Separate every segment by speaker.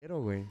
Speaker 1: Pero, güey.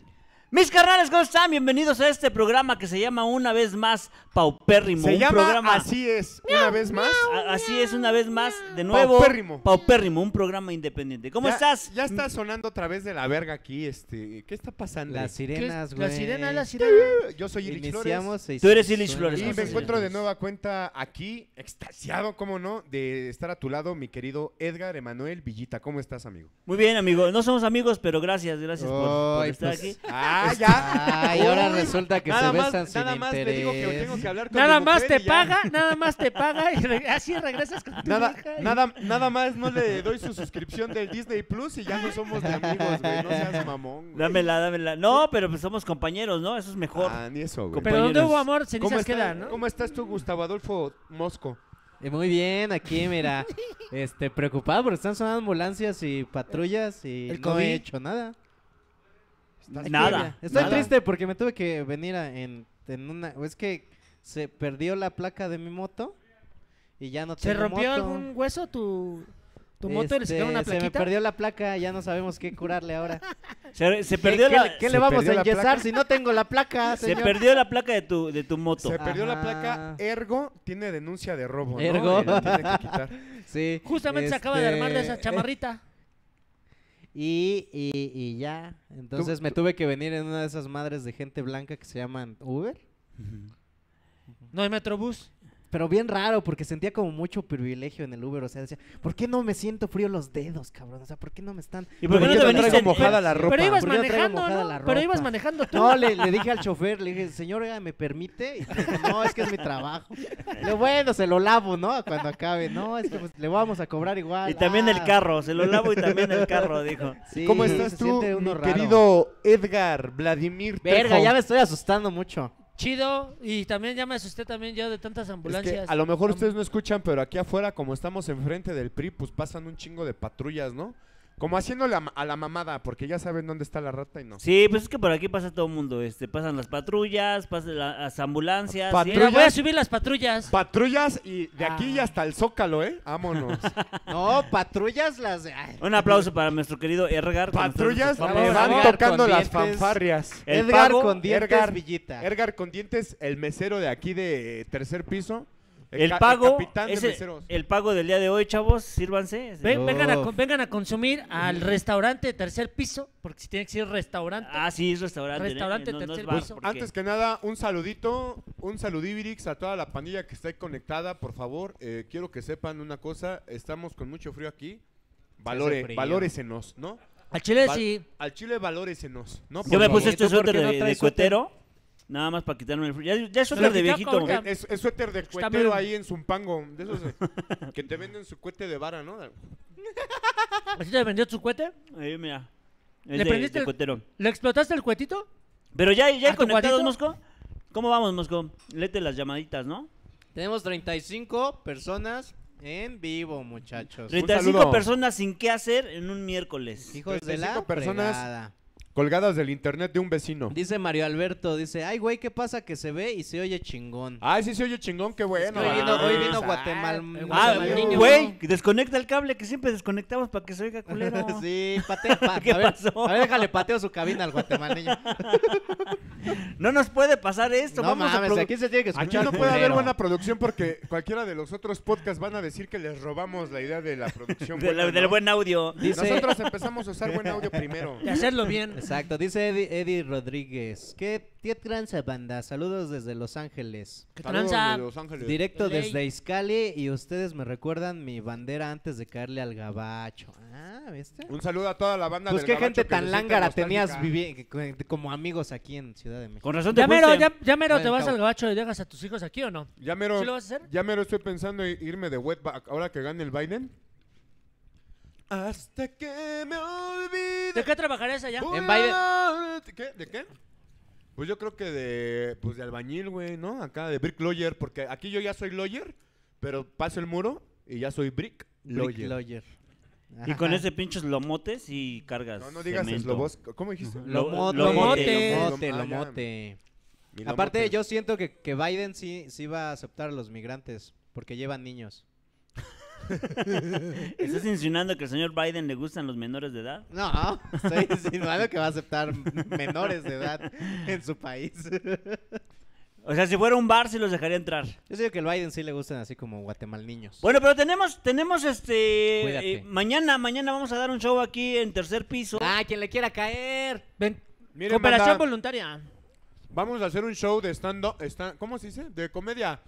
Speaker 2: Mis carnales, ¿cómo están? Bienvenidos a este programa que se llama una vez más Paupérrimo.
Speaker 1: Se
Speaker 2: un
Speaker 1: llama
Speaker 2: programa,
Speaker 1: Así es, una vez más.
Speaker 2: a- así es, una vez más, de nuevo.
Speaker 1: Paupérrimo.
Speaker 2: Paupérrimo, un programa independiente. ¿Cómo
Speaker 1: Ya-
Speaker 2: estás?
Speaker 1: Ya está sonando otra vez de la verga aquí, este. ¿Qué está pasando?
Speaker 3: Las sirenas, güey.
Speaker 4: La sirena, la sirena.
Speaker 1: Yo soy Ilich Flores.
Speaker 3: Iniciamos.
Speaker 2: Tú eres Illich Flores.
Speaker 1: Y
Speaker 2: Las
Speaker 1: me
Speaker 2: sirenas.
Speaker 1: encuentro de nueva cuenta aquí, extasiado, cómo no, de estar a tu lado, mi querido Edgar Emanuel Villita. ¿Cómo estás, amigo?
Speaker 2: Muy bien, amigo. No somos amigos, pero gracias, gracias por, por
Speaker 3: Ay,
Speaker 2: estar
Speaker 3: pues,
Speaker 2: aquí.
Speaker 1: Ah, ya.
Speaker 3: Ay, ahora
Speaker 1: Uy,
Speaker 3: resulta que
Speaker 1: nada
Speaker 3: se
Speaker 1: más,
Speaker 3: besan sin
Speaker 1: Nada más
Speaker 3: interés.
Speaker 1: le digo que tengo que hablar con
Speaker 4: Nada
Speaker 1: mi
Speaker 4: más
Speaker 1: mujer
Speaker 4: te
Speaker 1: y ya.
Speaker 4: paga, nada más te paga y reg- así regresas con tu
Speaker 1: Nada,
Speaker 4: hija y-
Speaker 1: nada, nada más no le doy su suscripción del Disney Plus y ya no somos de amigos, güey. No seas mamón, güey.
Speaker 2: Dámela, dámela. No, pero pues somos compañeros, ¿no? Eso es mejor.
Speaker 1: Ah, ni eso, güey.
Speaker 4: Pero donde
Speaker 2: compañeros.
Speaker 4: hubo amor,
Speaker 1: ¿Cómo,
Speaker 4: cenizas
Speaker 1: está-
Speaker 4: quedan, ¿no?
Speaker 1: cómo estás tú, Gustavo Adolfo Mosco?
Speaker 3: Eh, Muy bien, aquí, mira. este, preocupado porque están sonando ambulancias y patrullas y
Speaker 4: El
Speaker 3: no
Speaker 4: COVID.
Speaker 3: he hecho nada.
Speaker 1: ¿Estás
Speaker 3: Aquí,
Speaker 2: Nada.
Speaker 3: mira, Estoy
Speaker 1: nada.
Speaker 3: triste porque me tuve que venir a- en, en una... Es que se perdió la placa de mi moto y ya no
Speaker 4: ¿Se
Speaker 3: tengo
Speaker 4: rompió
Speaker 3: moto.
Speaker 4: algún hueso tu, tu moto y le
Speaker 3: Este,
Speaker 4: sacaron una
Speaker 3: Se me
Speaker 4: plaquita?
Speaker 3: perdió la placa, ya no sabemos qué curarle ahora.
Speaker 2: Se, se
Speaker 3: ¿Qué-
Speaker 2: perdió
Speaker 3: qué,
Speaker 2: la,
Speaker 3: le- qué
Speaker 1: se
Speaker 3: le vamos
Speaker 1: perdió
Speaker 3: a
Speaker 1: la
Speaker 3: enyesar
Speaker 1: placa?
Speaker 3: si no tengo la placa,
Speaker 2: se
Speaker 3: señor?
Speaker 2: perdió la placa de tu, de tu moto.
Speaker 1: Se perdió la
Speaker 3: Ajá.
Speaker 1: placa, ergo tiene denuncia de robo, ¿no?
Speaker 3: Ah. Ergo.
Speaker 1: Y la tiene que quitar.
Speaker 3: Sí,
Speaker 4: Justamente se acaba de armar de
Speaker 3: este,
Speaker 4: esa chamarrita.
Speaker 3: Y, y, y ya. Entonces me tuve que venir en una de esas madres de gente blanca que se llaman Uber.
Speaker 4: No hay metrobús.
Speaker 3: Pero bien raro, porque sentía como mucho privilegio en el Uber. O sea, decía, ¿por qué no me siento frío los dedos, cabrón? O sea, ¿por qué no me están.
Speaker 2: ¿Y por qué no te
Speaker 3: yo traigo
Speaker 2: veniste en-
Speaker 1: mojada la ropa?
Speaker 4: Pero ibas
Speaker 3: ¿Por qué yo traigo
Speaker 4: manejando,
Speaker 3: mojada la
Speaker 4: ¿no? Pero ibas
Speaker 3: ropa?
Speaker 4: manejando tú.
Speaker 3: No, le, le dije al chofer, le dije, señor, oiga, ¿me permite? Y dijo, no, es que es mi trabajo. Le digo, bueno, se lo lavo, ¿no? Cuando acabe. No, es que pues, le vamos a cobrar igual.
Speaker 2: Y también
Speaker 3: Ah,
Speaker 2: el carro, se lo lavo y también el carro, dijo.
Speaker 3: sí,
Speaker 1: ¿Cómo
Speaker 3: se
Speaker 1: estás tú,
Speaker 3: siente uno
Speaker 1: mi
Speaker 3: raro.
Speaker 1: querido Edgar Vladimir
Speaker 3: Verga,
Speaker 1: Trejo?
Speaker 3: ya me estoy asustando mucho.
Speaker 4: Chido. Y también ya me asusté también yo de tantas
Speaker 1: Es que
Speaker 4: ambulancias.
Speaker 1: a lo mejor
Speaker 4: Am-
Speaker 1: ustedes no escuchan, pero aquí afuera, como estamos enfrente del PRI, pues pasan un chingo de patrullas, ¿no? Como haciéndole a, ma- a la mamada, porque ya saben dónde está la rata y no.
Speaker 2: Sí, pues es que por aquí pasa todo el mundo, este, pasan las patrullas, pasan la- las ambulancias.
Speaker 1: Patru-
Speaker 2: ¿sí?
Speaker 4: Mira, voy a
Speaker 1: patrullas.
Speaker 4: subir las patrullas.
Speaker 1: Patrullas y de aquí
Speaker 4: Ah.
Speaker 1: y hasta el Zócalo, ¿eh? Vámonos.
Speaker 3: No, patrullas las. de- ay.
Speaker 2: Un aplauso para nuestro querido Ergar. con
Speaker 1: Patrullas
Speaker 2: nosotros,
Speaker 1: le
Speaker 2: por
Speaker 3: vamos,
Speaker 2: favor.
Speaker 1: van
Speaker 3: Edgar,
Speaker 1: tocando
Speaker 3: con
Speaker 1: las
Speaker 3: dientes.
Speaker 1: fanfarrias.
Speaker 2: El
Speaker 3: Edgar
Speaker 2: pavo,
Speaker 3: con dientes
Speaker 1: Edgar,
Speaker 3: Villita.
Speaker 1: Edgar con dientes, el mesero de aquí de tercer piso.
Speaker 2: El
Speaker 1: ca-
Speaker 2: pago,
Speaker 1: capitán de
Speaker 2: es el,
Speaker 1: meseros.
Speaker 2: el pago del día de hoy, chavos, sírvanse.
Speaker 4: Ve- vengan, a,
Speaker 3: Uf.
Speaker 4: con- vengan a consumir al restaurante de tercer piso, porque si tiene que ser restaurante.
Speaker 2: Ah, sí, es restaurante. ¿eh?
Speaker 4: Restaurante,
Speaker 2: es
Speaker 4: tercer
Speaker 2: bar,
Speaker 4: piso.
Speaker 2: porque-
Speaker 1: Antes que nada, un saludito, un saludivirix a toda la pandilla que está ahí conectada, por favor. eh, quiero que sepan una cosa, estamos con mucho frío aquí. Valore,
Speaker 3: Hace frío.
Speaker 1: valóresenos, ¿no?
Speaker 4: al chile
Speaker 1: Val-
Speaker 4: sí.
Speaker 1: Al chile valóresenos, ¿no?
Speaker 2: Yo
Speaker 1: Por
Speaker 2: me
Speaker 1: favor.
Speaker 2: puse este
Speaker 3: ¿Tú por qué
Speaker 2: suéter
Speaker 3: no
Speaker 2: de, de
Speaker 3: traes
Speaker 2: cuetero, nada más para quitarme el frío. Ya, ya es
Speaker 4: lo
Speaker 2: suéter de
Speaker 4: quitó
Speaker 2: viejito.
Speaker 4: con-
Speaker 2: güey.
Speaker 1: Es, es suéter de cuetero
Speaker 4: bien.
Speaker 1: ahí en Zumpango, de esos eh, que te venden su cuete de vara, ¿no?
Speaker 4: ¿Así te vendió tu cohete?
Speaker 2: Ahí, Eh, mira. Es
Speaker 4: ¿Le
Speaker 2: de,
Speaker 4: prendiste
Speaker 2: de
Speaker 4: el- Ah,
Speaker 2: cuetero.
Speaker 4: ¿Le explotaste el cuetito?
Speaker 2: Pero ya,
Speaker 4: ¿A
Speaker 2: ya
Speaker 4: tu
Speaker 2: conectados,
Speaker 4: cuadrito?
Speaker 2: Mosco. ¿Cómo vamos, Mosco? Lete las llamaditas, ¿no?
Speaker 3: Tenemos 35 personas en vivo, muchachos.
Speaker 1: Re-
Speaker 2: 35
Speaker 1: saludo.
Speaker 2: personas sin qué hacer en un miércoles.
Speaker 3: Hijos de
Speaker 1: 35
Speaker 3: la
Speaker 1: personas.
Speaker 3: fregada.
Speaker 1: Colgadas del internet de un vecino.
Speaker 3: Dice Mario Alberto, dice, ay, güey, ¿qué pasa que se ve y se oye chingón?
Speaker 1: Ay, sí se oye chingón, qué Ah, bueno.
Speaker 3: hoy vino,
Speaker 2: ah,
Speaker 3: hoy
Speaker 2: ah,
Speaker 3: vino
Speaker 1: Ah,
Speaker 3: Guatemala.
Speaker 2: Ah,
Speaker 4: Saludos. niño.
Speaker 2: güey, desconecta el cable que siempre desconectamos para que se oiga culero.
Speaker 3: Sí, patea, pa-
Speaker 2: ¿Qué
Speaker 3: a ver,
Speaker 2: pasó?
Speaker 3: A ver, déjale pateo su cabina al guatemaleño.
Speaker 2: No nos puede pasar esto.
Speaker 3: no
Speaker 2: vamos a
Speaker 3: mames,
Speaker 2: produ-
Speaker 3: aquí se tiene que escuchar
Speaker 1: Aquí no puede haber
Speaker 3: culero.
Speaker 1: buena producción porque cualquiera de los otros podcasts van a decir que les robamos la idea de la producción.
Speaker 2: de la-
Speaker 1: buena,
Speaker 2: del
Speaker 1: ¿no?
Speaker 2: buen audio.
Speaker 3: Dice-
Speaker 1: Nosotros empezamos a usar buen audio primero.
Speaker 4: De hacerlo bien.
Speaker 3: Exacto, dice Eddie, Eddie Rodríguez. ¿Qué, ¿Qué tranza, banda? Saludos desde Los Ángeles.
Speaker 4: Que
Speaker 1: Saludos
Speaker 4: tranza.
Speaker 1: de Los Ángeles.
Speaker 3: Directo
Speaker 4: Ley.
Speaker 3: desde Izcali y ustedes me recuerdan mi bandera antes de caerle al gabacho. Ah, ¿viste?
Speaker 1: Un saludo a toda la banda
Speaker 3: Pues
Speaker 1: del
Speaker 3: qué
Speaker 1: Gabacho
Speaker 3: gente
Speaker 1: que
Speaker 3: tan
Speaker 1: se siente
Speaker 3: lángara tenías
Speaker 1: nostálgica.
Speaker 3: vivi- que- como amigos aquí en Ciudad de México.
Speaker 2: Con razón te
Speaker 4: Ya mero,
Speaker 2: fuiste.
Speaker 4: ya, ya mero
Speaker 3: Bueno,
Speaker 4: te vas
Speaker 3: cabo.
Speaker 4: al gabacho y dejas a tus hijos aquí o no.
Speaker 1: Ya mero,
Speaker 4: ¿Sí lo vas a hacer?
Speaker 1: ya mero estoy pensando en irme de wetback ahora que gane el Biden. Hasta que me
Speaker 4: ¿De
Speaker 1: olvide.
Speaker 4: qué trabajarías allá?
Speaker 1: Voy
Speaker 3: En
Speaker 1: a- ¿Qué? ¿De qué? Pues yo creo que de, pues de albañil, güey, ¿no? Acá de brick lawyer, porque aquí yo ya soy lawyer, pero paso el muro y ya soy brick lawyer.
Speaker 3: Brick Lawyer.
Speaker 2: Y con
Speaker 3: Ajá.
Speaker 2: ese pinches lomotes y cargas.
Speaker 1: No, no digas
Speaker 2: cemento.
Speaker 1: Slobosco. ¿Cómo dijiste?
Speaker 2: Lo-
Speaker 3: Lomote,
Speaker 2: lomote.
Speaker 3: lomote,
Speaker 1: Ah,
Speaker 3: lomote,
Speaker 1: ya. Mi lomote.
Speaker 3: Aparte, yo siento que, que Biden sí, sí va a aceptar a los migrantes porque llevan niños.
Speaker 2: ¿Estás insinuando que al señor Biden le gustan los menores de edad?
Speaker 3: No, estoy insinuando que va a aceptar menores de edad en su país.
Speaker 2: O sea, si fuera un bar, sí los dejaría entrar.
Speaker 3: Yo sé que el Biden sí le gustan así como guatemalniños.
Speaker 2: Bueno, pero tenemos, tenemos este.
Speaker 4: Cuídate.
Speaker 2: eh, mañana, mañana vamos a dar un show aquí en tercer piso.
Speaker 4: Ah, quien le quiera caer. Ven.
Speaker 1: Miren,
Speaker 4: Cooperación
Speaker 1: banda.
Speaker 4: voluntaria.
Speaker 1: Vamos a hacer un show de stand-up. esta- ¿Cómo se dice? De comedia.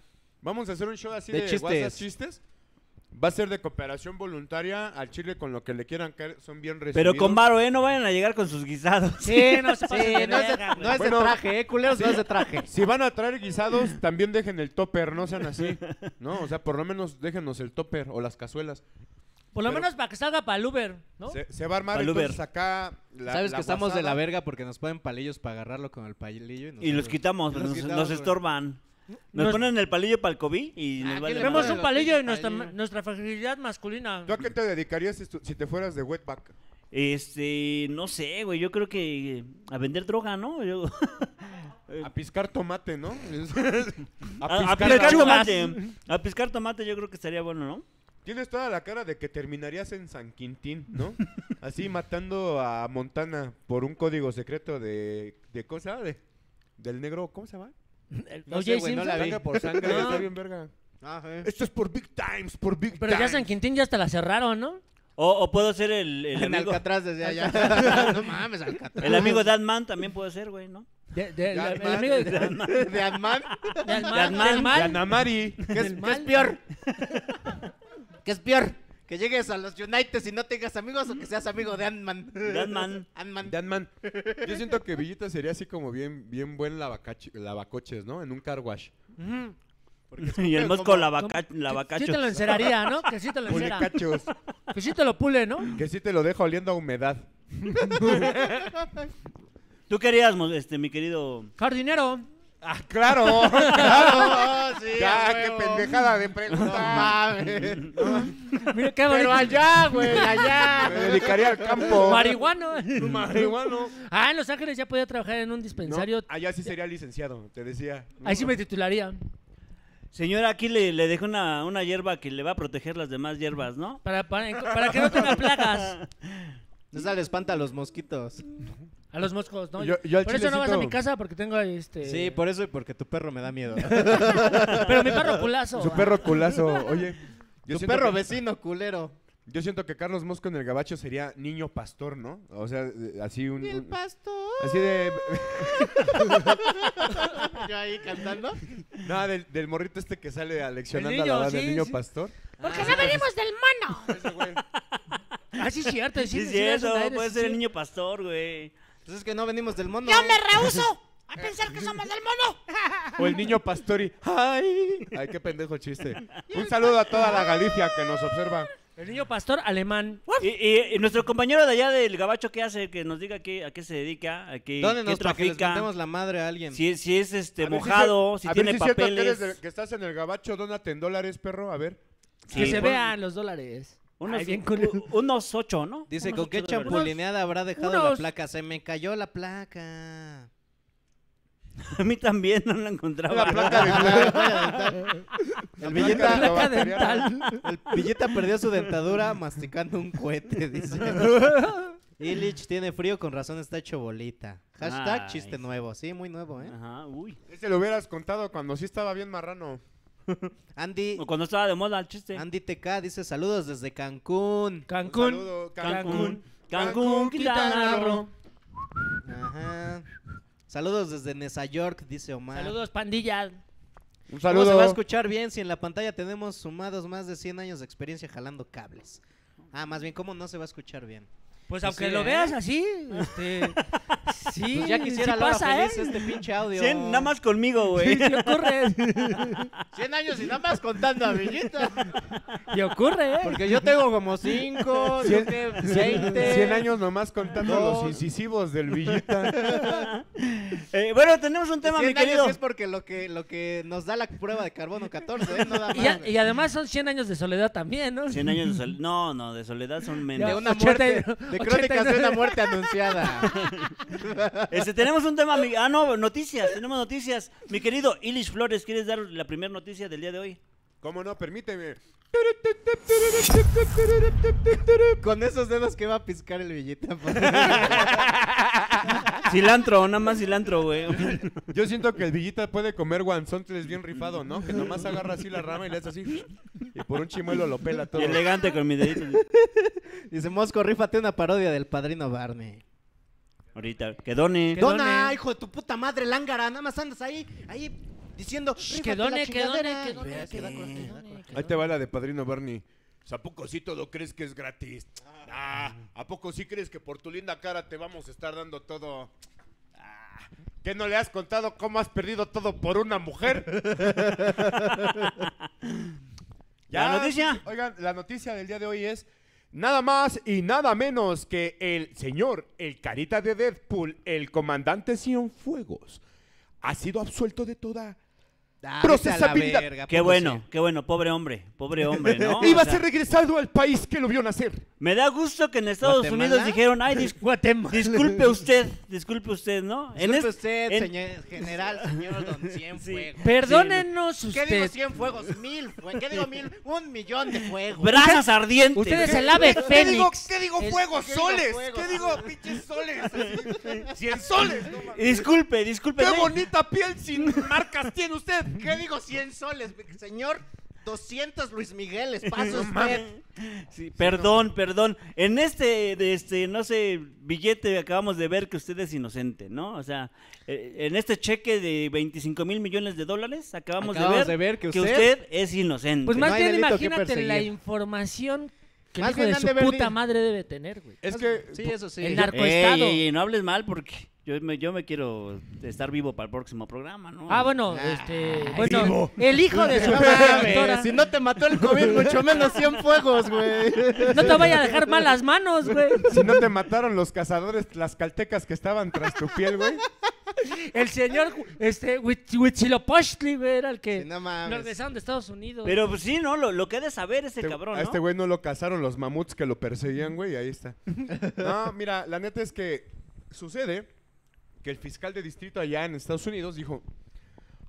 Speaker 1: Vamos a hacer un show así
Speaker 3: De
Speaker 1: de,
Speaker 3: chistes.
Speaker 1: guasas chistes. Va a ser de cooperación voluntaria al chile con lo que le quieran caer. Son bien recibidos.
Speaker 2: pero con varo, ¿eh? No vayan a llegar con sus guisados.
Speaker 4: Sí, no se pasen
Speaker 3: Sí,
Speaker 4: de
Speaker 3: no es de,
Speaker 4: verga, güey.
Speaker 3: no es de
Speaker 1: Bueno.
Speaker 3: traje, ¿eh? Culeros, no es de traje.
Speaker 1: Si van a traer guisados, también dejen el topper, no sean así. No, o sea, por lo menos déjenos el topper o las cazuelas.
Speaker 4: Por lo
Speaker 1: Pero-
Speaker 4: menos para que salga para el Uber, ¿no?
Speaker 1: Se, se va a armar
Speaker 2: Al Uber.
Speaker 1: entonces acá la
Speaker 3: Sabes
Speaker 1: la
Speaker 3: que estamos de la
Speaker 1: guasada.
Speaker 3: verga porque nos ponen palillos para agarrarlo con el palillo. Y, nos
Speaker 2: Y los quitamos,
Speaker 3: Y los
Speaker 2: nos,
Speaker 3: quitamos,
Speaker 2: nos
Speaker 3: güey.
Speaker 2: estorban. Nos,
Speaker 4: Nos-
Speaker 2: ponen el palillo para el COVID y nos
Speaker 3: Ah,
Speaker 2: vale
Speaker 3: ¿qué le
Speaker 4: Vemos
Speaker 2: madre.
Speaker 3: Pero-
Speaker 4: un palillo y nuestra,
Speaker 3: Palillo.
Speaker 4: nuestra fragilidad masculina.
Speaker 1: ¿Tú a qué te dedicarías si, tu- si te fueras de wetback?
Speaker 2: Este, no sé, güey, yo creo que eh, a vender droga, ¿no? Yo-
Speaker 1: A piscar tomate, ¿no? Eh. a
Speaker 2: a, a
Speaker 1: piscar
Speaker 2: piscar
Speaker 1: agua.
Speaker 2: tomate. A piscar tomate yo creo que estaría bueno, ¿no?
Speaker 1: Tienes toda la cara de que terminarías en San Quintín, ¿no? Así matando a Montana por un código secreto de. de cosa de. Del negro, ¿cómo se llama?
Speaker 3: No
Speaker 4: Oye,
Speaker 3: sé, güey, no
Speaker 4: Simpson.
Speaker 3: la vi.
Speaker 1: Sangre por sangre,
Speaker 4: No.
Speaker 1: está bien verga.
Speaker 3: Ajá.
Speaker 1: Esto es por Big Times, por Big
Speaker 4: Pero ya
Speaker 1: Times.
Speaker 4: San Quintín ya hasta la cerraron, ¿no?
Speaker 2: O, o puedo ser el, el
Speaker 3: En
Speaker 2: amigo.
Speaker 3: Alcatraz desde allá. no mames, Alcatraz.
Speaker 2: El amigo de Ant-Man también puedo ser, güey, ¿no?
Speaker 4: De- de-
Speaker 1: Ya,
Speaker 4: el, el
Speaker 1: man.
Speaker 4: amigo de, de
Speaker 3: de Atman.
Speaker 4: Alman-
Speaker 2: Alman.
Speaker 4: del
Speaker 1: Y
Speaker 4: mal.
Speaker 1: Anamari.
Speaker 3: ¿Qué es, qué es peor? ¿Qué es peor? Que llegues a los United y no tengas amigos o que seas amigo de Ant-Man.
Speaker 2: De Ant-Man.
Speaker 3: Ant-Man.
Speaker 1: De Ant-Man. Yo siento que Villita sería así como bien, bien buen lavacachi- lavacoches, ¿no? En un car wash.
Speaker 4: Ujú.
Speaker 2: Y el
Speaker 3: como-
Speaker 2: mosco la,
Speaker 4: Como-
Speaker 2: vaca, la
Speaker 4: sí-
Speaker 2: vacacho.
Speaker 4: Sí te lo enceraría, ¿no? Que sí te lo encera.
Speaker 1: Pulicachos.
Speaker 4: Que sí te lo pule, ¿no?
Speaker 1: Que sí te lo dejo oliendo a humedad.
Speaker 2: Tú querías, mo- este, mi querido...
Speaker 4: Jardinero.
Speaker 1: ¡Ah, claro!
Speaker 3: Claro, Ah, sí,
Speaker 1: ¡Ya,
Speaker 3: a
Speaker 1: qué
Speaker 3: huevo.
Speaker 1: pendejada de pregunta!
Speaker 3: No mames.
Speaker 4: Mira qué bonito.
Speaker 3: Pero allá, güey,
Speaker 1: Me
Speaker 3: allá.
Speaker 1: dedicaría al campo.
Speaker 4: Marihuano.
Speaker 1: Marihuano.
Speaker 4: Ah, en Los Ángeles ya podía trabajar en un dispensario.
Speaker 1: No, allá sí sería licenciado, te decía.
Speaker 4: Ahí sí me titularía.
Speaker 2: Señora, aquí le, le dejé una, una hierba que le va a proteger las demás hierbas, ¿no?
Speaker 4: Para, para, para que no tenga plagas.
Speaker 3: No se le espanta a los mosquitos.
Speaker 4: A los moscos, ¿no?
Speaker 1: Yo- yo al
Speaker 4: por
Speaker 1: chile
Speaker 4: eso no vas a
Speaker 1: siento-
Speaker 4: mi casa porque tengo este.
Speaker 3: Sí, por eso y porque tu perro me da miedo.
Speaker 4: Pero mi perro culazo.
Speaker 1: Su perro culazo, oye.
Speaker 3: Tu
Speaker 1: siento
Speaker 3: perro
Speaker 1: que-
Speaker 3: vecino, culero.
Speaker 1: Yo siento que Carlos Mosco en el gabacho sería niño pastor, ¿no? O sea, de- así un... un-
Speaker 3: pastor.
Speaker 1: así de...
Speaker 3: Yo ahí cantando.
Speaker 1: Nada, del, del morrito este que sale aleccionando a
Speaker 4: niño,
Speaker 1: la banda,
Speaker 4: sí,
Speaker 1: el niño
Speaker 4: sí.
Speaker 1: pastor.
Speaker 4: Porque
Speaker 5: Ah,
Speaker 4: no
Speaker 5: pues.
Speaker 4: venimos del mono. Ah, sí, es cierto. Sí,
Speaker 2: Sí, es
Speaker 4: sí, le das un
Speaker 2: cierto,
Speaker 4: aire,
Speaker 2: puede
Speaker 4: sí,
Speaker 2: ser el
Speaker 4: sí.
Speaker 2: niño pastor, güey.
Speaker 3: Pues es que no venimos del mono.
Speaker 5: Yo
Speaker 3: ¿eh?
Speaker 5: me rehuso a pensar que somos del mono.
Speaker 1: O el niño pastori. ¡Ay! ¡Ay, qué pendejo chiste! Un saludo a toda la Galicia que nos observa.
Speaker 4: El niño pastor alemán.
Speaker 2: Y, y- y nuestro compañero de allá del Gabacho, ¿qué hace? Que nos diga qué, a qué se dedica, a qué,
Speaker 3: ¿Dónde
Speaker 2: qué
Speaker 3: nos para que les
Speaker 2: trafica.
Speaker 3: metemos la madre a alguien?
Speaker 2: si, es- si es este
Speaker 1: A ver si
Speaker 2: mojado,
Speaker 1: es-
Speaker 2: si,
Speaker 1: a ver
Speaker 2: tiene
Speaker 1: es cierto que
Speaker 2: papeles.
Speaker 1: eres de- Que, estás en el gabacho, dónate en dólares, perro. A ver.
Speaker 2: Sí,
Speaker 4: que se
Speaker 2: pon-
Speaker 4: vean los dólares.
Speaker 2: Unos,
Speaker 4: Ay, bien culero.
Speaker 2: u- unos ocho, ¿no?
Speaker 3: Dice,
Speaker 2: Unos
Speaker 3: ¿con qué
Speaker 2: ocho dólares.
Speaker 3: champulineada habrá dejado la
Speaker 4: unos-
Speaker 3: placa? Se me cayó la placa.
Speaker 2: A mí también no la encontraba.
Speaker 1: La placa dental.
Speaker 3: El
Speaker 1: La
Speaker 3: billete,
Speaker 1: placa
Speaker 4: Placa
Speaker 1: bacteriana.
Speaker 4: dental.
Speaker 3: el billete perdió su dentadura masticando un cohete, dice. Illich tiene frío, con razón está hecho bolita. Hashtag
Speaker 2: Nice.
Speaker 3: chiste nuevo. Sí, muy nuevo, ¿eh?
Speaker 2: Ajá, uy.
Speaker 1: Ese lo hubieras contado cuando sí estaba bien marrano.
Speaker 3: Andy,
Speaker 2: O Cuando estaba de moda el chiste.
Speaker 3: Andy TK dice, saludos desde Cancún.
Speaker 1: Un
Speaker 4: Cancún.
Speaker 1: saludo,
Speaker 2: Cancún. Cancún, Quintana Roo.
Speaker 3: Ajá. Saludos desde Nueva York, dice Omar.
Speaker 4: Saludos, pandilla.
Speaker 1: Un
Speaker 3: ¿Cómo se va a
Speaker 1: saludo.
Speaker 3: escuchar bien si en la pantalla tenemos sumados más de 100 años de experiencia jalando cables? Ah, más bien, ¿cómo no se va a escuchar bien?
Speaker 4: Pues
Speaker 3: Pues
Speaker 4: aunque
Speaker 3: sí,
Speaker 4: lo
Speaker 3: ¿eh?
Speaker 4: veas así, este, sí,
Speaker 3: Pues ya quisiera
Speaker 4: sí
Speaker 3: Laura
Speaker 4: pasa,
Speaker 3: Feliz
Speaker 4: ¿eh?
Speaker 3: este pinche audio.
Speaker 2: Cien, nada más conmigo, güey.
Speaker 4: Y ocurre,
Speaker 3: 100 años y nada más contando a Villita.
Speaker 4: y ocurre, ¿eh?
Speaker 3: Porque yo tengo como 5, 20.
Speaker 1: 100 años nomás contando
Speaker 3: No.
Speaker 1: los incisivos del Villita.
Speaker 2: Eh, bueno, tenemos un tema, mi
Speaker 3: 100
Speaker 2: querido.
Speaker 3: años es porque lo que, lo que nos da la prueba de carbono 14, ¿eh? No da
Speaker 4: Y, a-
Speaker 3: más,
Speaker 4: y además son 100 años de soledad también, ¿no?
Speaker 2: 100 años de soledad. No, no, de soledad son menos.
Speaker 3: De una
Speaker 4: 80 y-
Speaker 3: muerte, de crónicas de
Speaker 4: 89.
Speaker 3: una muerte anunciada.
Speaker 2: Este, tenemos un tema. mi- Ah, no, noticias. Tenemos noticias. Mi querido Ilish Flores, ¿quieres dar la primera noticia del día de hoy?
Speaker 1: ¿Cómo no? Permíteme.
Speaker 3: Con esos dedos que va a piscar el billete.
Speaker 2: Cilantro, nada más cilantro, güey.
Speaker 1: Yo siento que el Villita puede comer guanzontles bien rifado, ¿no? Que nomás agarra así la rama y le hace así. Y por un chimuelo lo pela todo.
Speaker 2: Y elegante con mi dedito.
Speaker 3: Dice Mosco, rífate una parodia del padrino Barney.
Speaker 2: Ahorita, que done.
Speaker 4: Que
Speaker 3: Dona,
Speaker 4: done.
Speaker 3: hijo de tu puta madre, lángara. Nada más andas ahí, ahí diciendo. "Rífate
Speaker 4: que
Speaker 3: la
Speaker 4: done, que done,
Speaker 3: chingadera".
Speaker 4: que done,
Speaker 3: Veas
Speaker 4: que
Speaker 3: que-
Speaker 4: done, que done, que
Speaker 1: Ahí te va la de Padrino Barney. ¿A poco sí todo crees que es gratis? Ah, ¿A poco sí crees que por tu linda cara te vamos a estar dando todo? Ah, ¿Qué no le has contado cómo has perdido todo por una mujer?
Speaker 2: La noticia.
Speaker 1: Oigan, la noticia del día de hoy es nada más y nada menos que el señor, el carita de Deadpool, el comandante Cienfuegos, ha sido absuelto de toda
Speaker 3: Ah,
Speaker 1: Procesabilidad.
Speaker 3: vete a la verga,
Speaker 2: Qué
Speaker 3: poco
Speaker 2: bueno,
Speaker 3: sí.
Speaker 2: qué bueno, pobre hombre, pobre hombre, ¿no?
Speaker 1: Iba
Speaker 2: Oh, O
Speaker 1: a
Speaker 2: sea,
Speaker 1: ser regresado al país que lo vio nacer.
Speaker 2: Me da gusto que en Estados
Speaker 3: ¿Guatemala?
Speaker 2: Unidos dijeron, ay, dis-
Speaker 4: Guatemala.
Speaker 2: disculpe usted, disculpe usted, ¿no? En
Speaker 3: Disculpe
Speaker 2: es-
Speaker 3: usted,
Speaker 2: en-
Speaker 3: señor general, señor Don Cienfuegos.
Speaker 4: Perdónenos
Speaker 3: ¿Qué digo
Speaker 4: usted.
Speaker 3: cien fuegos? Mil, fue- ¿Qué digo mil? Un millón de fuegos.
Speaker 2: Brasas ardientes.
Speaker 4: Usted es el ave
Speaker 1: ¿Qué digo,
Speaker 4: fénix.
Speaker 1: ¿Qué digo
Speaker 3: El-
Speaker 1: fuegos?
Speaker 3: ¿qué digo
Speaker 1: soles.
Speaker 3: fuegos?
Speaker 1: ¿Qué digo pinches soles? Así, Cien soles. no mames.
Speaker 2: Disculpe, disculpe.
Speaker 1: ¡Qué
Speaker 2: ¿no?
Speaker 1: bonita piel sin marcas tiene usted!
Speaker 3: ¿Qué digo 100 soles, señor? 200 Luis Migueles, paso
Speaker 1: No mames.
Speaker 3: usted.
Speaker 2: Sí, perdón, perdón. En este, de este, no sé, billete acabamos de ver que usted es inocente, ¿no? O sea, eh, en este cheque de 25 mil millones de dólares acabamos,
Speaker 3: Acabamos
Speaker 2: de,
Speaker 3: de
Speaker 2: ver
Speaker 3: ver que usted-
Speaker 2: es inocente.
Speaker 4: Pues
Speaker 3: No
Speaker 4: más
Speaker 3: hay
Speaker 4: bien
Speaker 3: delito que
Speaker 4: imagínate la
Speaker 3: perseguir.
Speaker 4: información que el
Speaker 3: Más
Speaker 4: hijo
Speaker 3: bien
Speaker 4: de
Speaker 3: han
Speaker 4: su
Speaker 3: de haber
Speaker 4: puta
Speaker 3: di-
Speaker 4: madre debe tener, güey.
Speaker 1: Es que.
Speaker 3: Sí, eso sí.
Speaker 4: El narco-
Speaker 2: Ey,
Speaker 4: Estado.
Speaker 2: ey, ey, no hables mal porque yo me, yo me quiero estar vivo para el próximo programa, ¿no?
Speaker 3: Mm.
Speaker 4: Ah, bueno, este, bueno, el hijo de su
Speaker 3: No
Speaker 4: productora.
Speaker 3: mames, Si no te mató el COVID, mucho menos 100 fuegos, güey.
Speaker 4: No te vaya a dejar malas manos, güey.
Speaker 1: Si no te mataron los cazadores tlaxcaltecas que estaban tras tu piel, güey.
Speaker 4: El señor, este, Huitz- Huitzilopochtli, güey, era el que
Speaker 3: Sí, no
Speaker 4: lo
Speaker 3: mames.
Speaker 4: regresaron de Estados Unidos. Ah,
Speaker 2: Pero pues sí, ¿no? Lo, lo que he de saber ese
Speaker 1: Este-
Speaker 2: cabrón,
Speaker 1: A
Speaker 2: ¿no?
Speaker 1: este güey no lo cazaron los mamuts que lo perseguían, güey, y ahí está. No, mira, la neta es que sucede que el fiscal de distrito allá en Estados Unidos dijo,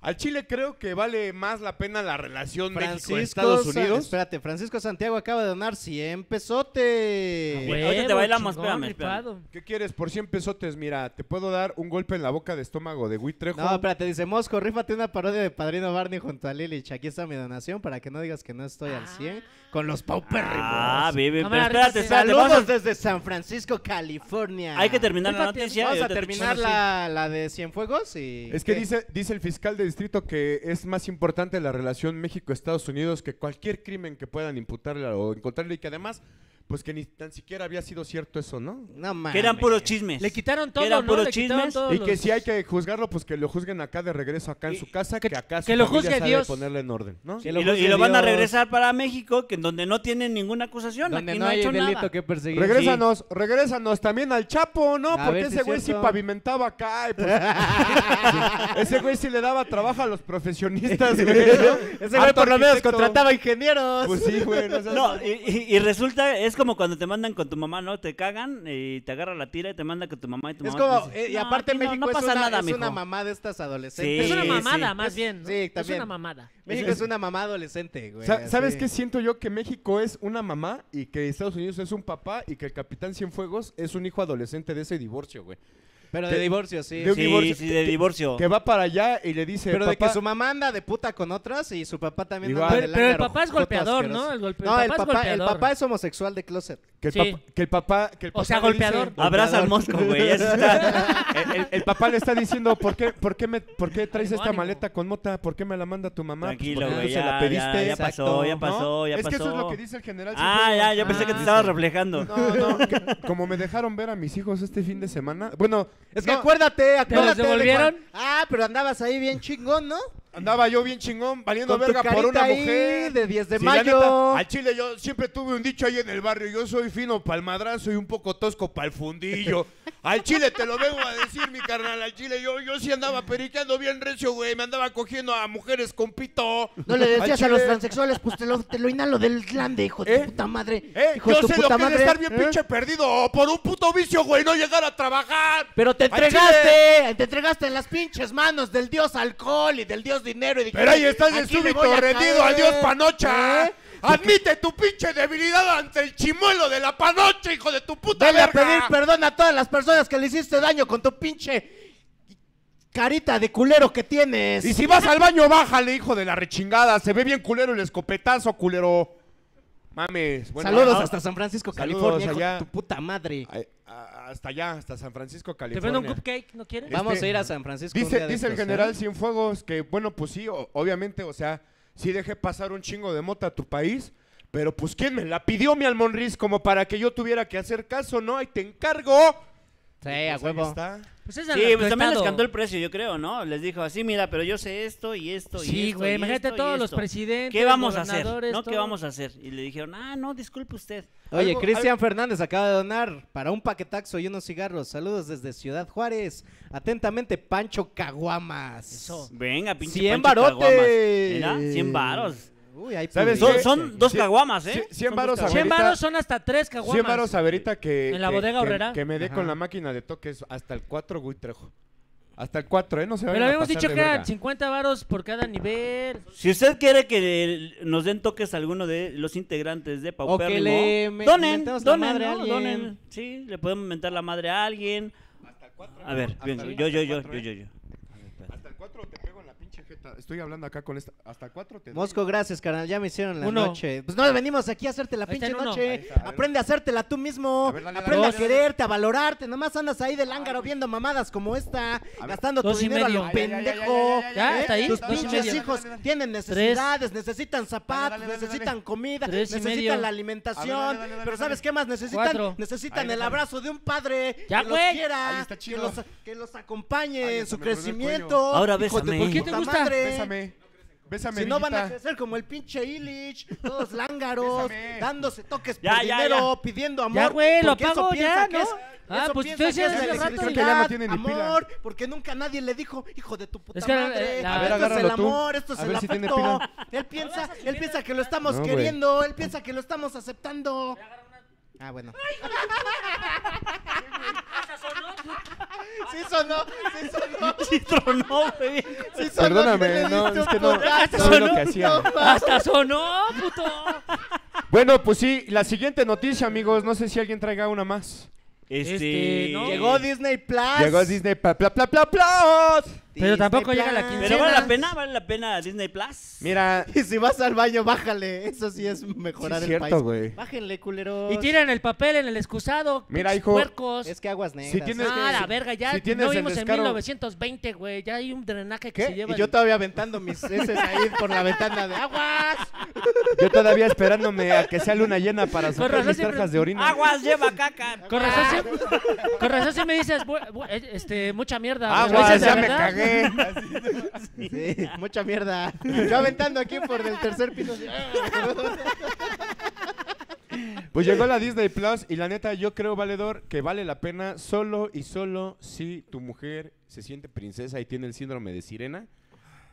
Speaker 1: al Chile creo que vale más la pena la relación México-Estados
Speaker 3: Sa-
Speaker 1: Unidos.
Speaker 3: Espérate, Francisco Santiago acaba de donar 100 pesotes.
Speaker 2: Ah, Güey, eh, ahorita te
Speaker 4: Huevo,
Speaker 2: bailamos,
Speaker 4: chingón,
Speaker 2: espérame,
Speaker 4: rifado.
Speaker 1: ¿Qué quieres? Por 100 pesotes, mira, te puedo dar un golpe en la boca de estómago de Huitrejo.
Speaker 3: No, espérate, dice Mosco, rífate una parodia de Padrino Barney junto a Lilich. Aquí está mi donación para que no digas que no estoy al 100 con los paupérrimos.
Speaker 2: Ah, bebé, pero
Speaker 4: Cámara,
Speaker 2: espérate,
Speaker 4: rífate.
Speaker 2: espérate.
Speaker 3: Saludos
Speaker 2: vamos a-
Speaker 3: desde San Francisco, California.
Speaker 2: Hay que terminar la
Speaker 4: Fíjate,
Speaker 2: noticia.
Speaker 3: Vamos
Speaker 2: y
Speaker 3: a
Speaker 2: ahorita te-
Speaker 3: terminar la, la de Cienfuegos y...
Speaker 1: Es que
Speaker 3: ¿qué?
Speaker 1: dice, dice el fiscal de distrito que es más importante la relación México-Estados Unidos que cualquier crimen que puedan imputarle o encontrarle y que además, pues que ni tan siquiera había sido cierto eso, ¿no?
Speaker 3: No mames.
Speaker 2: Que eran puros chismes.
Speaker 4: Le quitaron todo,
Speaker 2: eran
Speaker 4: ¿no?
Speaker 2: puros
Speaker 4: Le quitaron
Speaker 2: chismes.
Speaker 4: todos
Speaker 1: Y que
Speaker 4: los-
Speaker 1: si hay que juzgarlo, pues que lo juzguen acá de regreso, acá en su casa, que, acá su
Speaker 4: que lo
Speaker 1: familia
Speaker 4: juzgue
Speaker 1: sabe
Speaker 4: Dios.
Speaker 1: ponerle en orden, ¿no?
Speaker 3: Que
Speaker 2: Y lo,
Speaker 3: juzgue
Speaker 2: y lo van a
Speaker 3: Dios,
Speaker 2: regresar para México, que en donde no tienen ninguna acusación.
Speaker 3: Donde
Speaker 2: aquí
Speaker 3: no,
Speaker 2: no, ha
Speaker 3: hay
Speaker 2: hecho
Speaker 3: delito
Speaker 2: nada.
Speaker 3: que perseguir.
Speaker 1: Regrésanos, regrésanos también al Chapo, ¿no?
Speaker 3: A
Speaker 1: Porque
Speaker 3: ver si
Speaker 1: ese
Speaker 3: es
Speaker 1: güey sí
Speaker 3: cierto.
Speaker 1: pavimentaba acá. y pues- ese güey sí le daba trabajo a los profesionistas, güey. ¿no?
Speaker 3: Ese güey por lo menos
Speaker 1: Arquitecto.
Speaker 3: contrataba ingenieros.
Speaker 1: Pues sí, güey. no seas-
Speaker 2: No, y, y- y resulta, es como cuando te mandan con tu mamá, ¿no? Te cagan y te agarra la tira y te manda con tu mamá y tu
Speaker 3: es
Speaker 2: mamá. te
Speaker 3: como,
Speaker 2: dice,
Speaker 3: eh, y
Speaker 2: "No, pues
Speaker 3: aparte
Speaker 2: aquí no-
Speaker 3: México
Speaker 2: no,
Speaker 3: es,
Speaker 2: pasa
Speaker 3: una,
Speaker 2: nada,
Speaker 3: es
Speaker 2: mijo".
Speaker 3: una mamá de estas adolescentes.
Speaker 4: Es una
Speaker 2: Sí,
Speaker 4: mamada,
Speaker 2: sí.
Speaker 4: más
Speaker 3: Es-
Speaker 4: bien. ¿no?
Speaker 3: sí,
Speaker 4: Es una
Speaker 3: también.
Speaker 4: mamada.
Speaker 3: México es una mamá adolescente, güey.
Speaker 1: Sa- ¿Sabes
Speaker 3: así.
Speaker 1: qué siento yo? Que México es una mamá y que Estados Unidos es un papá y que el capitán Cienfuegos es un hijo adolescente de ese divorcio, güey.
Speaker 3: Pero de
Speaker 1: Te-
Speaker 3: divorcio, sí.
Speaker 1: de un
Speaker 2: Sí,
Speaker 1: divorcio.
Speaker 2: sí, de
Speaker 1: Que-
Speaker 2: divorcio.
Speaker 1: Que va para allá y le dice,
Speaker 3: Pero de que
Speaker 1: "Papá,
Speaker 3: su mamá anda de puta con otras y su papá también
Speaker 1: Igual.
Speaker 3: anda de
Speaker 1: Pero-
Speaker 4: pero el
Speaker 3: lángaro,
Speaker 4: papá es
Speaker 3: joto
Speaker 4: golpeador, ¿no?
Speaker 3: asqueroso.
Speaker 4: El golpe- el
Speaker 3: no, el
Speaker 4: papá es
Speaker 3: papá, el
Speaker 4: golpeador.
Speaker 3: papá es homosexual de closet.
Speaker 1: que el,
Speaker 4: Sí.
Speaker 1: papá, que el papá... que el
Speaker 4: O sea,
Speaker 1: papá le dice-
Speaker 4: golpeador.
Speaker 2: Abraza al mosco, güey. ya se está-
Speaker 1: el, el- el papá le está diciendo, ¿por qué, por qué, me, por qué traes
Speaker 4: Ánimo,
Speaker 1: esta
Speaker 4: ánimo.
Speaker 1: maleta con mota? ¿Por qué me la manda tu mamá? Pues,
Speaker 2: Tranquilo,
Speaker 1: porque tú
Speaker 2: güey.
Speaker 1: se la
Speaker 2: Ya,
Speaker 1: pediste.
Speaker 2: ya, ya pasó, ya
Speaker 1: ¿no?
Speaker 2: pasó, ya
Speaker 1: es
Speaker 2: pasó.
Speaker 1: que eso es lo que dice el general
Speaker 2: Ah,
Speaker 1: Cienfuegos.
Speaker 2: ya, yo pensé que te
Speaker 4: Ah.
Speaker 2: estabas reflejando.
Speaker 1: No, no, que- como me dejaron ver a mis hijos este fin de semana. Bueno,
Speaker 3: Es que
Speaker 1: no,
Speaker 3: acuérdate,
Speaker 4: ¿Te los
Speaker 3: acuérdate. de
Speaker 4: devolvieron?
Speaker 3: cuando- Ah, pero andabas ahí bien chingón, ¿no?
Speaker 1: Andaba yo bien chingón, valiendo
Speaker 3: Con tu
Speaker 1: verga por
Speaker 3: carita
Speaker 1: una
Speaker 3: ahí
Speaker 1: mujer.
Speaker 3: de 10 de
Speaker 1: la
Speaker 3: mayo.
Speaker 1: neta, al chile yo siempre tuve un dicho ahí en el barrio, yo soy fino pa'l madrazo y un poco tosco pa'l fundillo. al chile te lo vengo a decir, mi carnal, al chile yo, yo sí andaba periqueando bien recio, güey, me andaba cogiendo a mujeres con pito.
Speaker 6: No le
Speaker 1: Al
Speaker 6: decías a los
Speaker 1: chile,
Speaker 6: transexuales, pues te lo, te lo inhalo del glande, hijo de
Speaker 1: ¿Eh?
Speaker 6: puta madre.
Speaker 1: eh,
Speaker 6: hijo de
Speaker 1: yo
Speaker 6: tu
Speaker 1: sé lo que
Speaker 6: puta
Speaker 1: es
Speaker 6: madre,
Speaker 1: estar bien
Speaker 6: ¿eh?
Speaker 1: pinche perdido por un puto vicio, güey, no llegar a trabajar.
Speaker 6: Pero te
Speaker 1: Al chile,
Speaker 6: entregaste, te entregaste en las pinches manos del dios alcohol y del dios dinero. Y dije,
Speaker 1: Pero ahí estás
Speaker 6: "Aquí
Speaker 1: de
Speaker 6: me
Speaker 1: súbito
Speaker 6: voy a
Speaker 1: rendido.
Speaker 6: caer".
Speaker 1: Adiós, Panocha.
Speaker 6: ¿Eh?
Speaker 1: Admite tu pinche debilidad ante el chimuelo de la Panocha, hijo de tu puta
Speaker 6: Dale a
Speaker 1: verga.
Speaker 6: pedir perdón a todas las personas que le hiciste daño con tu pinche carita de culero que tienes.
Speaker 1: Y si vas al baño, bájale, hijo de la rechingada. Se ve bien culero el escopetazo, culero. Mames. Bueno,
Speaker 3: Saludos
Speaker 1: ah,
Speaker 3: hasta San Francisco,
Speaker 1: saludos
Speaker 3: California, hijo
Speaker 1: allá.
Speaker 3: de tu puta madre.
Speaker 1: ay, a- Hasta allá, hasta San Francisco,
Speaker 4: Te
Speaker 1: California.
Speaker 4: vendo un cupcake, ¿no quieres?
Speaker 1: Este-
Speaker 3: Vamos a ir a San Francisco. un
Speaker 1: Dice,
Speaker 3: día de
Speaker 1: dice el
Speaker 3: estos, ¿eh?
Speaker 1: general Cienfuegos que, bueno, pues sí, o- obviamente, o sea, sí dejé pasar un chingo de mota a tu país, pero pues ¿quién me la pidió mi almonriz como para que yo tuviera que hacer caso, no? Ahí te encargo.
Speaker 3: Sí, a
Speaker 1: Pues ahí
Speaker 3: huevo.
Speaker 1: está.
Speaker 4: Pues es
Speaker 2: Sí, pues también les cantó el precio, yo creo, ¿no? Les dijo así, mira, pero yo sé esto y esto y
Speaker 4: Sí,
Speaker 2: esto
Speaker 4: güey,
Speaker 2: y
Speaker 4: imagínate
Speaker 2: esto y
Speaker 4: todos los
Speaker 2: esto.
Speaker 4: presidentes,
Speaker 2: ¿Qué vamos a hacer?
Speaker 4: gobernadores,
Speaker 2: ¿No? ¿Qué
Speaker 4: todo.
Speaker 2: vamos a hacer? Y le dijeron, ah, no, disculpe usted.
Speaker 3: Oye,
Speaker 1: Algo-
Speaker 3: Cristian Fernández acaba de donar para un paquetaxo y unos cigarros. Saludos desde Ciudad Juárez. Atentamente, Pancho Caguamas.
Speaker 4: Eso.
Speaker 2: Venga, pinche
Speaker 3: 100
Speaker 2: Pancho
Speaker 3: varotes.
Speaker 2: Caguamas. Mira, 100 varos.
Speaker 3: Uy, ahí
Speaker 1: ¿Sabes
Speaker 3: pudiste.
Speaker 2: Son, son dos
Speaker 1: Sí,
Speaker 2: caguamas, ¿eh?
Speaker 1: sí, cien
Speaker 2: Son
Speaker 1: varos a
Speaker 2: dos caguamas.
Speaker 4: 100
Speaker 1: Ahorita-
Speaker 4: varos son hasta tres caguamas.
Speaker 1: 100 varos Averita que...
Speaker 4: En la
Speaker 1: que-
Speaker 4: bodega
Speaker 1: que-
Speaker 4: obrera.
Speaker 1: Que me dé con
Speaker 3: Ajá.
Speaker 1: la máquina de toques hasta el 4, güey, Trejo. Hasta el 4, ¿eh? No se vayan
Speaker 4: Pero
Speaker 1: a
Speaker 4: habíamos
Speaker 1: pasar
Speaker 4: dicho
Speaker 1: de
Speaker 4: que eran
Speaker 1: verga.
Speaker 4: 50 varos por cada nivel.
Speaker 2: Si usted quiere que el- nos den toques a alguno de los integrantes de Pauperrimo,
Speaker 3: le me-
Speaker 2: donen,
Speaker 3: mentemos la
Speaker 2: donen,
Speaker 3: madre a
Speaker 2: ¿no?
Speaker 3: alguien.
Speaker 2: donen. Sí, le podemos mentar la madre a alguien. A ver,
Speaker 1: Hasta
Speaker 2: venga,
Speaker 1: el-
Speaker 2: yo,
Speaker 1: hasta
Speaker 2: yo,
Speaker 1: el
Speaker 2: yo,
Speaker 1: cuatro,
Speaker 2: yo,
Speaker 1: ¿eh?
Speaker 2: yo, yo.
Speaker 1: Hasta el 4 te pego en la pinche jeta. Estoy hablando acá con esta... Hasta el 4 te doy.
Speaker 3: Mosco, gracias, carnal. Ya me hicieron la
Speaker 4: Uno.
Speaker 3: noche. Pues no venimos aquí a hacerte la
Speaker 4: Ahí
Speaker 3: pinche
Speaker 4: está el uno.
Speaker 3: noche.
Speaker 1: Ahí está, a ver.
Speaker 3: Aprende a hacértela tú mismo.
Speaker 1: A ver, dale, dale,
Speaker 3: Aprende
Speaker 4: dale,
Speaker 3: a
Speaker 1: dale.
Speaker 3: quererte, a valorarte. Nomás andas ahí del ángaro viendo mamadas como esta, gastando tu
Speaker 4: Dos y
Speaker 3: dinero a
Speaker 4: medio.
Speaker 3: lo
Speaker 4: Ay, ay,
Speaker 1: ay, ay,
Speaker 3: pendejo.
Speaker 1: ay, ay,
Speaker 4: ay, ay,
Speaker 3: ¿Eh?
Speaker 4: ay, ay,
Speaker 3: Tus
Speaker 4: dos y
Speaker 3: pinches
Speaker 4: medio.
Speaker 3: hijos
Speaker 1: Dale, dale,
Speaker 3: tienen necesidades, necesitan zapatos,
Speaker 1: Dale, dale, dale,
Speaker 3: necesitan comida,
Speaker 4: Tres y medio.
Speaker 3: necesitan la
Speaker 1: A
Speaker 3: alimentación.
Speaker 1: ver, dale, dale, dale,
Speaker 3: pero
Speaker 1: dale.
Speaker 3: ¿sabes qué más necesitan?
Speaker 4: Cuatro.
Speaker 3: Necesitan
Speaker 1: Ahí,
Speaker 3: el
Speaker 1: dale.
Speaker 3: abrazo de un padre
Speaker 4: Ya,
Speaker 3: que
Speaker 4: güey.
Speaker 3: los
Speaker 1: Ahí
Speaker 3: quiera,
Speaker 1: está
Speaker 3: que
Speaker 1: chido.
Speaker 3: los, que los acompañe
Speaker 1: Ay,
Speaker 3: en
Speaker 1: se
Speaker 3: su
Speaker 1: me enredó el
Speaker 3: crecimiento.
Speaker 1: cuello.
Speaker 2: Ahora
Speaker 3: Hijo de
Speaker 2: bésame.
Speaker 3: tu
Speaker 2: ¿Por qué
Speaker 4: te
Speaker 3: puta
Speaker 4: gusta?
Speaker 3: madre.
Speaker 1: Bésame. Bésame,
Speaker 3: Si no van a
Speaker 1: amiguita.
Speaker 3: crecer como el pinche Illich, todos lángaros,
Speaker 1: Bésame.
Speaker 3: dándose toques
Speaker 2: Ya,
Speaker 3: por
Speaker 2: ya,
Speaker 3: dinero, pidiendo amor.
Speaker 4: Ya, güey, lo
Speaker 3: porque eso
Speaker 4: apago,
Speaker 3: piensa
Speaker 4: ya,
Speaker 3: que
Speaker 4: ¿no?
Speaker 3: es-
Speaker 4: Ah,
Speaker 3: eso
Speaker 4: pues
Speaker 3: piensa
Speaker 4: ustedes
Speaker 3: que es
Speaker 4: ya hace
Speaker 1: rato ya. Creo
Speaker 3: electricidad,
Speaker 1: que ya no tiene ni
Speaker 3: amor, porque nunca nadie le dijo, hijo de tu puta
Speaker 4: Es que,
Speaker 3: madre,
Speaker 4: eh, la- A ver,
Speaker 3: esto es el
Speaker 1: agárralo tú.
Speaker 3: amor, esto es
Speaker 1: A
Speaker 3: el
Speaker 1: ver si tiene
Speaker 3: afecto.
Speaker 1: pila.
Speaker 3: Él piensa, él piensa que lo estamos
Speaker 1: No, güey.
Speaker 3: queriendo, él piensa que lo estamos aceptando. Ah, bueno. Sí sonó, sí sonó,
Speaker 2: Sí, tronó, güey.
Speaker 3: sí sonó.
Speaker 1: Perdóname,
Speaker 3: que le
Speaker 1: no,
Speaker 3: diste
Speaker 1: es
Speaker 3: un
Speaker 1: que no-
Speaker 3: putazo.
Speaker 1: no vi lo que hacía.
Speaker 3: No, ma-
Speaker 4: ¡Hasta sonó, puto!
Speaker 1: Bueno, pues sí, la siguiente noticia, amigos. No sé si alguien traiga una más.
Speaker 2: Este,
Speaker 4: Este, ¿no?
Speaker 3: Llegó Disney Plus.
Speaker 1: Llegó Disney Pla Pla Pla Pla Plus.
Speaker 4: Pero tampoco llega la
Speaker 3: Plus.
Speaker 2: Pero vale la pena, vale la pena Disney Plus.
Speaker 1: Mira,
Speaker 3: Y si vas al baño, bájale. Eso sí es mejorar
Speaker 1: Sí,
Speaker 3: el
Speaker 1: cierto,
Speaker 3: país.
Speaker 1: güey.
Speaker 3: Bájenle, culeros.
Speaker 4: Y tiran el papel en el excusado.
Speaker 1: Mira,
Speaker 4: pinches
Speaker 1: hijo,
Speaker 4: puercos.
Speaker 3: Es que aguas negras.
Speaker 1: Si tienes-
Speaker 4: Ah,
Speaker 1: que-
Speaker 4: la verga, ya
Speaker 1: si tienes
Speaker 4: no
Speaker 1: el
Speaker 4: vimos en
Speaker 1: descaro-
Speaker 4: 1920, güey. Ya hay un drenaje que
Speaker 3: ¿Qué?
Speaker 4: se lleva.
Speaker 3: Y yo
Speaker 4: el-
Speaker 3: todavía aventando mis heces ahí por la ventana de aguas.
Speaker 1: yo todavía esperándome a que sea luna llena para
Speaker 4: razón
Speaker 1: sacar mis
Speaker 4: siempre-
Speaker 1: tarjas de orina.
Speaker 2: Aguas lleva caca.
Speaker 4: Con razón,
Speaker 1: Ah.
Speaker 4: sí- con razón sí me dices, bu- bu- eh, este, mucha mierda. güey.
Speaker 1: Aguas,
Speaker 4: Dices,
Speaker 1: Ah, ya
Speaker 4: "La
Speaker 1: me
Speaker 4: verdad,
Speaker 1: cagué.
Speaker 3: Sí, mucha mierda. Yo aventando aquí por el tercer piso. así. ah.
Speaker 1: Pues llegó la Disney Plus y la neta yo creo, valedor, que vale la pena solo y solo si tu mujer se siente princesa y tiene el síndrome de sirena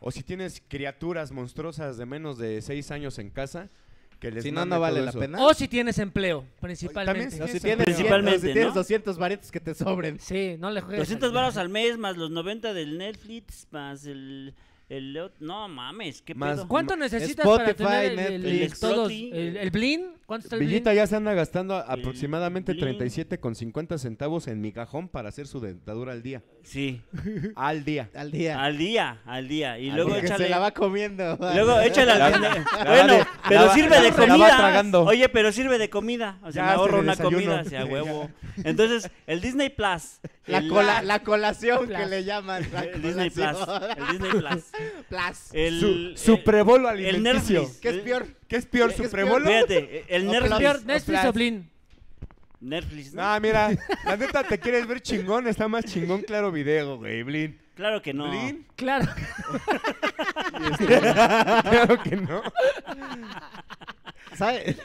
Speaker 1: o si tienes criaturas monstruosas de menos de 6 años en casa que les
Speaker 3: Si no,
Speaker 1: mame
Speaker 3: no vale
Speaker 1: todo
Speaker 3: la
Speaker 1: eso.
Speaker 3: pena.
Speaker 4: O si tienes empleo,
Speaker 1: También
Speaker 4: Oh, principalmente.
Speaker 3: O si
Speaker 1: eso.
Speaker 3: tienes,
Speaker 2: Principalmente,
Speaker 3: 200, si tienes
Speaker 2: ¿no?
Speaker 3: 200 varetos que te sobren.
Speaker 4: Sí, no le juegues.
Speaker 2: 200
Speaker 4: al-
Speaker 2: baros al mes, más los 90 del Netflix, más el... el ot- no mames, qué
Speaker 1: Más-
Speaker 2: pedo.
Speaker 4: ¿Cuánto necesitas
Speaker 3: Spotify,
Speaker 4: para tener el, el-
Speaker 3: Netflix.
Speaker 4: todos?
Speaker 2: Spotify.
Speaker 4: El, el Blin? ¿Cuánto está el
Speaker 1: Villita
Speaker 4: Blin?
Speaker 1: ya se anda gastando aproximadamente
Speaker 2: Blin.
Speaker 1: 37,50 centavos en mi cajón para hacer su dentadura al día.
Speaker 2: Sí,
Speaker 1: Al día.
Speaker 3: Al día.
Speaker 2: al día, al día. Ah, Y luego
Speaker 3: Porque
Speaker 2: échale...
Speaker 3: se la va comiendo.
Speaker 2: Luego échale al
Speaker 1: La-
Speaker 2: pendejo.
Speaker 1: la va
Speaker 2: Bueno,
Speaker 1: de-
Speaker 2: pero
Speaker 1: la va-
Speaker 2: sirve
Speaker 1: la
Speaker 2: de
Speaker 1: va
Speaker 2: comida.
Speaker 1: tragando.
Speaker 2: Oye, pero sirve de comida. O sea,
Speaker 1: Ya,
Speaker 2: me ahorro
Speaker 1: se le
Speaker 2: una
Speaker 1: desayuno.
Speaker 2: comida, sea huevo. Entonces, el Disney Plus.
Speaker 3: La,
Speaker 2: el-
Speaker 3: cola, la colación que
Speaker 4: Plus.
Speaker 3: le llaman. La
Speaker 2: El Disney Plus.
Speaker 3: colación.
Speaker 2: El Disney Plus.
Speaker 3: Plus.
Speaker 2: El,
Speaker 1: su,
Speaker 2: eh,
Speaker 1: su prebolo
Speaker 2: el
Speaker 1: alimenticio.
Speaker 2: Netflix.
Speaker 3: ¿Qué es
Speaker 2: El-
Speaker 3: peor?
Speaker 1: ¿Qué es peor,
Speaker 3: ¿Qué
Speaker 1: su
Speaker 3: es
Speaker 1: prebolo?
Speaker 2: Fíjate, el
Speaker 3: O
Speaker 2: Netflix.
Speaker 4: Peor, Netflix
Speaker 3: Plus.
Speaker 4: o Blin.
Speaker 2: Netflix, ¿no?
Speaker 1: Ah, mira, la neta te quieres ver chingón, está más chingón claro video, güey, Blin.
Speaker 2: Claro que no.
Speaker 1: Blin.
Speaker 4: Claro.
Speaker 1: Claro que no.
Speaker 3: ¿Sabe?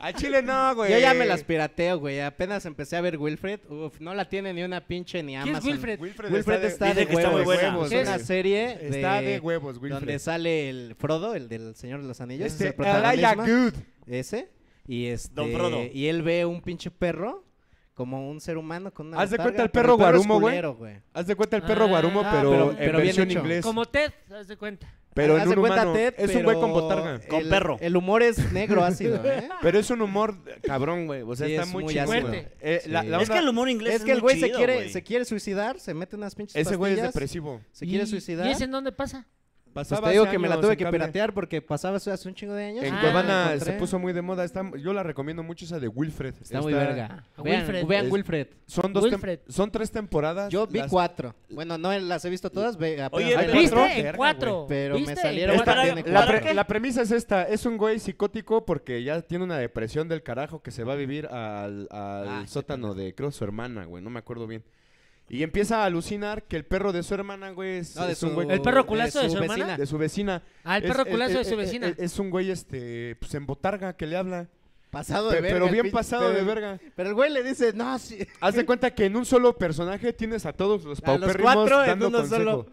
Speaker 1: A Chile no, güey.
Speaker 3: Yo ya me las pirateo, güey. Apenas empecé a ver Wilfred. Uf, no la tiene ni una pinche ni
Speaker 4: ¿Quién
Speaker 3: Amazon.
Speaker 4: es Wilfred?
Speaker 1: Wilfred,
Speaker 3: Wilfred está de,
Speaker 2: Dice que está muy
Speaker 3: huevos.
Speaker 2: buena.
Speaker 1: huevos,
Speaker 3: Es una
Speaker 1: güey.
Speaker 3: serie de,
Speaker 1: Está de huevos, Wilfred.
Speaker 3: donde sale el Frodo, el del Señor de los Anillos. es el
Speaker 1: Este,
Speaker 3: protagonista,
Speaker 1: Elijah Good.
Speaker 3: Ese. Y este,
Speaker 2: Don Frodo.
Speaker 3: Y él ve un pinche perro como un ser humano con una
Speaker 1: Haz de
Speaker 3: botarga,
Speaker 1: cuenta el
Speaker 3: pero
Speaker 1: perro
Speaker 3: es
Speaker 1: guarumo, güey.
Speaker 3: culero, güey.
Speaker 1: Haz de cuenta el perro
Speaker 4: Ah,
Speaker 1: guarumo,
Speaker 4: ah,
Speaker 1: pero,
Speaker 4: pero-
Speaker 1: en
Speaker 3: pero bien
Speaker 1: versión
Speaker 3: hecho.
Speaker 1: inglés.
Speaker 4: Como Ted, haz de cuenta.
Speaker 1: Pero
Speaker 3: Haz
Speaker 1: en
Speaker 3: de
Speaker 1: un
Speaker 3: cuenta
Speaker 1: humano.
Speaker 3: Ted,
Speaker 1: es un güey con
Speaker 3: pero
Speaker 1: botarga.
Speaker 2: Con
Speaker 3: el-
Speaker 2: perro.
Speaker 3: El humor es negro ácido, ¿eh?
Speaker 1: Pero es un humor eh, cabrón, güey. O sea,
Speaker 3: Sí,
Speaker 1: está
Speaker 3: es
Speaker 1: muy
Speaker 3: muy
Speaker 1: chingón.
Speaker 3: ácido.
Speaker 1: güey. Eh, la-
Speaker 3: Sí.
Speaker 1: la
Speaker 2: Es que
Speaker 1: onda-
Speaker 2: el humor inglés
Speaker 3: Es que el
Speaker 2: muy
Speaker 3: güey se
Speaker 2: chido,
Speaker 3: quiere, se quiere suicidar, se mete unas pinches
Speaker 1: Ese güey es
Speaker 3: pastillas,
Speaker 1: depresivo.
Speaker 3: Se quiere
Speaker 4: ¿Y-
Speaker 3: suicidar.
Speaker 4: ¿Y ese en dónde pasa?
Speaker 3: Pues
Speaker 1: Pasaba
Speaker 3: te digo
Speaker 1: hace
Speaker 3: que me la
Speaker 1: años
Speaker 3: tuve
Speaker 1: en
Speaker 3: que
Speaker 1: cable.
Speaker 3: piratear porque pasaba hace hace un chingo de años.
Speaker 1: En
Speaker 4: Ah,
Speaker 1: Cuevana se
Speaker 3: encontré.
Speaker 1: puso muy de moda. Está- yo la recomiendo mucho esa de Wilfred.
Speaker 3: Está muy verga.
Speaker 4: Ah,
Speaker 3: Vean
Speaker 4: Wilfred.
Speaker 3: Wilfred. Vean
Speaker 1: Es-
Speaker 3: Wilfred.
Speaker 1: Son, dos tem-
Speaker 4: Wilfred.
Speaker 1: son tres temporadas.
Speaker 3: Yo vi
Speaker 1: Las-
Speaker 3: cuatro. Bueno, no las he visto todas. ve- apenas
Speaker 2: Oye,
Speaker 3: vi
Speaker 2: pero-
Speaker 3: cuatro.
Speaker 4: ¿Viste?
Speaker 1: cuatro?
Speaker 4: En
Speaker 1: Verga,
Speaker 4: cuatro.
Speaker 3: güey. Pero me
Speaker 4: ¿Viste?
Speaker 3: salieron
Speaker 4: En
Speaker 2: Esta-
Speaker 4: cuatro.
Speaker 2: tiene
Speaker 1: La,
Speaker 2: cuatro.
Speaker 1: pre- la premisa es esta, es un güey psicótico porque ya tiene una depresión del carajo que se va a vivir al, al
Speaker 3: Ah, sí,
Speaker 1: sótano de, creo, su hermana, güey, no me acuerdo bien. Y empieza a alucinar que el perro de su hermana, güey, es,
Speaker 3: No, de
Speaker 1: es un
Speaker 3: su-
Speaker 1: güey...
Speaker 4: ¿El perro culazo de su hermana?
Speaker 3: vecina.
Speaker 1: De su vecina.
Speaker 4: Ah, el
Speaker 1: Es-
Speaker 4: perro
Speaker 1: es-
Speaker 4: culazo de
Speaker 1: es-
Speaker 4: su
Speaker 1: es-
Speaker 4: vecina.
Speaker 1: Es, es un güey, este, pues en botarga que le habla.
Speaker 3: Pasado de
Speaker 1: Pe-
Speaker 3: verga.
Speaker 1: pero
Speaker 3: el
Speaker 1: bien
Speaker 3: pinche-
Speaker 1: pasado
Speaker 3: pero-
Speaker 1: de verga.
Speaker 3: Pero el güey le dice, no, sí.
Speaker 1: Haz de cuenta que en un solo personaje tienes a todos los
Speaker 3: A los
Speaker 1: paupérrimos
Speaker 3: cuatro en
Speaker 1: dando
Speaker 3: uno
Speaker 1: consejo.
Speaker 3: solo.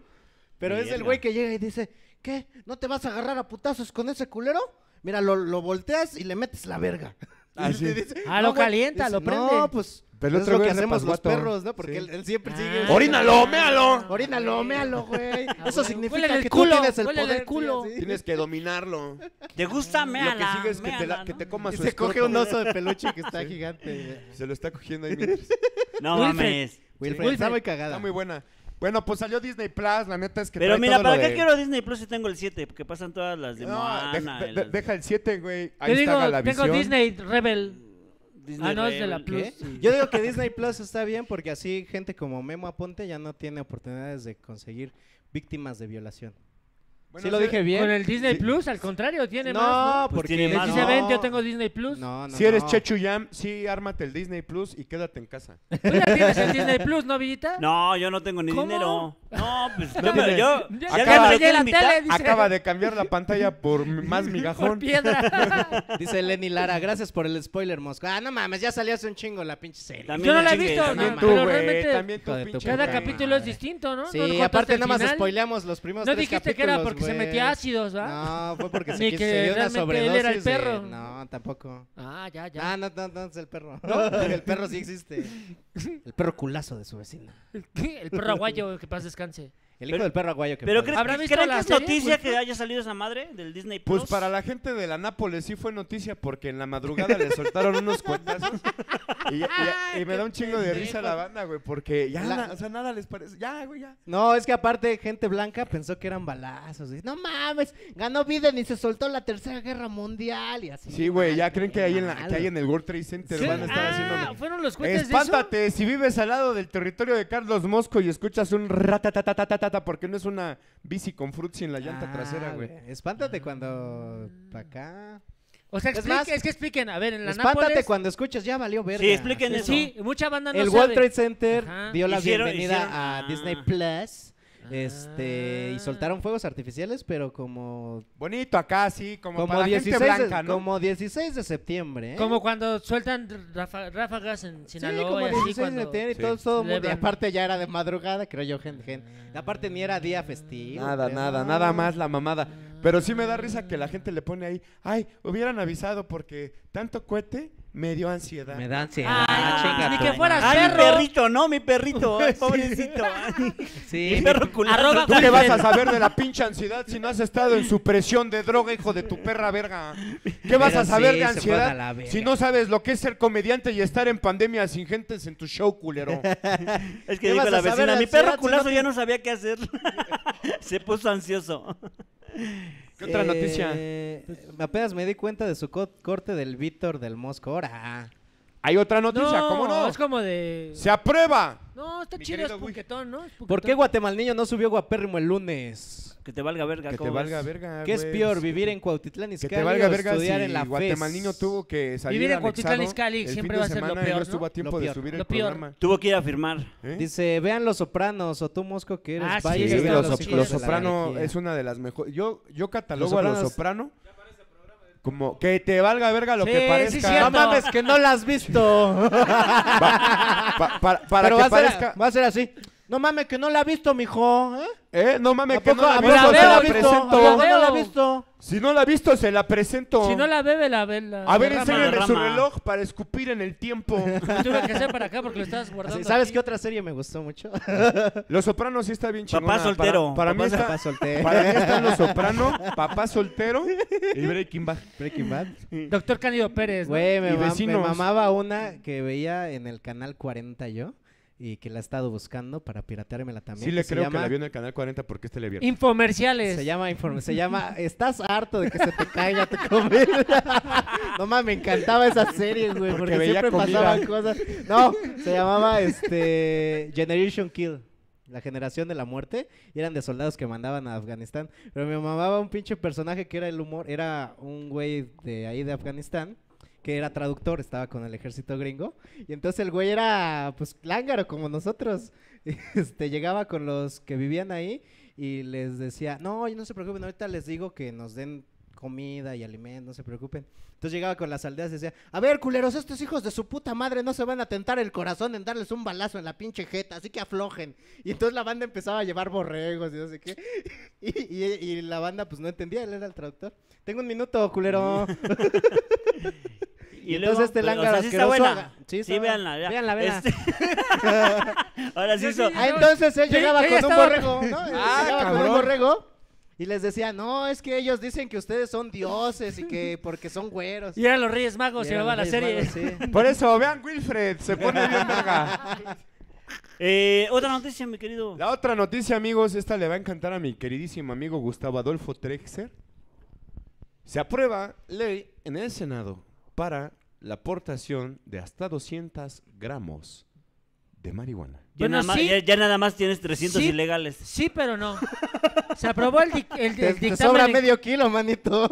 Speaker 3: Pero es el
Speaker 2: Verga.
Speaker 3: güey que llega y dice, ¿qué? ¿No te vas a agarrar a putazos con ese culero? Mira, lo, lo volteas y le metes la verga.
Speaker 1: Ah,
Speaker 3: Y
Speaker 1: sí.
Speaker 3: te dice,
Speaker 4: Ah, lo
Speaker 3: güey".
Speaker 4: calienta, lo prende.
Speaker 3: No, pues
Speaker 1: Pero el
Speaker 3: es
Speaker 1: otro
Speaker 3: lo
Speaker 1: güey
Speaker 3: que
Speaker 1: es de
Speaker 3: hacemos los
Speaker 1: Pasguato.
Speaker 3: perros, ¿no? Porque
Speaker 1: Sí.
Speaker 3: él, él siempre
Speaker 4: Ah.
Speaker 3: sigue...
Speaker 1: ¡Orínalo, méalo!
Speaker 3: Orínalo, méalo, güey. Eso
Speaker 4: huevo.
Speaker 3: significa
Speaker 4: Huélele el
Speaker 3: que
Speaker 4: culo,
Speaker 3: tú tienes el
Speaker 4: huélele el
Speaker 3: poder. sí,
Speaker 4: culo.
Speaker 3: así.
Speaker 1: Tienes que dominarlo.
Speaker 2: ¿Te gusta? Méala.
Speaker 1: Lo que sigue es que te, la-
Speaker 2: méala,
Speaker 1: que
Speaker 2: ¿no?
Speaker 1: te comas
Speaker 3: Y
Speaker 1: su
Speaker 3: se coge
Speaker 1: escroto.
Speaker 3: un oso de peluche que está gigante.
Speaker 1: Se lo está cogiendo ahí mientras.
Speaker 2: No
Speaker 4: Wilfred.
Speaker 2: mames.
Speaker 3: Wilfred,
Speaker 4: Wilfred.
Speaker 3: está muy cagada.
Speaker 1: Está muy buena. Bueno, pues salió Disney Plus, la neta es que
Speaker 2: Pero
Speaker 1: trae
Speaker 2: mira,
Speaker 1: todo
Speaker 2: ¿para
Speaker 1: lo
Speaker 2: qué
Speaker 1: de-
Speaker 2: quiero Disney Plus si tengo el 7? Porque pasan todas las de
Speaker 1: No,
Speaker 2: Moana.
Speaker 1: deja,
Speaker 2: y
Speaker 1: de-
Speaker 2: las-
Speaker 1: deja el 7, güey. Ahí
Speaker 4: Te
Speaker 1: está
Speaker 4: digo,
Speaker 1: Galavisión.
Speaker 4: tengo Disney Rebel.
Speaker 2: Disney
Speaker 4: Ah, no, es de la
Speaker 2: Rebel.
Speaker 4: Plus.
Speaker 3: ¿Qué? Yo digo que Disney Plus está bien porque así gente como Memo Aponte ya no tiene oportunidades de conseguir víctimas de violación.
Speaker 1: Bueno,
Speaker 3: ¿Sí lo
Speaker 1: sí-
Speaker 3: dije bien?
Speaker 4: Con el Disney
Speaker 1: Sí.
Speaker 4: Plus, al contrario, tiene
Speaker 3: no,
Speaker 4: más.
Speaker 2: Pues
Speaker 3: porque
Speaker 2: tiene
Speaker 4: ¿no?
Speaker 2: más,
Speaker 4: Si
Speaker 2: ¿no?
Speaker 4: se vende, yo tengo Disney Plus.
Speaker 3: No, no,
Speaker 1: si eres
Speaker 3: no.
Speaker 1: Chechu Yam, sí, ármate el Disney Plus y quédate en casa.
Speaker 4: Tú ya tienes el Disney Plus, ¿no, Villita?
Speaker 2: No, yo no tengo ni
Speaker 4: ¿Cómo?
Speaker 2: dinero. No, pues
Speaker 1: No
Speaker 2: no, pero
Speaker 1: tiene-
Speaker 2: yo.
Speaker 4: Ya
Speaker 1: acaba-
Speaker 2: si alguien me lo
Speaker 4: Ya
Speaker 2: quiere
Speaker 4: la
Speaker 2: invitar-
Speaker 4: tele, dice.
Speaker 1: Acaba de cambiar la pantalla por m- más
Speaker 4: Por
Speaker 1: migajón.
Speaker 4: piedra.
Speaker 3: Dice Lenny Lara, gracias por el spoiler, Mosco. Ah, no mames, ya salió hace un chingo la pinche serie.
Speaker 2: También
Speaker 4: Yo no la he
Speaker 2: chingue,
Speaker 4: visto,
Speaker 2: también
Speaker 1: También
Speaker 4: no,
Speaker 1: tú,
Speaker 2: tú.
Speaker 4: pero
Speaker 1: güey.
Speaker 4: realmente
Speaker 1: También tú,
Speaker 3: Hijo de tu
Speaker 1: pinche.
Speaker 4: Cada
Speaker 3: Ay,
Speaker 1: güey.
Speaker 4: capítulo es distinto, ¿no? No
Speaker 3: Sí,
Speaker 4: contaste
Speaker 3: aparte
Speaker 4: el
Speaker 3: nada más
Speaker 4: final.
Speaker 3: spoileamos los primeros
Speaker 4: No
Speaker 3: tres
Speaker 4: dijiste que era
Speaker 3: capítulos,
Speaker 4: porque se
Speaker 3: güey.
Speaker 4: metía ácidos, ¿va?
Speaker 3: No, fue porque se,
Speaker 4: Ni
Speaker 3: quiso-
Speaker 4: que
Speaker 3: se dio una
Speaker 4: realmente él
Speaker 3: sobredosis
Speaker 4: era el
Speaker 3: de-
Speaker 4: perro.
Speaker 3: No, tampoco.
Speaker 4: Ah, ya, ya.
Speaker 3: Ah, no, no, no, es el perro. el perro sí existe. El perro culazo de su vecina.
Speaker 4: El perro aguayo, que paz descanse.
Speaker 3: El hijo
Speaker 2: Pero-
Speaker 3: del perro aguayo que
Speaker 2: Pero
Speaker 3: pone.
Speaker 2: ¿creen,
Speaker 4: ¿Habrá
Speaker 2: creen
Speaker 4: visto
Speaker 2: que
Speaker 4: la
Speaker 2: es
Speaker 4: serie,
Speaker 2: noticia
Speaker 4: Wilfred?
Speaker 2: que haya salido esa madre del Disney Plus?
Speaker 1: Pues para la gente de la Nápoles sí fue noticia porque en la madrugada le soltaron unos cuentazos y, y- y me da un chingo de risa la banda, güey, porque ya,
Speaker 3: La-
Speaker 1: na- o sea, nada les parece. Ya, güey, ya.
Speaker 3: No, es que aparte gente blanca pensó que eran balazos. Dice, no mames, ganó Biden y se soltó la tercera guerra mundial y así.
Speaker 1: Sí, güey, ya creen que ahí en, la,
Speaker 3: Mal.
Speaker 1: que ahí en el World Trade Center
Speaker 4: Sí.
Speaker 1: van a estar
Speaker 4: Ah,
Speaker 1: haciendo...
Speaker 4: fueron los cuentes de eso.
Speaker 1: Espántate si vives al lado del territorio de Carlos Mosco y escuchas un ratatatatata porque no es una bici con frutzi en la llanta
Speaker 3: Ah,
Speaker 1: trasera, güey.
Speaker 3: Espántate cuando pa' acá.
Speaker 4: O sea,
Speaker 3: Es
Speaker 4: explique- es,
Speaker 3: más,
Speaker 4: que expliquen, a ver, en la
Speaker 3: Espántate
Speaker 4: Nápoles...
Speaker 3: cuando escuches, ya valió verga.
Speaker 2: Sí, expliquen eso.
Speaker 4: Sí, mucha banda no
Speaker 3: el
Speaker 4: sabe.
Speaker 3: World Trade Center
Speaker 4: Ajá.
Speaker 3: dio la
Speaker 2: Hicieron-
Speaker 3: bienvenida
Speaker 2: hicieron-
Speaker 3: a
Speaker 2: ah.
Speaker 3: Disney Plus. Este,
Speaker 4: Ah.
Speaker 3: y soltaron fuegos artificiales, pero como
Speaker 1: Bonito acá, sí, como,
Speaker 3: como
Speaker 1: para
Speaker 3: 16,
Speaker 1: gente
Speaker 3: de-
Speaker 1: blanca, ¿no?
Speaker 3: como 16 de septiembre, ¿eh?
Speaker 4: Como cuando sueltan rafa- ráfagas en
Speaker 3: Sí,
Speaker 4: Sinaloa
Speaker 3: como
Speaker 4: y así
Speaker 3: 16 de
Speaker 4: cuando-
Speaker 3: septiembre y
Speaker 1: Sí.
Speaker 3: todo, todo mundo- Y
Speaker 4: celebran.
Speaker 3: aparte ya era de madrugada, creo yo, gente. gente. Aparte ni era día festivo.
Speaker 1: Nada,
Speaker 3: creo,
Speaker 1: nada,
Speaker 3: no.
Speaker 1: nada más la mamada. Pero sí me da risa que la gente le pone ahí, ay, hubieran avisado porque tanto cohete me dio ansiedad.
Speaker 3: Me da ansiedad.
Speaker 4: Ay, no,
Speaker 3: chinga
Speaker 4: ni
Speaker 3: tu
Speaker 4: que
Speaker 3: madre.
Speaker 4: fueras
Speaker 2: Ay, Ah, mi
Speaker 4: perro.
Speaker 2: perrito, no, mi perrito, ay, pobrecito. ay, mi
Speaker 3: Sí.
Speaker 2: perro culero.
Speaker 4: Arroba
Speaker 1: ¿Tú qué vas a saber de la pinche ansiedad si no has estado en supresión de droga, hijo de tu perra verga? ¿Qué vas
Speaker 3: Pero
Speaker 1: a saber
Speaker 3: sí,
Speaker 1: de
Speaker 3: se fueron a la
Speaker 1: ansiedad
Speaker 3: verga.
Speaker 1: si no sabes lo que es ser comediante y estar en pandemia sin gentes en tu show, culero?
Speaker 2: Es
Speaker 3: ¿Qué
Speaker 2: que dijo
Speaker 3: vas
Speaker 2: la
Speaker 3: a saber
Speaker 2: vecina,
Speaker 3: de
Speaker 2: mi perro
Speaker 3: ansiedad si no
Speaker 2: culazo
Speaker 3: te-
Speaker 2: ya no sabía qué hacer. Se puso ansioso.
Speaker 1: ¿Qué otra noticia?
Speaker 3: Eh, apenas me di cuenta de su co- corte del Víctor del Mosco. Ahora.
Speaker 1: Hay otra noticia,
Speaker 4: no,
Speaker 1: ¿cómo no?
Speaker 4: es como de...
Speaker 1: ¡Se aprueba!
Speaker 4: No, está
Speaker 1: Mi
Speaker 4: chido, es
Speaker 1: querido Gui.
Speaker 4: puquetón, ¿no? Es
Speaker 3: ¿Por qué
Speaker 4: puquetón.
Speaker 3: Guatemalniño no subió guapérrimo el lunes?
Speaker 2: Que te valga verga.
Speaker 1: Que te
Speaker 2: ¿cómo
Speaker 1: valga
Speaker 2: ves?
Speaker 1: verga,
Speaker 3: ¿Qué es
Speaker 1: Ah, güey.
Speaker 3: peor, vivir en Cuautitlán
Speaker 1: Que
Speaker 3: Izcalli
Speaker 1: te valga
Speaker 3: o
Speaker 1: verga si
Speaker 3: estudiar en la
Speaker 1: Guatemala niño
Speaker 3: FES?
Speaker 1: tuvo que salir
Speaker 4: Vivir en
Speaker 1: anexado
Speaker 4: Cuautitlán Izcalli
Speaker 1: el fin
Speaker 4: siempre
Speaker 1: de
Speaker 4: va a ser lo
Speaker 1: semana y
Speaker 4: peor,
Speaker 1: no
Speaker 4: ¿no?
Speaker 1: estuvo a tiempo
Speaker 3: Lo
Speaker 1: de
Speaker 3: peor.
Speaker 1: subir
Speaker 4: Lo
Speaker 1: el
Speaker 4: peor.
Speaker 1: programa.
Speaker 2: Tuvo que ir a firmar.
Speaker 1: ¿eh?
Speaker 3: Dice, vean Los Sopranos o tú, Mosco, que eres
Speaker 4: Ah, sí,
Speaker 3: Valles,
Speaker 1: Sí,
Speaker 4: Ahí está
Speaker 3: están
Speaker 1: Los,
Speaker 4: Los
Speaker 1: Sop- Los
Speaker 3: hijos
Speaker 4: Sopranos
Speaker 3: de la
Speaker 1: Soprano
Speaker 3: anarquía.
Speaker 1: es una de las mejores. Yo, yo catalogo
Speaker 3: Los
Speaker 1: a Los
Speaker 3: Sopranos-
Speaker 1: Soprano como que te valga verga lo
Speaker 4: Sí,
Speaker 1: que
Speaker 4: sí,
Speaker 1: parezca.
Speaker 3: No
Speaker 4: cierto.
Speaker 3: mames, que no la has visto.
Speaker 1: Pa- pa- para para
Speaker 3: Pero
Speaker 1: que
Speaker 3: va, a ser,
Speaker 1: parezca.
Speaker 3: va a ser así.
Speaker 6: No mames, que no la ha visto, mijo. ¿eh?
Speaker 1: ¿Eh? No mames,
Speaker 6: ¿A
Speaker 1: que
Speaker 6: poco
Speaker 1: no la,
Speaker 6: a
Speaker 1: ha
Speaker 6: poco
Speaker 1: visto,
Speaker 6: no
Speaker 1: se
Speaker 6: la
Speaker 1: la
Speaker 6: ha visto? ¿A
Speaker 1: presento.
Speaker 6: poco no la ha
Speaker 4: Veo.
Speaker 6: visto?
Speaker 1: Si no la ha visto, se la presento.
Speaker 4: Si no la bebe, la ve. La
Speaker 1: A ver,
Speaker 4: derrama.
Speaker 1: enséñame su
Speaker 2: derrama.
Speaker 1: reloj para escupir en el tiempo.
Speaker 4: Lo tuve que hacer para acá porque lo estabas guardando.
Speaker 3: Así, ¿Sabes
Speaker 4: aquí.
Speaker 3: qué otra serie me gustó mucho?
Speaker 1: Los Sopranos sí está bien
Speaker 2: Papá
Speaker 1: chingona.
Speaker 2: soltero.
Speaker 1: Para, para
Speaker 2: Papá
Speaker 1: mí está,
Speaker 3: Papá soltero.
Speaker 1: para mí están Los Sopranos, Papá soltero y Breaking Bad.
Speaker 3: Breaking Bad.
Speaker 4: Doctor Cándido Pérez. ¿no?
Speaker 3: Güey, me,
Speaker 1: Y
Speaker 3: mam- me
Speaker 1: vecinos.
Speaker 3: mamaba una que veía en el canal 40 yo y que la he estado buscando para pirateármela también.
Speaker 1: Sí le
Speaker 3: se
Speaker 1: creo que
Speaker 3: llama-
Speaker 1: la vio en el canal 40 porque este le vio.
Speaker 4: Infomerciales.
Speaker 3: Se llama informe, se llama Estás harto de que se te caiga tu comida. no mames, me encantaba esa serie, güey, porque,
Speaker 1: veía
Speaker 3: siempre
Speaker 1: comida.
Speaker 3: pasaban cosas. No, se llamaba este Generation Kill. La generación de la muerte, y eran de soldados que mandaban a Afganistán. Pero me mamaba un pinche personaje que era el humor, era un güey de ahí de Afganistán, que era traductor, estaba con el ejército gringo. Y entonces el güey era, pues, lángaro como nosotros. Este, llegaba con los que vivían ahí y les decía, no, no se preocupen, ahorita les digo que nos den comida y alimentos, no se preocupen. Entonces llegaba con las aldeas y decía, a ver, culeros, estos hijos de su puta madre no se van a tentar el corazón en darles un balazo en la pinche jeta, así que aflojen. Y entonces la banda empezaba a llevar borregos y no sé qué. Y, y- y la banda pues no entendía, él era el traductor. Tengo un minuto, culero.
Speaker 2: Y,
Speaker 3: Y
Speaker 2: luego,
Speaker 3: entonces este
Speaker 2: pero, o
Speaker 3: lángaro
Speaker 2: sea, sí está
Speaker 3: asqueroso
Speaker 2: buena.
Speaker 3: haga- sí, está
Speaker 2: sí,
Speaker 3: buena.
Speaker 2: véanla. ya.
Speaker 3: Véanla, véanla.
Speaker 2: Este- Ahora sí
Speaker 4: Yo
Speaker 2: hizo.
Speaker 4: sí-
Speaker 3: Ah, entonces él
Speaker 4: Yo-
Speaker 3: llegaba
Speaker 4: yo
Speaker 3: con
Speaker 4: ya
Speaker 3: un
Speaker 4: estaba-
Speaker 3: borrego, ¿no? Él
Speaker 1: Ah,
Speaker 3: llegaba con un
Speaker 1: cabrón.
Speaker 3: borrego y les decía, no, es que ellos dicen que ustedes son dioses y que porque son güeros.
Speaker 4: Y eran los Reyes Magos,
Speaker 3: Y
Speaker 4: se
Speaker 3: eran
Speaker 4: llamaba la
Speaker 3: los
Speaker 4: serie.
Speaker 3: Reyes Magos, sí.
Speaker 1: Por eso, vean Wilfred, se pone bien maga.
Speaker 2: Eh, otra noticia, mi querido.
Speaker 1: La otra noticia, amigos, esta le va a encantar a mi queridísimo amigo Gustavo Adolfo Trexer. Se aprueba ley en el Senado para la aportación de hasta 200 gramos de marihuana.
Speaker 2: Ya,
Speaker 4: Bueno,
Speaker 2: nada más,
Speaker 4: sí.
Speaker 2: ya, ya nada más tienes 300
Speaker 4: Sí.
Speaker 2: ilegales.
Speaker 4: Sí, pero no. Se aprobó el, dic- el- el
Speaker 3: Te, te
Speaker 4: dictamen.
Speaker 3: sobra
Speaker 4: en-
Speaker 3: medio kilo, manito.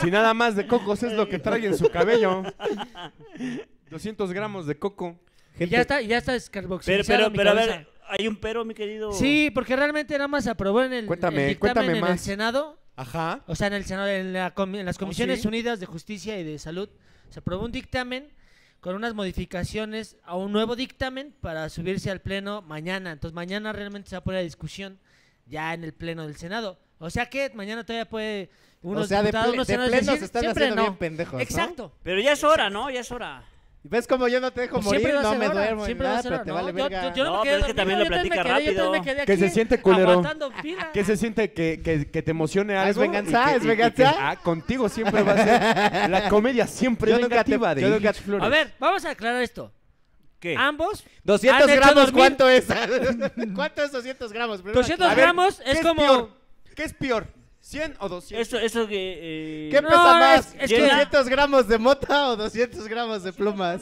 Speaker 1: Si nada más de cocos es lo que trae en su cabello. 200 gramos de coco.
Speaker 4: y ya está, y ya está descarboxilizado.
Speaker 2: Pero, pero,
Speaker 4: mi
Speaker 2: pero a
Speaker 4: cabeza.
Speaker 2: ver, hay un pero, mi querido.
Speaker 4: Sí, porque realmente nada más se aprobó en el,
Speaker 1: Cuéntame,
Speaker 4: el dictamen
Speaker 1: cuéntame
Speaker 4: en el
Speaker 1: más.
Speaker 4: Senado,
Speaker 1: Ajá.
Speaker 4: o sea, en el Senado, en, la comi-
Speaker 3: Oh,
Speaker 4: en las Comisiones
Speaker 1: sí?
Speaker 4: Unidas de Justicia y de Salud, se aprobó un dictamen con unas modificaciones a un nuevo dictamen para subirse al Pleno mañana. Entonces mañana realmente se va a poner a discusión ya en el Pleno del Senado. O sea que mañana todavía puede unos
Speaker 3: o sea, de,
Speaker 4: diputados,
Speaker 3: ple-
Speaker 4: unos
Speaker 3: de
Speaker 4: senadores
Speaker 3: pleno
Speaker 4: decir,
Speaker 3: se están
Speaker 4: siempre
Speaker 3: haciendo
Speaker 4: no.
Speaker 3: bien pendejos, ¿no?
Speaker 4: Exacto.
Speaker 2: Pero ya es hora, ¿no? Ya es hora.
Speaker 3: ¿Ves como yo no te dejo
Speaker 4: Pues
Speaker 3: morir?
Speaker 4: siempre va a
Speaker 3: No
Speaker 4: ser
Speaker 3: me
Speaker 4: hora,
Speaker 3: duermo ni
Speaker 4: siempre va a
Speaker 3: nada,
Speaker 4: ser
Speaker 3: pero
Speaker 4: hora.
Speaker 3: te vale
Speaker 4: No, yo-
Speaker 3: verga.
Speaker 4: Yo, yo no,
Speaker 2: No, pero
Speaker 4: me quedé
Speaker 2: es que también
Speaker 4: dormido,
Speaker 2: lo
Speaker 4: yo
Speaker 2: platica
Speaker 4: también me quedé- yo también
Speaker 2: rápido.
Speaker 4: me quedé
Speaker 1: Que se
Speaker 4: aquí
Speaker 1: siente culero.
Speaker 4: aguantando pila.
Speaker 1: Que se siente que, que- que te emocione
Speaker 3: Ah,
Speaker 1: algo.
Speaker 3: es venganza,
Speaker 1: y que-
Speaker 3: es
Speaker 1: y que-
Speaker 3: venganza.
Speaker 1: y que- ah, contigo siempre va a ser. La comedia siempre
Speaker 3: Yo
Speaker 1: es
Speaker 3: nunca te-
Speaker 1: vengativa de
Speaker 3: yo nunca-
Speaker 1: Illich Flores.
Speaker 4: A ver, vamos a aclarar esto.
Speaker 2: ¿Qué?
Speaker 4: Ambos
Speaker 3: 200
Speaker 4: han hecho
Speaker 3: gramos,
Speaker 4: dormir.
Speaker 3: ¿cuánto es? ¿Cuánto es 200 gramos? Primero
Speaker 4: 200
Speaker 3: aclara.
Speaker 1: ver,
Speaker 4: gramos
Speaker 1: ¿qué
Speaker 4: es como
Speaker 1: peor? ¿Qué es peor? ¿100 o 200?
Speaker 2: Eso, eso que. eh,
Speaker 3: ¿Qué
Speaker 4: No,
Speaker 3: pesa
Speaker 4: es-
Speaker 3: más?
Speaker 4: es
Speaker 2: que-
Speaker 3: ¿200 gramos de mota o 200 gramos de plumas?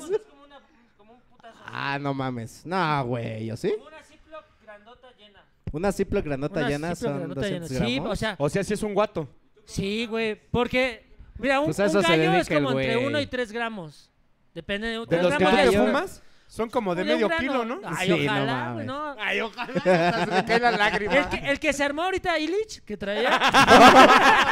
Speaker 3: Ah, no mames. No, güey, ¿yo sí?
Speaker 4: una Ziploc grandota llena.
Speaker 3: Una Ziploc grandota llena son 200
Speaker 4: Sí,
Speaker 3: gramos.
Speaker 4: o sea,
Speaker 1: O sea, si es un guato.
Speaker 4: sí, güey, porque mira, un,
Speaker 3: Pues a
Speaker 4: un
Speaker 3: eso se
Speaker 4: gallo es
Speaker 3: dedica el
Speaker 4: como entre
Speaker 3: güey.
Speaker 4: 1 y 3 gramos. Depende de,
Speaker 1: De
Speaker 4: tres
Speaker 1: los que tú
Speaker 4: gramos
Speaker 1: te
Speaker 4: de-
Speaker 1: fumas, son como de
Speaker 4: un
Speaker 1: medio
Speaker 4: grano.
Speaker 1: kilo, ¿no?
Speaker 4: Ay,
Speaker 3: Sí, no
Speaker 4: ojalá,
Speaker 3: mames. Ah,
Speaker 4: güey, no.
Speaker 1: Ay, ojalá. hasta se me cae la lágrima.
Speaker 4: El que, el que se armó ahorita Illich, que traía,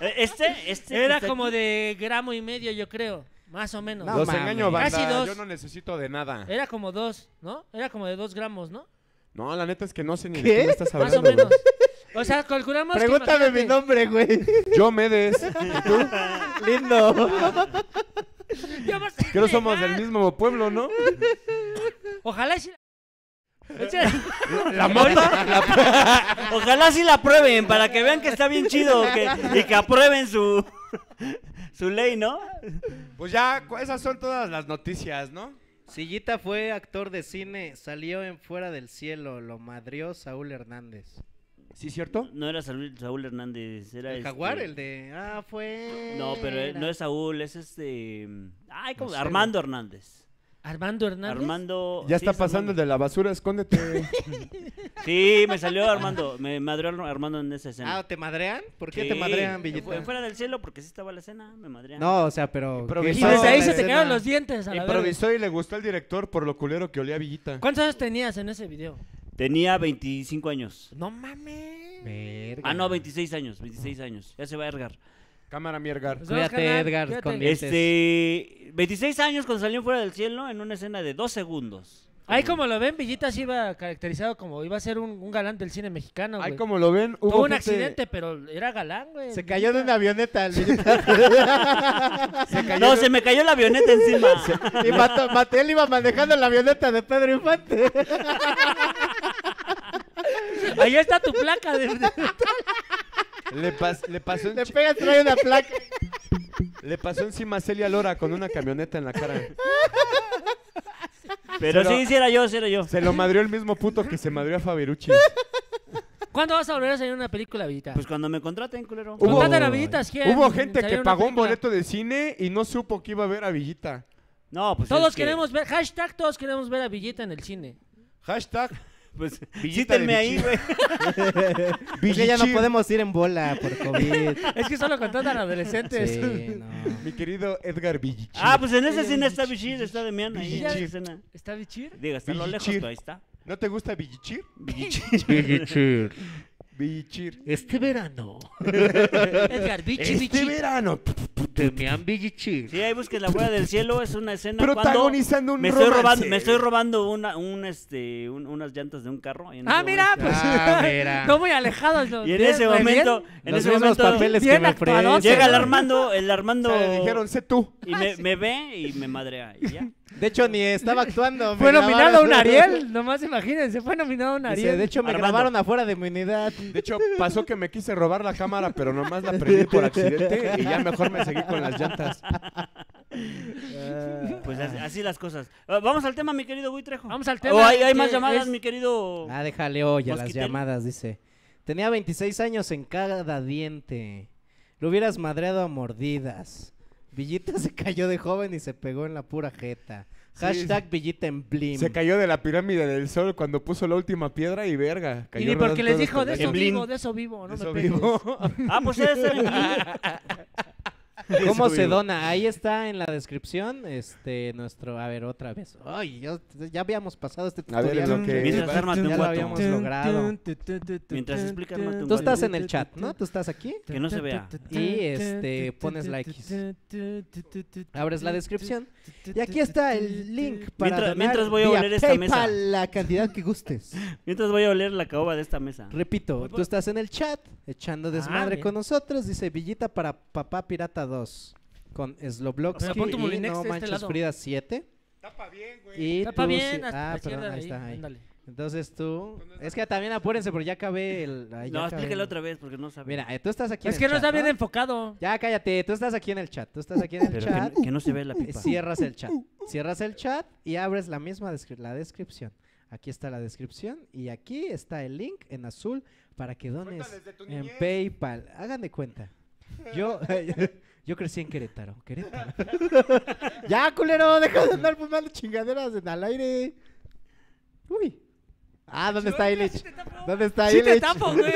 Speaker 2: eh, Este, este.
Speaker 4: era
Speaker 2: este-
Speaker 4: como de gramo y medio, yo creo, más o menos.
Speaker 3: No
Speaker 1: los
Speaker 3: mames.
Speaker 1: engaño, banda.
Speaker 4: Ah, Casi dos. ¿Eh?
Speaker 1: Yo no necesito de nada.
Speaker 4: Era como dos, ¿no? Era como de dos gramos, ¿no?
Speaker 1: No, la neta es que no sé ni
Speaker 3: ¿Qué?
Speaker 1: de qué me estás
Speaker 4: Más o
Speaker 1: hablando.
Speaker 4: menos.
Speaker 1: güey.
Speaker 4: O sea, calculamos. que
Speaker 3: Pregúntame mi
Speaker 4: imagínate-
Speaker 3: nombre, güey.
Speaker 1: Yo me des.
Speaker 3: Lindo.
Speaker 4: Ya vas a
Speaker 1: Que no somos del
Speaker 4: llegar.
Speaker 1: mismo pueblo, ¿no?
Speaker 4: Ojalá y si la- O sea,
Speaker 1: La mota.
Speaker 2: Ojalá sí la aprueben para que vean que está bien chido que- y que aprueben su, su ley, ¿no?
Speaker 1: Pues ya, cu- esas son todas las noticias, ¿no?
Speaker 3: Sillita fue actor de cine, salió en Fuera del Cielo, lo madrió Saúl Hernández.
Speaker 1: ¿Sí, cierto?
Speaker 2: No era Saúl, Saúl Hernández, era.
Speaker 3: El
Speaker 2: este-
Speaker 3: jaguar, el de... Ah, fue...
Speaker 2: No, pero eh, no es Saúl, es este. Ay, como.
Speaker 3: No sé,
Speaker 2: Armando Hernández.
Speaker 4: Armando Hernández.
Speaker 2: Armando.
Speaker 1: Ya
Speaker 2: sí,
Speaker 1: está
Speaker 2: es
Speaker 1: pasando el
Speaker 2: Armando.
Speaker 1: de la basura, escóndete.
Speaker 2: Sí, me salió Armando. Me madreó Ar- Armando en esa escena.
Speaker 3: Ah, ¿te madrean? ¿Por qué
Speaker 2: Sí.
Speaker 3: te madrean,
Speaker 2: Fue-
Speaker 3: Villita?
Speaker 2: Fuera del cielo, porque sí estaba la escena, me madrean.
Speaker 3: No, o sea, pero...
Speaker 1: Improvisó.
Speaker 4: Y
Speaker 1: Armando
Speaker 4: desde ahí se te
Speaker 1: Hernández.
Speaker 4: quedaron los dientes. A la verga.
Speaker 1: Improvisó y le gustó al director por lo culero que olía Villita.
Speaker 4: ¿Cuántos años tenías en ese video?
Speaker 2: Tenía 25 años.
Speaker 4: No mames.
Speaker 2: Ah, no, 26 años, 26 años. Ya se va a ergar.
Speaker 1: Cámara miergar.
Speaker 4: Nos vemos,
Speaker 3: Cuídate,
Speaker 4: carnal.
Speaker 3: Edgar,
Speaker 4: Cuídate.
Speaker 3: con- Mientes.
Speaker 2: Este, 26 años cuando salió fuera del cielo en una escena de dos segundos.
Speaker 4: Ahí como lo ven, Villitas iba caracterizado como iba a ser un, un galán del cine mexicano,
Speaker 1: Ahí
Speaker 4: güey.
Speaker 1: como lo ven, hubo
Speaker 4: Tuvo un
Speaker 1: gente-
Speaker 4: accidente, pero era galán, güey.
Speaker 3: Se
Speaker 4: el
Speaker 3: cayó de una
Speaker 4: Villita.
Speaker 3: avioneta el militar.
Speaker 1: se cayó
Speaker 2: No,
Speaker 1: de-
Speaker 2: se me cayó la avioneta encima.
Speaker 3: y Mateo Matel iba manejando la avioneta de Pedro Infante.
Speaker 4: Ahí está tu placa. De...
Speaker 1: le, pas- le pasó en
Speaker 3: Le
Speaker 1: chi-
Speaker 3: pegas, trae una placa.
Speaker 1: le pasó encima a Celia Lora con una camioneta en la cara.
Speaker 2: Pero
Speaker 1: Pero-
Speaker 2: sí, sí era yo, sí era yo.
Speaker 1: Se lo madrió el mismo puto que se madrió a Faberucci.
Speaker 4: ¿Cuándo vas a volver a salir en una película, Villita?
Speaker 2: Pues cuando me contraten, culero.
Speaker 1: Hubo-
Speaker 4: Contraten a Villitas, ¿quién?
Speaker 1: Hubo gente
Speaker 4: Salió
Speaker 1: que
Speaker 4: una
Speaker 1: pagó un
Speaker 4: película.
Speaker 1: boleto de cine y no supo que iba a ver a Villita.
Speaker 2: No, pues
Speaker 4: Todos
Speaker 2: es que-
Speaker 4: queremos ver, hashtag todos queremos ver a Villita en el cine.
Speaker 1: Hashtag
Speaker 2: Pues
Speaker 1: Villita de
Speaker 2: visítenme ahí, güey.
Speaker 3: Es que Pues ya no
Speaker 1: Villichir.
Speaker 3: podemos ir en bola por COVID.
Speaker 4: Es que solo contratan adolescentes.
Speaker 3: Sí, no.
Speaker 1: Mi querido Edgar Villichir.
Speaker 2: Ah, pues en esa escena está Bichir, está Demián ahí. en esa
Speaker 4: Bichir.
Speaker 2: escena.
Speaker 4: ¿Está bichir?
Speaker 2: Diga, está a lo lejos,
Speaker 1: Bichir.
Speaker 2: pero ahí está.
Speaker 1: ¿No te gusta Villichir? Villichir.
Speaker 6: Este verano,
Speaker 4: Edgar, bichi, bichi.
Speaker 1: Este verano.
Speaker 6: Demian Villichir.
Speaker 2: Sí, ahí busquen la huella del cielo, es una escena cuando
Speaker 1: Protagonizando un
Speaker 2: me estoy
Speaker 1: romance.
Speaker 2: robando, me estoy robando una, un, este, un- unas llantas de un carro. ahí en
Speaker 4: Ah,
Speaker 2: ese
Speaker 4: mira,
Speaker 2: momento.
Speaker 4: pues.
Speaker 6: Ah, mira.
Speaker 4: No muy alejados. los
Speaker 2: Y en
Speaker 4: bien,
Speaker 2: ese
Speaker 4: muy
Speaker 2: momento,
Speaker 4: bien.
Speaker 2: en
Speaker 3: Los
Speaker 2: ese
Speaker 3: mismos
Speaker 2: momento
Speaker 3: papeles que
Speaker 4: bien
Speaker 3: me
Speaker 4: actuadote,
Speaker 3: ofrecen.
Speaker 2: llega el Armando, el Armando
Speaker 1: Le dijeron, sé tú.
Speaker 2: y me, me ve y me madrea. y ya.
Speaker 3: De hecho, ni estaba actuando. me
Speaker 4: Fue nominado a
Speaker 3: grabaron.
Speaker 4: un Ariel, nomás imagínense, fue nominado a un
Speaker 3: Dice,
Speaker 4: Ariel.
Speaker 3: de hecho, me
Speaker 2: Armando.
Speaker 3: grabaron afuera de mi unidad.
Speaker 1: De hecho, pasó que me quise robar la cámara, pero nomás la prendí por accidente y ya mejor me seguí con las llantas.
Speaker 4: Ah.
Speaker 2: Pues así, así las cosas. Ah, Vamos al tema, mi querido Buitrejo.
Speaker 4: Vamos al tema.
Speaker 2: O hay, hay
Speaker 4: que
Speaker 2: más llamadas,
Speaker 4: es-
Speaker 2: mi querido.
Speaker 3: Ah, déjale oye las
Speaker 2: Mosquitel.
Speaker 3: llamadas, dice. Tenía 26 años en cada diente. Lo hubieras madreado a mordidas. Villita se cayó de joven y se pegó en la pura jeta. Hashtag Villita en Blim.
Speaker 1: Se cayó de la pirámide del sol cuando puso la última piedra y verga.
Speaker 4: Y
Speaker 1: cayó
Speaker 4: ni
Speaker 1: rodando
Speaker 4: porque les
Speaker 1: todos
Speaker 4: dijo, de
Speaker 1: los
Speaker 4: eso
Speaker 1: pendejos.
Speaker 4: vivo, de eso vivo, no
Speaker 1: De eso
Speaker 4: me pegues.
Speaker 1: vivo.
Speaker 2: Ah, pues debe ser en Blin.
Speaker 3: ¿Cómo se
Speaker 1: Descubrió.
Speaker 3: dona? Ahí está en la descripción este nuestro... A ver, otra vez. Ay, yo- ya habíamos pasado este
Speaker 1: A ver,
Speaker 3: tutorial.
Speaker 1: en lo que...
Speaker 2: Mientras
Speaker 4: pues,
Speaker 2: armas de
Speaker 3: Ya
Speaker 2: un
Speaker 3: lo
Speaker 2: guato.
Speaker 3: habíamos logrado.
Speaker 2: Mientras explicas más
Speaker 3: Tú estás en el chat, ¿no? Tú estás aquí.
Speaker 2: Que no se vea.
Speaker 3: Y, este, pones la X. Abres la descripción. Y aquí está el link para
Speaker 2: Mientras-
Speaker 3: donar
Speaker 2: mientras voy a
Speaker 3: vía
Speaker 2: oler esta mesa.
Speaker 3: PayPal la cantidad que gustes.
Speaker 2: Mientras voy a oler la caoba de esta mesa.
Speaker 3: Repito, tú estás en el chat echando desmadre
Speaker 4: Pues Ah, bien.
Speaker 3: con nosotros. Dice Villita para Papá Pirata 2 con Sloblocksky
Speaker 4: O sea, pon tu
Speaker 3: y
Speaker 4: Molinex
Speaker 3: No
Speaker 4: de este
Speaker 3: Manches
Speaker 4: lado.
Speaker 3: Frida 7.
Speaker 1: Tapa bien, güey.
Speaker 3: Y
Speaker 4: Tapa
Speaker 3: tú
Speaker 4: bien,
Speaker 3: sí-
Speaker 4: hasta
Speaker 3: Ah,
Speaker 4: la
Speaker 3: perdón,
Speaker 4: izquierda
Speaker 3: ahí
Speaker 4: ahí,
Speaker 3: está. ahí.
Speaker 4: ándale.
Speaker 3: Entonces tú... Es que también apúrense porque ya acabé el... ahí ya
Speaker 2: No,
Speaker 3: acabé
Speaker 2: explícalo
Speaker 3: el-
Speaker 2: otra vez porque no sabe.
Speaker 3: Mira, eh, tú estás aquí en
Speaker 4: Es
Speaker 3: el
Speaker 4: que no
Speaker 3: chat,
Speaker 4: está bien enfocado.
Speaker 3: Ya cállate, tú estás aquí en el chat. Tú estás aquí en el
Speaker 2: Pero que,
Speaker 3: chat.
Speaker 2: no- que no se ve la
Speaker 3: Eh,
Speaker 2: pipa.
Speaker 3: Cierras el chat. Cierras el chat y abres la misma descri- la descripción. Aquí está la descripción y aquí está el link en azul para que dones
Speaker 1: Cuéntales de tu
Speaker 3: en
Speaker 1: niñez.
Speaker 3: PayPal. Hagan de cuenta. Yo, yo crecí en Querétaro. Querétaro. ya, culero, deja de andar fumando chingaderas en al aire. Uy. Ah, ¿dónde está Illich? ¿Dónde está
Speaker 4: Sí
Speaker 3: Illich?
Speaker 4: te tapo, güey.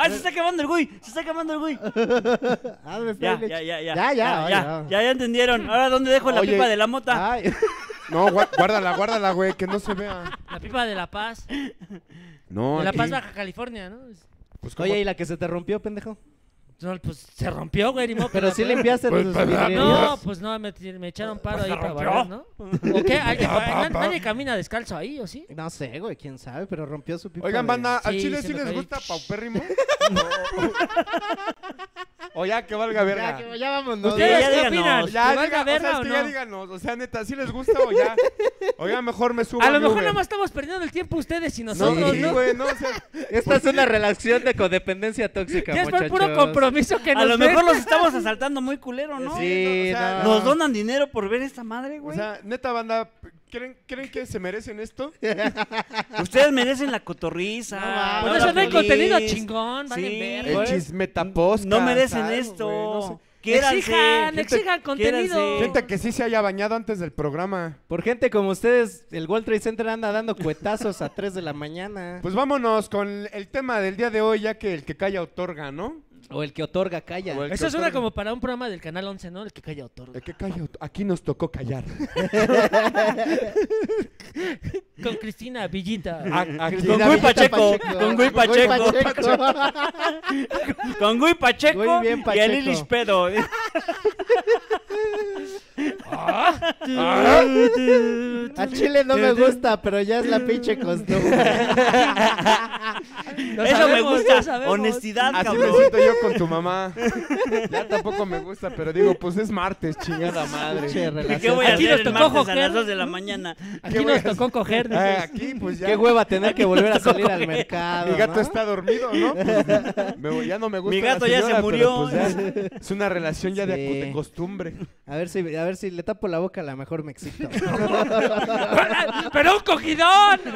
Speaker 2: ¡Ah, se está quemando el güey! ¡Se está quemando el güey!
Speaker 3: Ah, ¿dónde está
Speaker 2: Ya,
Speaker 3: Illich?
Speaker 2: ya, ya, ya.
Speaker 3: Ya, ya,
Speaker 2: ya,
Speaker 3: oye,
Speaker 2: ya,
Speaker 3: no. ah,
Speaker 2: ya, ya entendieron. Ahora, ¿dónde dejo la
Speaker 1: Oye.
Speaker 2: pipa de la mota?
Speaker 3: Ay.
Speaker 1: No, gua- guárdala, guárdala, güey, que no se vea.
Speaker 4: La pipa de La Paz. De
Speaker 1: No,
Speaker 4: La
Speaker 1: aquí.
Speaker 4: Paz, Baja California, ¿no?
Speaker 1: Pues, ¿cómo?
Speaker 3: Oye, ¿y la que se te rompió, pendejo?
Speaker 4: No, pues se rompió, güey. ni modo que
Speaker 3: Pero
Speaker 4: la
Speaker 3: sí
Speaker 4: pueda-
Speaker 3: limpiaste
Speaker 2: Pues
Speaker 3: tus vidrieras.
Speaker 4: No, pues no, me, me echaron paro ahí para barrer, ¿no? ¿O qué? Hay que- na- nadie camina descalzo ahí, ¿o sí?
Speaker 3: No sé, güey, quién sabe, pero rompió su pipa.
Speaker 1: Oigan,
Speaker 3: de-
Speaker 1: banda, ¿al
Speaker 4: Sí,
Speaker 1: chile
Speaker 4: se
Speaker 1: sí
Speaker 4: me
Speaker 1: les
Speaker 4: cayó.
Speaker 1: gusta paupérrimo? o ya, que valga
Speaker 3: Ya,
Speaker 1: verga.
Speaker 3: que- ya vámonos.
Speaker 2: Ustedes-
Speaker 3: güey.
Speaker 2: ya díganos.
Speaker 4: opinan?
Speaker 1: Ya,
Speaker 4: ¿Que valga
Speaker 1: diga- o sea,
Speaker 4: verga
Speaker 1: es
Speaker 4: o
Speaker 1: que ya
Speaker 4: no?
Speaker 1: díganos. O sea, neta, ¿sí les gusta o ya? O ya mejor me subo
Speaker 4: A lo
Speaker 1: mi
Speaker 4: mejor
Speaker 1: Uber.
Speaker 4: nomás estamos perdiendo el tiempo ustedes y
Speaker 1: No,
Speaker 4: nosotros,
Speaker 1: sí,
Speaker 4: ¿no?
Speaker 1: güey, no, o sea,
Speaker 3: Esta es una relación de codependencia tóxica,
Speaker 4: Ya es por
Speaker 3: muchachos.
Speaker 4: puro compromiso que nos
Speaker 2: A lo mejor
Speaker 4: den.
Speaker 2: los estamos asaltando muy culero, ¿no?
Speaker 3: Sí,
Speaker 1: o sea,
Speaker 3: no.
Speaker 2: Nos donan dinero por ver esta madre,
Speaker 1: o
Speaker 2: güey.
Speaker 1: sea, neta, banda, ¿creen, ¿creen que se merecen esto?
Speaker 4: Eh,
Speaker 2: Ustedes merecen la cotorriza.
Speaker 3: mames.
Speaker 4: Por
Speaker 2: la
Speaker 4: eso no hay
Speaker 2: feliz.
Speaker 4: contenido chingón, valen
Speaker 2: Sí.
Speaker 4: verga.
Speaker 1: El
Speaker 2: Pues,
Speaker 1: chisme tapos.
Speaker 2: No merecen esto. Quiéranse.
Speaker 4: Exijan, exijan contenido.
Speaker 1: Gente que sí se haya bañado antes del programa.
Speaker 3: Por gente como ustedes, el World Trade Center anda dando cuetazos a 3 de la mañana.
Speaker 1: Pues vámonos con el tema del día de hoy, ya que el que calla otorga, ¿no?
Speaker 3: o el que otorga calla.
Speaker 1: O el-
Speaker 4: Eso
Speaker 1: que
Speaker 4: suena
Speaker 1: otorga.
Speaker 4: como para un programa del Canal 11, ¿no? El que calla otorga.
Speaker 1: El que calla, ot- aquí nos tocó callar.
Speaker 4: Con Cristina Villita.
Speaker 1: A- aquí-
Speaker 2: Con Gui Pacheco, con Gui Pacheco, con Gui Pacheco,
Speaker 3: Muy bien,
Speaker 2: y el
Speaker 3: Pacheco.
Speaker 2: Ilish Pedo. Ah,
Speaker 4: Tu, tu,
Speaker 3: A Chile no me gusta, pero ya es la pinche costumbre.
Speaker 4: Lo
Speaker 2: Eso
Speaker 4: sabemos,
Speaker 2: me
Speaker 4: lo
Speaker 2: gusta.
Speaker 4: sabemos.
Speaker 2: Honestidad,
Speaker 1: Así me
Speaker 2: cabrón.
Speaker 1: siento yo con tu mamá. Ya tampoco me gusta, pero digo, pues es martes, chingada madre.
Speaker 3: Pinche
Speaker 2: ¿Y
Speaker 3: relación.
Speaker 2: qué voy a
Speaker 4: Aquí
Speaker 2: hacer
Speaker 4: nos
Speaker 2: el
Speaker 4: tocó
Speaker 2: martes a
Speaker 4: coger.
Speaker 2: las 2 de la mañana?
Speaker 1: ¿Qué
Speaker 4: Aquí
Speaker 1: voy a
Speaker 4: nos tocó coger.
Speaker 2: Eh,
Speaker 4: dices.
Speaker 1: Ah, aquí, pues ya.
Speaker 3: Qué hueva tener que volver a
Speaker 2: tocó
Speaker 3: salir al
Speaker 2: coger.
Speaker 3: mercado.
Speaker 1: Mi gato
Speaker 3: ¿no?
Speaker 1: está dormido, ¿no? Pues, me- ya no me gusta.
Speaker 2: Mi
Speaker 1: la
Speaker 2: gato ya se
Speaker 1: señora,
Speaker 2: murió.
Speaker 1: pero, pues, ya es una relación ya de,
Speaker 3: Sí.
Speaker 1: acu- de costumbre.
Speaker 3: A ver si, a ver si le tapo la boca, a la mejor me excito.
Speaker 4: ¡Pero un cogidón!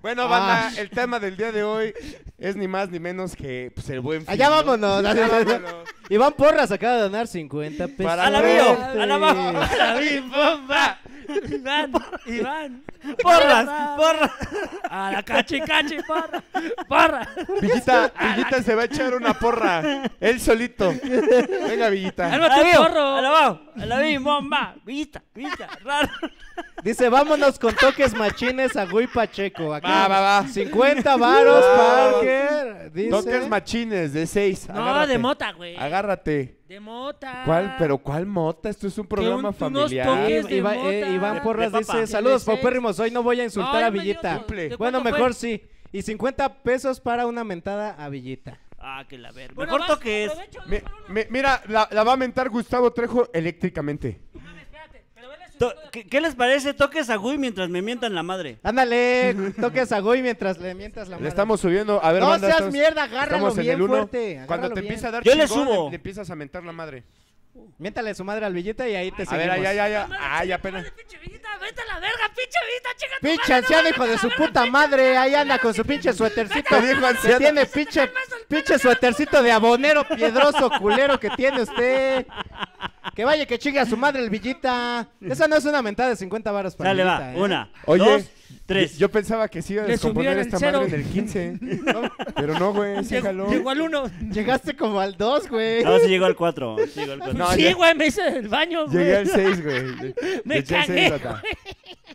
Speaker 1: Bueno,
Speaker 2: Ah.
Speaker 1: banda, el tema del día de hoy es ni más ni menos que pues, el buen fin.
Speaker 3: Allá
Speaker 1: ¿no?
Speaker 3: Ah, vámonos.
Speaker 1: Allá vámonos.
Speaker 3: Iván Porras acaba de donar 50 pesos.
Speaker 1: Para
Speaker 2: ¡A la
Speaker 1: Vete.
Speaker 2: bio!
Speaker 3: Suerte.
Speaker 2: ¡A la bio! ¡A la bio!
Speaker 4: bomba! Iván, Iván.
Speaker 2: ¡Porras! ¡Porras!
Speaker 4: A la cachi, cachi, porra. Porra.
Speaker 1: Villita, Villita se va a echar una porra. Él solito. Venga, Villita.
Speaker 2: ¡A la
Speaker 4: Ármate un
Speaker 2: bio!
Speaker 4: porro.
Speaker 2: ¡A la bio! ¡A la bio! ¡Bomba! ¡Vista! ¡Vista! ¡Raro!
Speaker 3: Dice, vámonos con toques machines a Gui Pacheco. Acá.
Speaker 1: Va, va, va.
Speaker 3: 50 varos,
Speaker 1: Va.
Speaker 3: Parker. Dice.
Speaker 1: Toques machines de seis.
Speaker 4: No,
Speaker 1: Agárrate.
Speaker 4: de mota, güey.
Speaker 1: Agárrate.
Speaker 4: De mota.
Speaker 1: ¿Cuál? ¿Pero cuál mota? Esto es un programa
Speaker 4: un- unos
Speaker 1: familiar.
Speaker 4: toques.
Speaker 3: I-
Speaker 4: es de
Speaker 3: Iva- eh,
Speaker 4: mota.
Speaker 3: Iván Porras
Speaker 2: De papa.
Speaker 3: dice, saludos
Speaker 4: De seis.
Speaker 3: paupérrimos, hoy no voy a insultar
Speaker 4: No,
Speaker 3: a
Speaker 4: ya me dio
Speaker 3: Villita.
Speaker 4: otro. ¿De
Speaker 3: Bueno,
Speaker 4: cuánto fue?
Speaker 3: mejor sí. Y 50 pesos para una mentada a Villita.
Speaker 2: ¡Ah, que la verga!
Speaker 4: Bueno,
Speaker 2: Mejor
Speaker 4: vas,
Speaker 2: toques.
Speaker 4: aprovecho, dos
Speaker 1: Mi-
Speaker 4: por uno.
Speaker 1: mi- mira, la, la va a mentar Gustavo Trejo eléctricamente.
Speaker 4: Mames, espérate, pero vele su-
Speaker 2: To- ¿Qué, qué les parece? Toques a Gui mientras me mientan la madre.
Speaker 3: Ándale, toques a Goy mientras le mientas la mano.
Speaker 1: Le estamos subiendo. A ver,
Speaker 3: no
Speaker 1: banda,
Speaker 3: seas
Speaker 1: estamos-
Speaker 3: mierda, agárralo
Speaker 1: Estamos en
Speaker 3: bien
Speaker 1: el uno.
Speaker 3: fuerte.
Speaker 1: Cuando te empieza
Speaker 3: empieza
Speaker 1: a dar
Speaker 2: Yo le
Speaker 1: chingón,
Speaker 2: subo.
Speaker 1: Le, empiezas a mentar la madre.
Speaker 3: Miéntale a su madre al Villita y ahí te
Speaker 1: A ver,
Speaker 3: seguimos.
Speaker 1: ay, ay, ay, ay,
Speaker 4: Madre,
Speaker 1: ay,
Speaker 4: chinga
Speaker 1: apenas.
Speaker 4: madre, pinche Villita, vete a la verga, pinche Villita, chinga tu
Speaker 3: Pinche
Speaker 4: madre, no
Speaker 3: anciano,
Speaker 4: mames,
Speaker 3: hijo
Speaker 4: a
Speaker 3: de
Speaker 4: la
Speaker 3: su
Speaker 4: verga,
Speaker 3: puta
Speaker 4: pinche
Speaker 3: madre.
Speaker 4: anciano.
Speaker 3: Ahí anda con su pinche suétercito.
Speaker 1: Te dijo
Speaker 3: Que
Speaker 1: anciano.
Speaker 3: tiene pinche, pinche suétercito de abonero piedroso culero que tiene usted. Que vaya que chingue a su madre el Villita. Esa no es una mentada de 50 varos para
Speaker 2: Dale,
Speaker 3: Villita,
Speaker 2: va.
Speaker 3: ¿eh?
Speaker 2: Una,
Speaker 1: Oye,
Speaker 2: dos, tres.
Speaker 1: Yo pensaba que sí iba a
Speaker 4: Le
Speaker 1: descomponer
Speaker 4: subieron
Speaker 1: esta
Speaker 4: el cero.
Speaker 1: madre en el 15. No, pero no, güey, sí jaló.
Speaker 4: Llegó, llegó al uno.
Speaker 3: Llegaste como al 2, güey.
Speaker 2: No, sí llegó al cuatro. sí llegó al cuatro.
Speaker 1: No,
Speaker 4: sí,
Speaker 1: ya-
Speaker 4: güey, me hice el baño, güey.
Speaker 1: Llegué al 6, güey.
Speaker 4: Me
Speaker 1: Llegué al
Speaker 4: cagué,
Speaker 1: seis, Tata.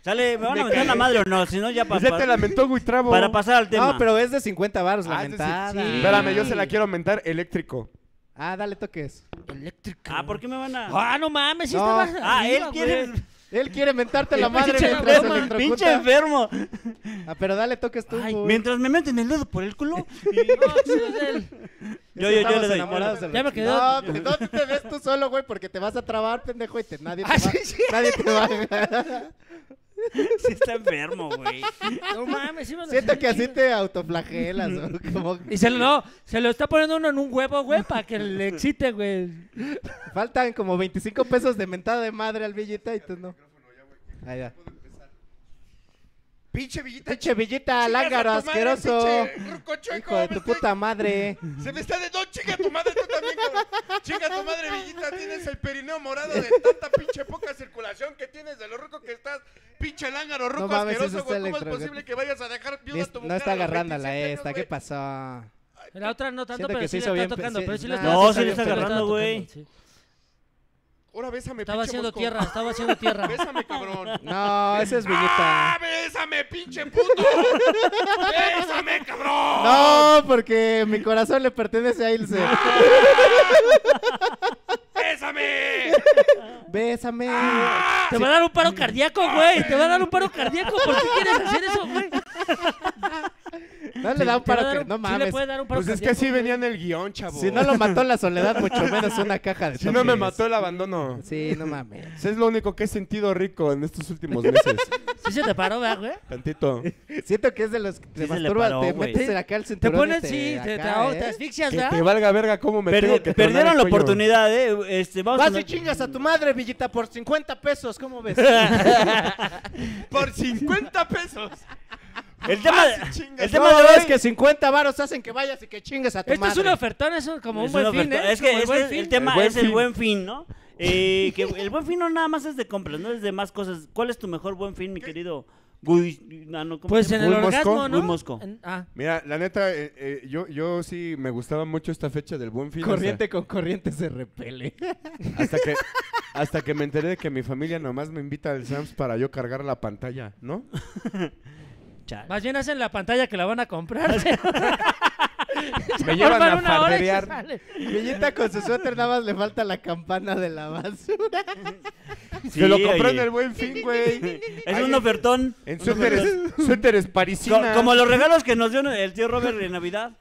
Speaker 2: Sale, ¿me van a mentar la madre o no? Si no, ya
Speaker 1: Pues
Speaker 2: para,
Speaker 1: ya te lamentó, güey, trabo.
Speaker 2: para pasar al tema.
Speaker 3: No, pero es de 50 varos la
Speaker 1: Ah, es de
Speaker 3: mentada.
Speaker 1: cin- Espérame, yo se la quiero mentar eléctrico.
Speaker 3: Ah, dale toques.
Speaker 4: Eléctrica.
Speaker 2: Ah, ¿por qué me van a...?
Speaker 4: Ah, no mames, sí
Speaker 3: No.
Speaker 4: estaba
Speaker 2: Ah, él
Speaker 4: arriba,
Speaker 2: quiere...
Speaker 4: güey.
Speaker 3: Él quiere mentarte la madre
Speaker 4: Pinche
Speaker 3: mientras se
Speaker 4: broma.
Speaker 3: electrocuta.
Speaker 2: Pinche enfermo.
Speaker 3: Ah, pero dale toques tú,
Speaker 2: Ay,
Speaker 3: güey.
Speaker 2: mientras me meten el dedo por el culo.
Speaker 4: No, sí, es él.
Speaker 2: Yo, yo, yo
Speaker 3: Estamos
Speaker 2: le doy.
Speaker 3: enamorados de los-
Speaker 4: Ya me quedó-
Speaker 3: No, pues, no te te ves tú solo, güey, porque te vas a trabar, pendejo, y te, nadie, te
Speaker 4: Ah,
Speaker 3: va,
Speaker 4: sí, sí.
Speaker 3: nadie te va a-
Speaker 2: Sí está enfermo, güey.
Speaker 4: No mames, sí me lo
Speaker 3: Siento que así te autoflagelas, güey, como-
Speaker 4: Y se lo, no, se lo está poniendo uno en un huevo, güey, para que le excite, güey.
Speaker 3: Faltan como 25 pesos de mentada de madre al Villita y tú no. Ahí va.
Speaker 1: Pinche Villita,
Speaker 3: Pinche Villita, lángaro, asqueroso. Hijo de tu puta madre.
Speaker 1: Se me está de no, chinga tu madre tú también, cabrón. Chinga tu madre, Villita, tienes el perineo morado de tanta pinche poca circulación que tienes de lo roco que estás. Pinche lángaro, roco
Speaker 3: mames, eso
Speaker 1: asqueroso,
Speaker 3: está
Speaker 1: güey. ¿Cómo es
Speaker 3: electro-
Speaker 1: posible que vayas a dejar viuda a tu mujer?
Speaker 3: No está
Speaker 1: a los
Speaker 3: agarrándola
Speaker 1: 27
Speaker 3: esta,
Speaker 1: años,
Speaker 3: ¿qué
Speaker 1: güey?
Speaker 3: pasó?
Speaker 4: La otra no tanto,
Speaker 3: Siento que
Speaker 4: pero
Speaker 3: se
Speaker 4: sí,
Speaker 3: hizo
Speaker 4: le
Speaker 3: bien,
Speaker 4: está tocando.
Speaker 3: sí,
Speaker 4: Pero sí
Speaker 3: no,
Speaker 4: le está
Speaker 2: No, sí le
Speaker 4: tocando,
Speaker 2: está agarrando, güey.
Speaker 4: sí.
Speaker 1: Ahora bésame,
Speaker 4: Estaba
Speaker 1: pinche
Speaker 4: haciendo
Speaker 1: mosco.
Speaker 4: tierra, estaba haciendo tierra.
Speaker 1: Bésame, cabrón.
Speaker 3: No, ese es
Speaker 1: ¡Ah,
Speaker 3: Villita.
Speaker 1: bésame, pinche puto! ¡Bésame, cabrón!
Speaker 3: No, porque mi corazón le pertenece a Ilse.
Speaker 1: ¡Bésame!
Speaker 3: Bésame.
Speaker 4: Ah. Te va a dar un paro cardíaco, güey. Te va a dar un paro cardíaco. ¿Por qué quieres hacer eso, güey?
Speaker 3: No le da un
Speaker 4: Te va a
Speaker 3: paro
Speaker 4: dar
Speaker 3: que
Speaker 4: un-
Speaker 3: no
Speaker 4: Sí le
Speaker 3: mames.
Speaker 4: puede dar un paro
Speaker 1: Pues es que
Speaker 4: cardíaco,
Speaker 1: así
Speaker 4: güey.
Speaker 1: venía en el guión, chavo.
Speaker 3: Si no lo mató la soledad, mucho menos una caja de
Speaker 1: Si no me
Speaker 3: toques.
Speaker 1: mató el abandono.
Speaker 3: Sí, no mames.
Speaker 1: Eso es lo único que he sentido rico en estos últimos meses.
Speaker 4: Sí se te paró, ¿verdad, güey?
Speaker 1: Tantito.
Speaker 3: Siento que es de los que
Speaker 2: se le
Speaker 3: te masturbas,
Speaker 2: paró,
Speaker 3: te
Speaker 2: güey.
Speaker 3: metes en acá el
Speaker 4: Te
Speaker 3: cinturón. y
Speaker 4: pones, sí,
Speaker 3: acá,
Speaker 4: te, te,
Speaker 3: ¿eh?
Speaker 4: te asfixias,
Speaker 1: Que te
Speaker 4: ¿verdad?
Speaker 1: valga verga cómo me
Speaker 2: Perdi-
Speaker 1: tengo que tronar
Speaker 2: perdieron
Speaker 1: el
Speaker 2: la
Speaker 1: cuello.
Speaker 2: oportunidad, eh. Este, vamos a
Speaker 3: Vas y
Speaker 2: tener-
Speaker 3: chingas a tu madre, Villita, por 50 pesos, ¿cómo ves?
Speaker 1: Por 50 pesos.
Speaker 2: El tema, de-
Speaker 1: chingas.
Speaker 2: el
Speaker 3: No,
Speaker 2: tema de hoy
Speaker 3: es que 50 varos hacen que vayas y que chingas a tu
Speaker 4: Este
Speaker 3: madre.
Speaker 4: es un ofertón, es un- como
Speaker 2: es
Speaker 4: un buen
Speaker 2: una
Speaker 4: fin,
Speaker 2: oferta.
Speaker 4: ¿eh?
Speaker 2: Es que
Speaker 4: Como el
Speaker 2: es que
Speaker 4: buen
Speaker 2: el,
Speaker 4: fin.
Speaker 2: tema
Speaker 1: El buen
Speaker 2: es el
Speaker 1: fin.
Speaker 2: buen fin, ¿no? Eh, que el buen fin no nada más es de compras, no es de más cosas. ¿Cuál es tu mejor buen fin, mi querido? Guy- ah, no, ¿cómo
Speaker 4: Pues
Speaker 2: se
Speaker 4: en
Speaker 2: llama?
Speaker 4: el
Speaker 1: Muy mosco,
Speaker 4: orgasmo, ¿no?
Speaker 2: muy mosco.
Speaker 4: En- ah.
Speaker 1: Mira, la neta, eh, eh, yo, yo sí me gustaba mucho esta fecha del buen fin. o sea,
Speaker 3: Corriente con corriente se repele.
Speaker 1: Hasta que, hasta que me enteré de que mi familia nomás me invita al Sams para yo cargar la pantalla, ¿no?
Speaker 2: Chale.
Speaker 4: Más bien hacen la pantalla que la van a comprar.
Speaker 1: Me llevan
Speaker 4: Forman
Speaker 1: a
Speaker 4: una hora y se
Speaker 1: farderear.
Speaker 4: sale.
Speaker 3: Villita con su suéter nada más le falta la campana de la basura.
Speaker 1: eh, Se lo
Speaker 2: Sí,
Speaker 1: compró
Speaker 2: oye.
Speaker 1: en el buen fin, güey.
Speaker 2: Es
Speaker 1: Ahí
Speaker 2: un ofertón.
Speaker 1: En
Speaker 2: Un
Speaker 1: suéteres,
Speaker 2: ofertón.
Speaker 1: suéteres
Speaker 2: Co-
Speaker 1: parisinas.
Speaker 2: como los regalos que nos dio el tío Robert en Navidad.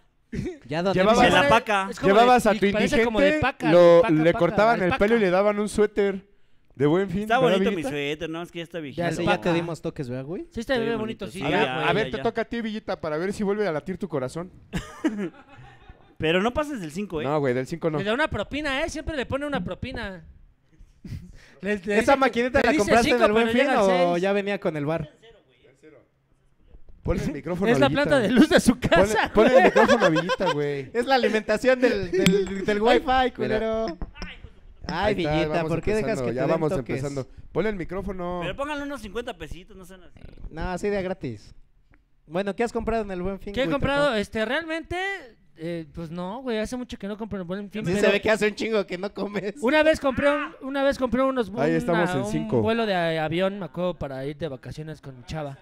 Speaker 3: Ya doné
Speaker 1: Llevaba-
Speaker 3: mi-
Speaker 2: Se la paca.
Speaker 4: Es como
Speaker 1: Llevabas
Speaker 4: de-
Speaker 1: a tu
Speaker 4: parece
Speaker 1: indigente,
Speaker 4: como de paca,
Speaker 1: lo-
Speaker 4: paca,
Speaker 1: le
Speaker 4: paca,
Speaker 1: cortaban el
Speaker 4: alpaca.
Speaker 1: pelo y le daban un suéter de buen fin.
Speaker 2: Está
Speaker 1: ¿verdad,
Speaker 2: bonito mi
Speaker 1: Villita?
Speaker 2: suéter, ¿no? Es que ya está
Speaker 4: De
Speaker 3: Ya,
Speaker 2: viejito.
Speaker 3: sí,
Speaker 4: alpaca.
Speaker 3: ya te dimos toques, ¿verdad, güey?
Speaker 4: Sí, está
Speaker 2: Sí,
Speaker 4: bien
Speaker 2: bonito,
Speaker 4: bonito,
Speaker 2: sí.
Speaker 4: sí.
Speaker 1: A
Speaker 2: Ya,
Speaker 1: ver,
Speaker 2: ya,
Speaker 1: a ver,
Speaker 2: ya,
Speaker 1: te
Speaker 2: ya.
Speaker 1: toca a ti, Villita, para ver si vuelve a latir tu corazón.
Speaker 2: Pero no pases del 5, ¿eh?
Speaker 1: No, güey, del 5 no.
Speaker 4: Le da una propina, ¿eh? Siempre le pone una propina. Les- le
Speaker 3: ¿Esa
Speaker 4: dice-
Speaker 3: maquinita
Speaker 4: le
Speaker 3: la
Speaker 4: dice
Speaker 3: compraste en
Speaker 4: cinco,
Speaker 3: el buen
Speaker 4: pero
Speaker 3: fin
Speaker 4: llega al
Speaker 3: o
Speaker 4: seis.
Speaker 3: ya venía con el bar?
Speaker 1: Ponle el micrófono
Speaker 4: Es la
Speaker 1: Villita.
Speaker 4: planta de luz de su
Speaker 1: Ponle,
Speaker 4: casa.
Speaker 1: ponle el
Speaker 4: güey.
Speaker 1: micrófono a Villita, güey.
Speaker 3: Es la alimentación del, del, del wifi, culero. Ay,
Speaker 1: Ahí está,
Speaker 3: Villita,
Speaker 1: vamos
Speaker 3: ¿por qué dejas
Speaker 1: empezando,
Speaker 3: que te
Speaker 1: Ya
Speaker 3: den
Speaker 1: vamos
Speaker 3: toques?
Speaker 1: empezando. Ponle el micrófono.
Speaker 2: Pero pónganle unos 50 pesitos, no sean así.
Speaker 3: No, así de gratis. Bueno, ¿qué has comprado en el buen fin?
Speaker 4: ¿Qué he
Speaker 3: güey,
Speaker 4: comprado?
Speaker 3: Topo?
Speaker 4: Este, realmente, eh, pues no, güey. Hace mucho que no compro en el buen fin.
Speaker 3: Sí se
Speaker 4: pero
Speaker 3: ve que hace un chingo que no comes.
Speaker 4: Una vez compré un- una vez compré unos
Speaker 1: Ahí estamos en
Speaker 4: un
Speaker 1: cinco.
Speaker 4: vuelo de eh, avión, me acuerdo, para ir de vacaciones con mi chava.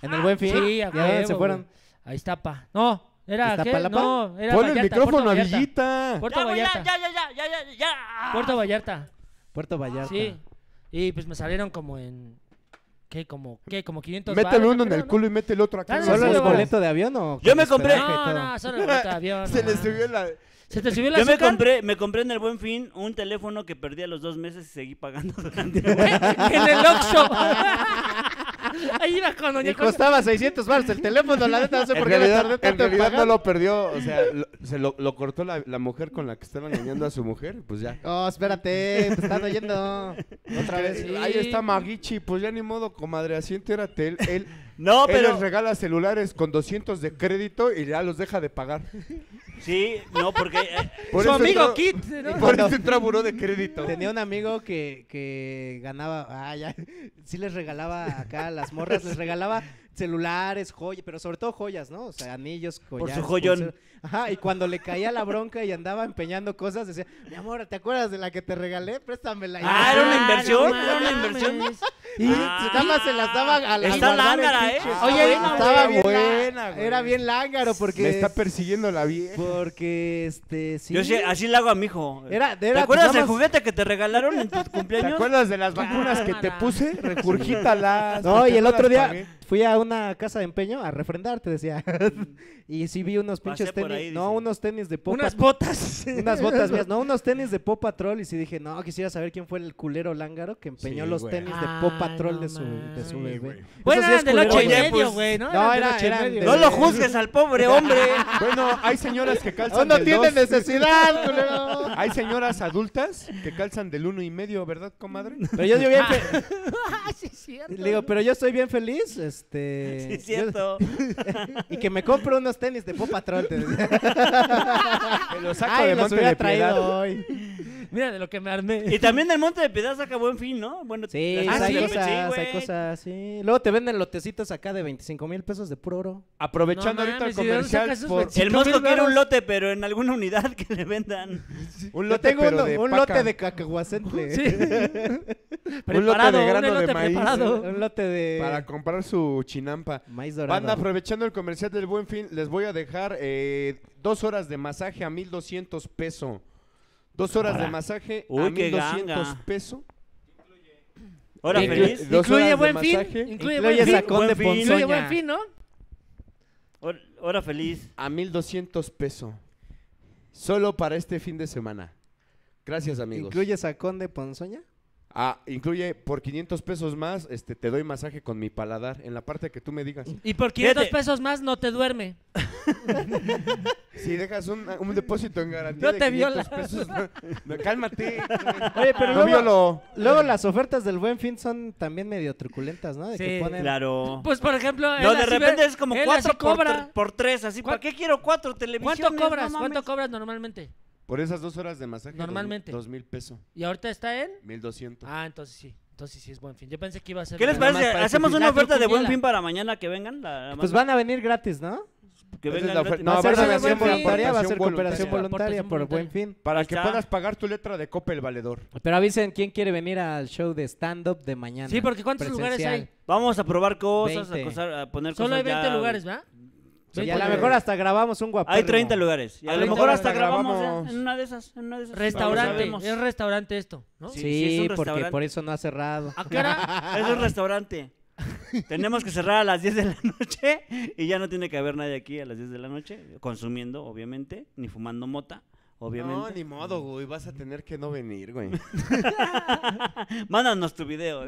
Speaker 3: En el buen fin.
Speaker 4: Ah, Sí,
Speaker 3: ¿Y a
Speaker 4: a
Speaker 3: dónde se
Speaker 4: huevo,
Speaker 3: fueron?
Speaker 4: güey. A Iztapa. No, era ¿qué?
Speaker 3: ¿Iztapalapa?
Speaker 4: No, era
Speaker 1: Ponle el
Speaker 4: Vallarta,
Speaker 1: micrófono
Speaker 4: Puerto
Speaker 1: a
Speaker 4: Vallarta.
Speaker 1: Villita.
Speaker 4: Puerto
Speaker 2: Ya, güey, ya,
Speaker 4: Vallarta.
Speaker 2: ya, ya, ya, ya, ya, ya.
Speaker 4: Puerto Vallarta.
Speaker 3: Puerto Vallarta.
Speaker 4: Sí. Y pues me salieron como en ¿qué? Como ¿qué? Como
Speaker 3: pues,
Speaker 4: 500
Speaker 1: Métele
Speaker 4: varos,
Speaker 1: uno en
Speaker 4: creo,
Speaker 1: el
Speaker 4: ¿no?
Speaker 1: culo y mete el otro acá.
Speaker 4: Ah,
Speaker 1: en
Speaker 3: ¿Solo
Speaker 4: sí,
Speaker 3: el
Speaker 4: lo vas.
Speaker 3: boleto de avión o
Speaker 2: Yo
Speaker 3: con
Speaker 2: me compré.
Speaker 3: hospedaje y
Speaker 4: No,
Speaker 3: todo?
Speaker 4: no, solo el boleto de avión.
Speaker 1: Se le
Speaker 4: no.
Speaker 1: subió la...
Speaker 4: Se te subió el
Speaker 2: Yo me
Speaker 4: azúcar?
Speaker 2: compré, me compré en el buen fin un teléfono que perdí a los dos meses y seguí pagando durante
Speaker 4: en el Oxxo. Ahí iba con
Speaker 3: Y
Speaker 4: Doña Concha.
Speaker 3: costaba 600 baros el teléfono, la neta, no sé
Speaker 1: En
Speaker 3: por qué la
Speaker 1: realidad,
Speaker 3: tardé
Speaker 1: en
Speaker 3: tanto en
Speaker 1: realidad no
Speaker 3: pagar.
Speaker 1: lo perdió, o sea, lo, se lo, lo cortó la, la mujer con la que estaba engañando a su mujer, pues ya.
Speaker 3: Oh, espérate, te están oyendo. Otra vez.
Speaker 4: Sí.
Speaker 1: Ahí está Maguichi, pues ya ni modo, comadre, así entérate. Él, él,
Speaker 2: No,
Speaker 1: él les
Speaker 2: pero
Speaker 1: regala celulares con 200 de crédito y ya los deja de pagar.
Speaker 2: sí, no porque eh,
Speaker 1: Por
Speaker 4: Su
Speaker 1: eso
Speaker 4: amigo
Speaker 1: entró-
Speaker 4: Kit, ¿no?
Speaker 1: Por eso entra buró de crédito.
Speaker 3: Tenía un amigo que, que ganaba, ah, ya, sí les regalaba acá a las morras, les regalaba celulares, joyas, pero sobre todo joyas, ¿no? O sea, anillos, joyas.
Speaker 2: su joyón.
Speaker 3: pulseras. Ajá, y cuando le caía la bronca y andaba empeñando cosas, decía, mi amor, ¿te acuerdas de la que te regalé? Préstamela. Y-
Speaker 2: Ah, era una
Speaker 4: no
Speaker 2: inversión,
Speaker 4: mames.
Speaker 2: era una inversión.
Speaker 3: Y nada más se las daba a la
Speaker 2: Está
Speaker 3: a guardar el
Speaker 2: lángara, ¿eh?
Speaker 3: pinche-
Speaker 2: Está
Speaker 3: Oye,
Speaker 2: buena,
Speaker 3: estaba
Speaker 1: güey.
Speaker 3: bien
Speaker 1: Buena,
Speaker 3: buena,
Speaker 1: güey.
Speaker 3: Era bien lángaro porque...
Speaker 1: Me está persiguiendo la vieja.
Speaker 3: Porque, este, sí.
Speaker 2: yo sí, así le hago a mi hijo.
Speaker 3: Era- era,
Speaker 2: ¿Te acuerdas del
Speaker 3: digamos-
Speaker 2: juguete que te regalaron en tus
Speaker 1: ¿Te
Speaker 2: cumpleaños?
Speaker 1: acuerdas de las vacunas que te puse? Recurgítalas.
Speaker 3: No,
Speaker 1: porque
Speaker 3: y el
Speaker 1: no
Speaker 3: otro
Speaker 1: las
Speaker 3: día
Speaker 1: pagué.
Speaker 3: fui a una casa de empeño a refrendar, te decía. y sí vi unos
Speaker 2: Pasé
Speaker 3: pinches
Speaker 2: por
Speaker 3: tenis.
Speaker 2: ahí,
Speaker 3: no,
Speaker 2: dice.
Speaker 3: unos tenis de Pop
Speaker 4: Unas
Speaker 3: Pat-
Speaker 4: botas.
Speaker 3: unas botas mías. No, unos tenis de Pop Patrol. Y sí dije, no, quisiera saber quién fue el culero lángaro que empeñó
Speaker 1: Sí,
Speaker 3: los
Speaker 1: güey.
Speaker 3: tenis de
Speaker 2: Ah,
Speaker 3: Pop
Speaker 4: Ay,
Speaker 3: Patrol
Speaker 4: no
Speaker 3: de, su, de su
Speaker 4: mames.
Speaker 3: bebé.
Speaker 1: güey.
Speaker 3: Eso
Speaker 4: Bueno,
Speaker 3: sí
Speaker 4: eran
Speaker 3: es
Speaker 4: del
Speaker 3: culero,
Speaker 4: 8 y
Speaker 2: Oye,
Speaker 3: güey.
Speaker 4: medio,
Speaker 2: pues,
Speaker 4: güey, ¿no?
Speaker 3: no,
Speaker 4: Eran del
Speaker 3: era-
Speaker 4: ocho y
Speaker 3: eran
Speaker 4: medio.
Speaker 3: de-
Speaker 2: No lo juzgues al pobre hombre.
Speaker 1: Bueno, hay señoras que calzan
Speaker 3: Oh, no
Speaker 1: del
Speaker 3: tiene
Speaker 1: dos.
Speaker 3: necesidad, culero.
Speaker 1: Hay señoras adultas que calzan del uno y medio, ¿verdad, comadre?
Speaker 3: Pero yo, yo bien fe-
Speaker 4: Ah, sí, es cierto.
Speaker 3: le digo, pero yo estoy bien feliz, este...
Speaker 2: Sí, es cierto.
Speaker 3: yo- y que me compro unos tenis de Pop Patrol, te decía.
Speaker 1: Que lo saco
Speaker 3: Ay,
Speaker 1: de
Speaker 3: los
Speaker 1: monte
Speaker 3: hubiera
Speaker 1: de piedad.
Speaker 3: traído hoy.
Speaker 4: Mira de lo que me armé.
Speaker 2: Y también el Monte de Piedad saca buen fin, ¿no? Bueno,
Speaker 3: Sí,
Speaker 2: las-
Speaker 4: Ah,
Speaker 3: hay
Speaker 4: ¿sí?
Speaker 3: cosas,
Speaker 2: güey.
Speaker 3: hay cosas, sí. Luego te venden lotecitos acá de 25 mil pesos de puro oro.
Speaker 1: Aprovechando
Speaker 4: No
Speaker 1: ahorita el
Speaker 4: mames, ¿y de dónde
Speaker 1: comercial
Speaker 4: sacas esos
Speaker 1: por
Speaker 4: veinticinco?
Speaker 2: El
Speaker 4: Cinco
Speaker 2: mosco
Speaker 4: mil
Speaker 2: quiere un
Speaker 4: varos.
Speaker 2: lote, pero en alguna unidad que le vendan.
Speaker 1: un
Speaker 3: Yo
Speaker 1: lote,
Speaker 3: tengo
Speaker 1: pero
Speaker 3: uno-
Speaker 1: de
Speaker 3: un
Speaker 1: paca.
Speaker 3: lote de cacahuacente.
Speaker 4: Sí.
Speaker 1: Un lote
Speaker 4: Preparado,
Speaker 1: de
Speaker 4: un
Speaker 1: grano de
Speaker 4: elote
Speaker 1: maíz.
Speaker 4: preparado.
Speaker 3: Un lote de
Speaker 1: Para comprar su chinampa.
Speaker 3: maíz
Speaker 1: Banda,
Speaker 3: dorado.
Speaker 1: aprovechando el comercial del Buen Fin, les voy a dejar eh, dos horas de masaje a 1200 pesos. Dos horas de masaje a
Speaker 2: Uy, qué
Speaker 1: 1200
Speaker 2: ganga.
Speaker 1: pesos.
Speaker 2: Hora
Speaker 1: Inclu-
Speaker 2: feliz.
Speaker 1: Dos
Speaker 4: Incluye
Speaker 1: horas de
Speaker 4: buen fin.
Speaker 1: masaje.
Speaker 4: Incluye
Speaker 3: Incluye
Speaker 4: buen fin.
Speaker 3: sacón
Speaker 2: buen
Speaker 3: de
Speaker 2: fin.
Speaker 4: Incluye
Speaker 3: ponzoña.
Speaker 4: buen fin, ¿no?
Speaker 2: Hora, hora feliz.
Speaker 1: A 1200 pesos. Solo para este fin de semana. Gracias, amigos.
Speaker 3: Incluye sacón de ponzoña.
Speaker 1: Ah, incluye por 500 pesos más, este, te doy masaje con mi paladar en la parte que tú me digas.
Speaker 4: Y
Speaker 2: Fíjate.
Speaker 4: por 500 pesos más no te duerme.
Speaker 1: Si dejas un, un depósito en garantía
Speaker 4: No
Speaker 1: de
Speaker 4: te
Speaker 1: 500
Speaker 4: viola.
Speaker 1: pesos, no- no, cálmate.
Speaker 3: Oye, pero
Speaker 1: No
Speaker 3: luego,
Speaker 1: violo.
Speaker 3: Ah. luego las ofertas del Buen Fin son también medio truculentas, ¿no? De que
Speaker 4: Sí.
Speaker 3: ponen
Speaker 2: Claro.
Speaker 4: Pues por ejemplo, él
Speaker 2: No, de
Speaker 4: así ve-
Speaker 2: repente es como
Speaker 4: él
Speaker 2: cuatro
Speaker 4: así
Speaker 2: por,
Speaker 4: cobra.
Speaker 2: tre- por tres, así. ¿Para
Speaker 4: ¿Cuán-
Speaker 2: qué quiero cuatro televisiones?
Speaker 4: ¿Cuánto cobras?
Speaker 2: No mames.
Speaker 4: ¿Cuánto cobras normalmente?
Speaker 1: Por esas dos horas de masaje. dos-
Speaker 4: Normalmente.
Speaker 1: Dos mil pesos.
Speaker 4: ¿Y ahorita está en?
Speaker 1: 1200.
Speaker 4: Ah, entonces sí. Entonces sí es buen fin. Yo pensé que iba a ser
Speaker 2: ¿Qué les
Speaker 4: la-
Speaker 2: parece?
Speaker 4: nada más para
Speaker 2: Hacemos
Speaker 4: este fin.
Speaker 2: una
Speaker 4: La
Speaker 2: oferta de buen
Speaker 4: trucuñela.
Speaker 2: fin para mañana que vengan. la- la
Speaker 3: Pues
Speaker 2: banda,
Speaker 3: van a venir gratis, ¿no?
Speaker 2: Que
Speaker 1: Esa es
Speaker 2: vengan
Speaker 1: la
Speaker 2: gratis.
Speaker 1: oferta. No,
Speaker 3: va a ser
Speaker 1: van a
Speaker 3: donación
Speaker 1: venir
Speaker 3: voluntaria, va a ser
Speaker 1: aportación
Speaker 3: cooperación voluntaria
Speaker 4: voluntaria.
Speaker 3: por Buen Fin.
Speaker 1: Para
Speaker 2: Ahí
Speaker 1: que
Speaker 2: está.
Speaker 1: puedas pagar tu letra de copa el valedor.
Speaker 3: Pero avisen quién quiere venir al show de stand-up de mañana.
Speaker 4: Sí, porque ¿cuántos lugares hay?
Speaker 2: Vamos a probar cosas, a,
Speaker 3: 20.
Speaker 2: cosar- a poner
Speaker 4: Solo hay
Speaker 2: cosas
Speaker 4: 20
Speaker 2: ya-
Speaker 4: lugares, ¿verdad?
Speaker 3: Y
Speaker 4: Veinte
Speaker 3: a lo
Speaker 4: lugares.
Speaker 3: mejor hasta grabamos un guapo.
Speaker 2: Hay 30 lugares. Y a
Speaker 1: Hay
Speaker 2: lo
Speaker 1: 30
Speaker 2: mejor hasta
Speaker 1: lugares,
Speaker 2: grabamos
Speaker 1: grabamos.
Speaker 2: ¿eh? en una de esas. En una de esas.
Speaker 4: Restaurante,
Speaker 2: No sabemos.
Speaker 4: es restaurante esto, ¿no?
Speaker 2: Sí,
Speaker 3: Sí,
Speaker 2: sí, es un
Speaker 3: porque
Speaker 2: restaurante.
Speaker 3: por eso no ha cerrado.
Speaker 2: Ah,
Speaker 4: ¿A qué hora?
Speaker 2: Es un restaurante. Tenemos que cerrar a las 10 de la noche y ya no tiene que haber nadie aquí a las 10 de la noche, consumiendo, obviamente, ni fumando mota,
Speaker 1: No,
Speaker 2: obviamente.
Speaker 1: ni modo, güey. Vas a tener que no venir, güey.
Speaker 2: Mándanos tu video.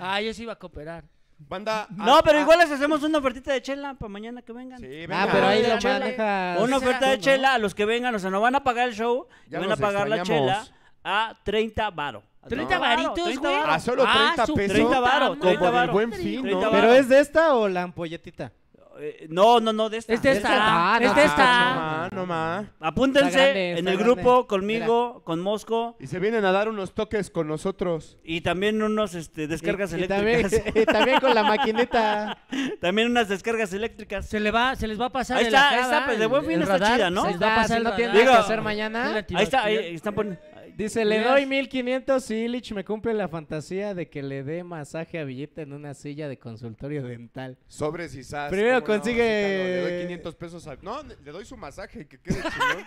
Speaker 4: Ah, yo sí iba a cooperar.
Speaker 1: Banda.
Speaker 2: no,
Speaker 1: ah,
Speaker 2: pero
Speaker 1: ah,
Speaker 2: igual les hacemos una ofertita de chela para mañana que vengan.
Speaker 1: Sí,
Speaker 3: Ah,
Speaker 1: venga.
Speaker 3: pero ahí
Speaker 4: de
Speaker 3: lo
Speaker 4: la chela.
Speaker 3: manejas.
Speaker 2: Una
Speaker 4: Exacto,
Speaker 2: oferta de
Speaker 3: Pues
Speaker 4: ¿no?
Speaker 2: chela a los que vengan, o sea, no van a pagar el show,
Speaker 1: Ya
Speaker 2: van a
Speaker 1: los
Speaker 2: pagar la chela
Speaker 1: extrañamos.
Speaker 2: a 30 varo. A
Speaker 4: 30
Speaker 2: varo,
Speaker 4: varitos,
Speaker 2: 30
Speaker 4: güey. Ah,
Speaker 2: varo.
Speaker 1: A solo 30
Speaker 4: su
Speaker 1: pesos.
Speaker 2: 30 varo,
Speaker 1: Como
Speaker 4: puta
Speaker 2: 30
Speaker 1: del
Speaker 4: madre.
Speaker 2: varo.
Speaker 1: buen fin,
Speaker 2: 30
Speaker 1: ¿no?
Speaker 2: varo.
Speaker 3: ¿Pero es de esta o la ampolletita?
Speaker 2: Eh, No, no, no, de esta.
Speaker 4: Es de esta,
Speaker 3: Ah, no,
Speaker 4: es
Speaker 2: Este
Speaker 4: de esta.
Speaker 1: Ah, no más.
Speaker 2: Apúntense
Speaker 3: Está grande,
Speaker 2: en
Speaker 3: está
Speaker 2: el
Speaker 3: grande.
Speaker 2: grupo conmigo, con Mosco
Speaker 1: Y se vienen a dar unos toques con nosotros.
Speaker 2: y también unos este, descargas
Speaker 3: Y- y
Speaker 2: eléctricas.
Speaker 3: También, y también con la maquinita.
Speaker 2: También unas descargas eléctricas.
Speaker 4: Se, le va, se les va a pasar
Speaker 2: Ahí
Speaker 4: el
Speaker 2: está,
Speaker 4: acá,
Speaker 2: está,
Speaker 4: ¿va?
Speaker 2: pues, de buen
Speaker 4: El
Speaker 2: fin está
Speaker 4: radar,
Speaker 2: chida, ¿no?
Speaker 4: Se les va a
Speaker 3: Ahí está,
Speaker 4: pasar
Speaker 3: si
Speaker 4: el
Speaker 3: no tiene
Speaker 4: radar.
Speaker 2: nada que hacer
Speaker 3: mañana,
Speaker 4: El
Speaker 2: Ahí está, eh, ahí
Speaker 4: antibacterial.
Speaker 2: están poniendo.
Speaker 3: Dice, le doy 1500 si Illich me cumple la fantasía de que le dé masaje a Villeta en una silla de consultorio dental.
Speaker 1: Sobres y sas.
Speaker 3: Primero
Speaker 1: ¿cómo no?
Speaker 3: consigue-
Speaker 1: Cítalo, le doy 500 pesos a... No, le doy su masaje, que quede chingón.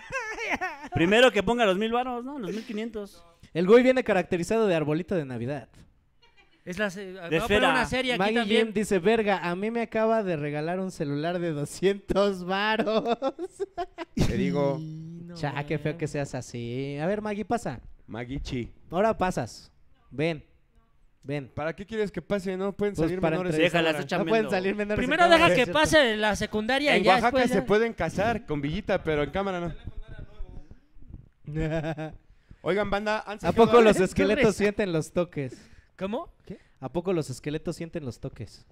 Speaker 2: Primero que ponga los mil varos, ¿no? Los mil quinientos.
Speaker 3: El güey viene caracterizado de arbolito de Navidad.
Speaker 4: Es la se- va a
Speaker 2: De
Speaker 4: poner
Speaker 2: esfera.
Speaker 4: una serie aquí
Speaker 3: Maggie
Speaker 4: también.
Speaker 3: Jim dice, verga, a mí me acaba de regalar un celular de 200 varos.
Speaker 1: Te digo,
Speaker 4: No,
Speaker 3: Cha, qué feo que seas así. A ver, Maggie, pasa.
Speaker 1: Magichi.
Speaker 3: Ahora pasas. Ven. Ven.
Speaker 1: ¿Para qué quieres que pase? No pueden
Speaker 3: Pues
Speaker 1: salir
Speaker 3: para
Speaker 1: menores.
Speaker 3: entre-
Speaker 2: Déjala, está
Speaker 3: No
Speaker 2: chambeando.
Speaker 3: pueden salir menores. de
Speaker 4: Primero
Speaker 3: cámara,
Speaker 4: deja que
Speaker 3: ¿es cierto?
Speaker 4: pase la secundaria y
Speaker 1: En
Speaker 4: ya
Speaker 1: Oaxaca
Speaker 4: después ¿eh?
Speaker 1: se
Speaker 4: ya.
Speaker 1: pueden casar con villita, pero en cámara no. Oigan, banda, han
Speaker 3: ¿A
Speaker 1: sacado
Speaker 3: poco los
Speaker 1: algo?
Speaker 3: esqueletos sienten los toques?
Speaker 4: ¿Cómo?
Speaker 3: ¿A poco los esqueletos sienten los toques?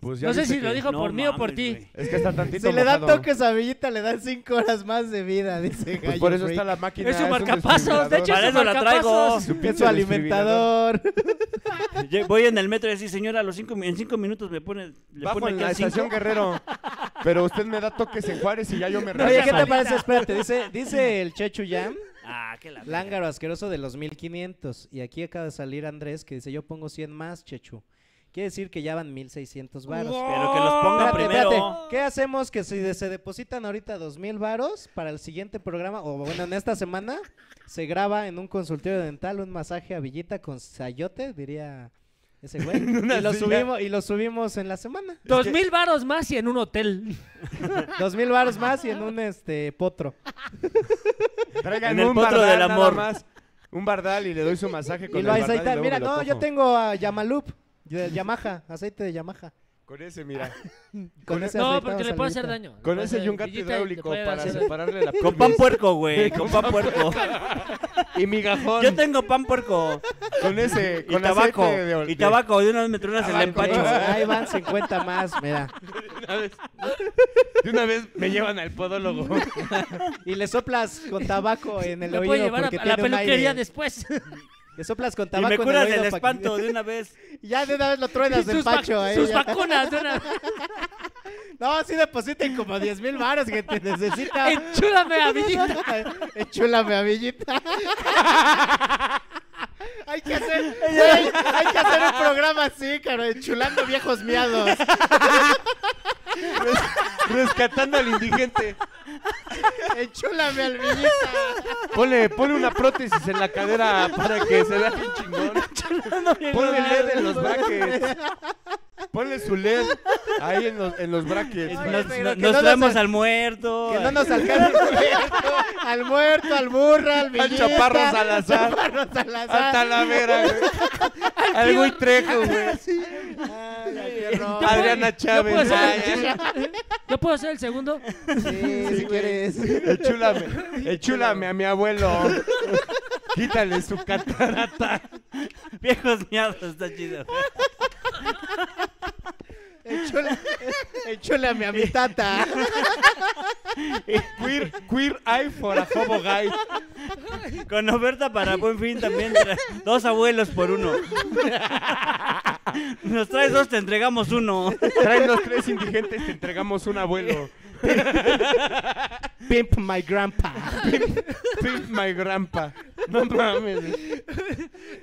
Speaker 1: Pues ya
Speaker 4: No sé
Speaker 1: viste
Speaker 4: si lo
Speaker 1: que-
Speaker 4: dijo
Speaker 2: No
Speaker 4: por mí o por
Speaker 2: mames,
Speaker 4: ti.
Speaker 2: güey.
Speaker 1: Es que está tantito
Speaker 3: Si le dan
Speaker 1: mojado.
Speaker 3: toques a Villita, le dan 5 horas más de vida, dice
Speaker 1: Pues
Speaker 3: Gallo
Speaker 1: por eso
Speaker 3: Freak.
Speaker 1: está la máquina.
Speaker 4: Es su
Speaker 1: un
Speaker 4: marcapasos, de hecho
Speaker 2: Para
Speaker 4: es su
Speaker 2: eso la traigo.
Speaker 4: marcapasos.
Speaker 1: su
Speaker 3: Que
Speaker 1: pinche
Speaker 3: su alimentador.
Speaker 2: Yo Voy en el metro y así, señora, a los cinco, mi- en cinco minutos me pone. Le
Speaker 1: Bajo
Speaker 2: pone
Speaker 1: en
Speaker 2: aquí
Speaker 1: la
Speaker 2: al cinco.
Speaker 1: estación Guerrero. Pero usted me da toques en Juárez y ya yo me
Speaker 3: Oye, ¿qué
Speaker 1: regreso.
Speaker 3: te parece? Espérate, dice, dice el Chechu Yam,
Speaker 2: Ah, qué la.
Speaker 3: lángaro asqueroso de los 1500. Y aquí acaba de salir Andrés que dice, yo pongo 100 más, Chechu. Quiere decir que ya van 1600 varos.
Speaker 2: Pero que los ponga
Speaker 3: Espérate,
Speaker 2: primero.
Speaker 3: espérate. ¿Qué hacemos que si de- se depositan ahorita 2000 varos para el siguiente programa o bueno, en esta semana se graba en un consultorio dental un masaje a Villita con sayote, diría ese güey, y
Speaker 1: silla.
Speaker 3: lo subimos y lo subimos en la semana.
Speaker 4: Dos mil varos más y en un hotel.
Speaker 3: 2000 varos más y en un este potro.
Speaker 1: Traigan
Speaker 2: En el
Speaker 1: un
Speaker 2: potro
Speaker 1: bardal
Speaker 2: del
Speaker 1: nada
Speaker 2: amor.
Speaker 1: más. Un bardal y le doy su masaje con
Speaker 3: Y lo
Speaker 1: el
Speaker 3: hay
Speaker 1: bardal y
Speaker 3: aceite.
Speaker 1: luego
Speaker 3: Mira,
Speaker 1: me lo
Speaker 3: no, yo
Speaker 1: cojo.
Speaker 3: tengo a Yamalup, de Yamaha, aceite de Yamaha.
Speaker 1: Con ese, mira.
Speaker 3: Con ese
Speaker 4: No,
Speaker 3: aceite
Speaker 4: porque
Speaker 3: vamos
Speaker 4: le
Speaker 3: a
Speaker 4: puede
Speaker 3: Villita.
Speaker 4: hacer daño. Le
Speaker 1: Con
Speaker 4: puede
Speaker 1: ese
Speaker 4: hacer-
Speaker 1: y un gato
Speaker 4: Villita y le
Speaker 1: hidráulico
Speaker 4: puede
Speaker 1: para
Speaker 4: hacer-
Speaker 1: separarle la
Speaker 2: Con pan puerco, güey. Con pan puerco.
Speaker 1: Y migajón.
Speaker 2: Yo tengo pan puerco.
Speaker 1: Con ese,
Speaker 2: Y
Speaker 1: con
Speaker 2: tabaco.
Speaker 1: aceite de ol-
Speaker 2: Y
Speaker 1: de-
Speaker 2: tabaco. De una vez me truenas el
Speaker 1: Tabaco.
Speaker 2: empacho.
Speaker 3: Ahí- Ahí van 50 más, mira.
Speaker 1: De una vez me llevan al podólogo.
Speaker 3: Y le soplas con tabaco en el
Speaker 4: Me
Speaker 3: oído
Speaker 4: puede llevar
Speaker 3: porque
Speaker 4: a, a la
Speaker 3: tiene un
Speaker 4: peluquería
Speaker 3: aire.
Speaker 4: después.
Speaker 3: Le soplas con
Speaker 2: Y
Speaker 3: tabaco
Speaker 2: me
Speaker 3: en el
Speaker 2: curas
Speaker 3: oído
Speaker 2: del
Speaker 3: pa' que-
Speaker 2: espanto de una vez.
Speaker 3: Ya de una vez lo truenas del
Speaker 4: sus vac-
Speaker 3: pacho. ahí,
Speaker 4: sus
Speaker 3: ya.
Speaker 4: vacunas de una.
Speaker 3: No, sí depositen como 10 mil varos, gente. Necesita...
Speaker 4: Enchúdame a Villita.
Speaker 3: Enchúlame a Villita. hay, que hacer, hay, hay que hacer un programa así, caro. Enchulando viejos miados.
Speaker 1: Rescatando al indigente.
Speaker 3: Enchúlame al Villita.
Speaker 1: Ponle, ponle una prótesis en la cadera para que se vea bien chingón. Ponle LED en los brackets. Ponle su LED ahí en los, en los brackets.
Speaker 3: Oye,
Speaker 2: Nos,
Speaker 3: pero
Speaker 2: nos-
Speaker 3: que
Speaker 2: nos
Speaker 3: no nos
Speaker 2: traemos
Speaker 3: al-
Speaker 2: al muerto.
Speaker 3: Que no nos alcance el muerto, al muerto, al burro, al
Speaker 1: Al
Speaker 3: villita.
Speaker 1: chaparro Salazar.
Speaker 3: Al chaparro Salazar.
Speaker 1: Hasta la vera, güey. Al güey Trejo, güey.
Speaker 3: Ay, al fierro.
Speaker 4: Yo puedo-
Speaker 1: Adriana Chávez.
Speaker 4: Yo puedo,
Speaker 1: Ay,
Speaker 4: ser, yo puedo ser el segundo.
Speaker 3: Sí, si quieres.
Speaker 1: Enchúlame, enchúlame a mi abuelo. Quítale su catarata.
Speaker 2: Viejos miados, está chido.
Speaker 3: Enchula- Enchúlame a mi tata.
Speaker 1: Eh, Queer, queer eye for a hobo guy.
Speaker 2: Con oferta para buen fin también. tra- Dos abuelos por uno. Nos traes dos, te entregamos uno.
Speaker 1: Traen los tres indigentes, te entregamos un abuelo.
Speaker 3: Pimp my grandpa.
Speaker 1: Pimp my grandpa.
Speaker 3: No mames. güey.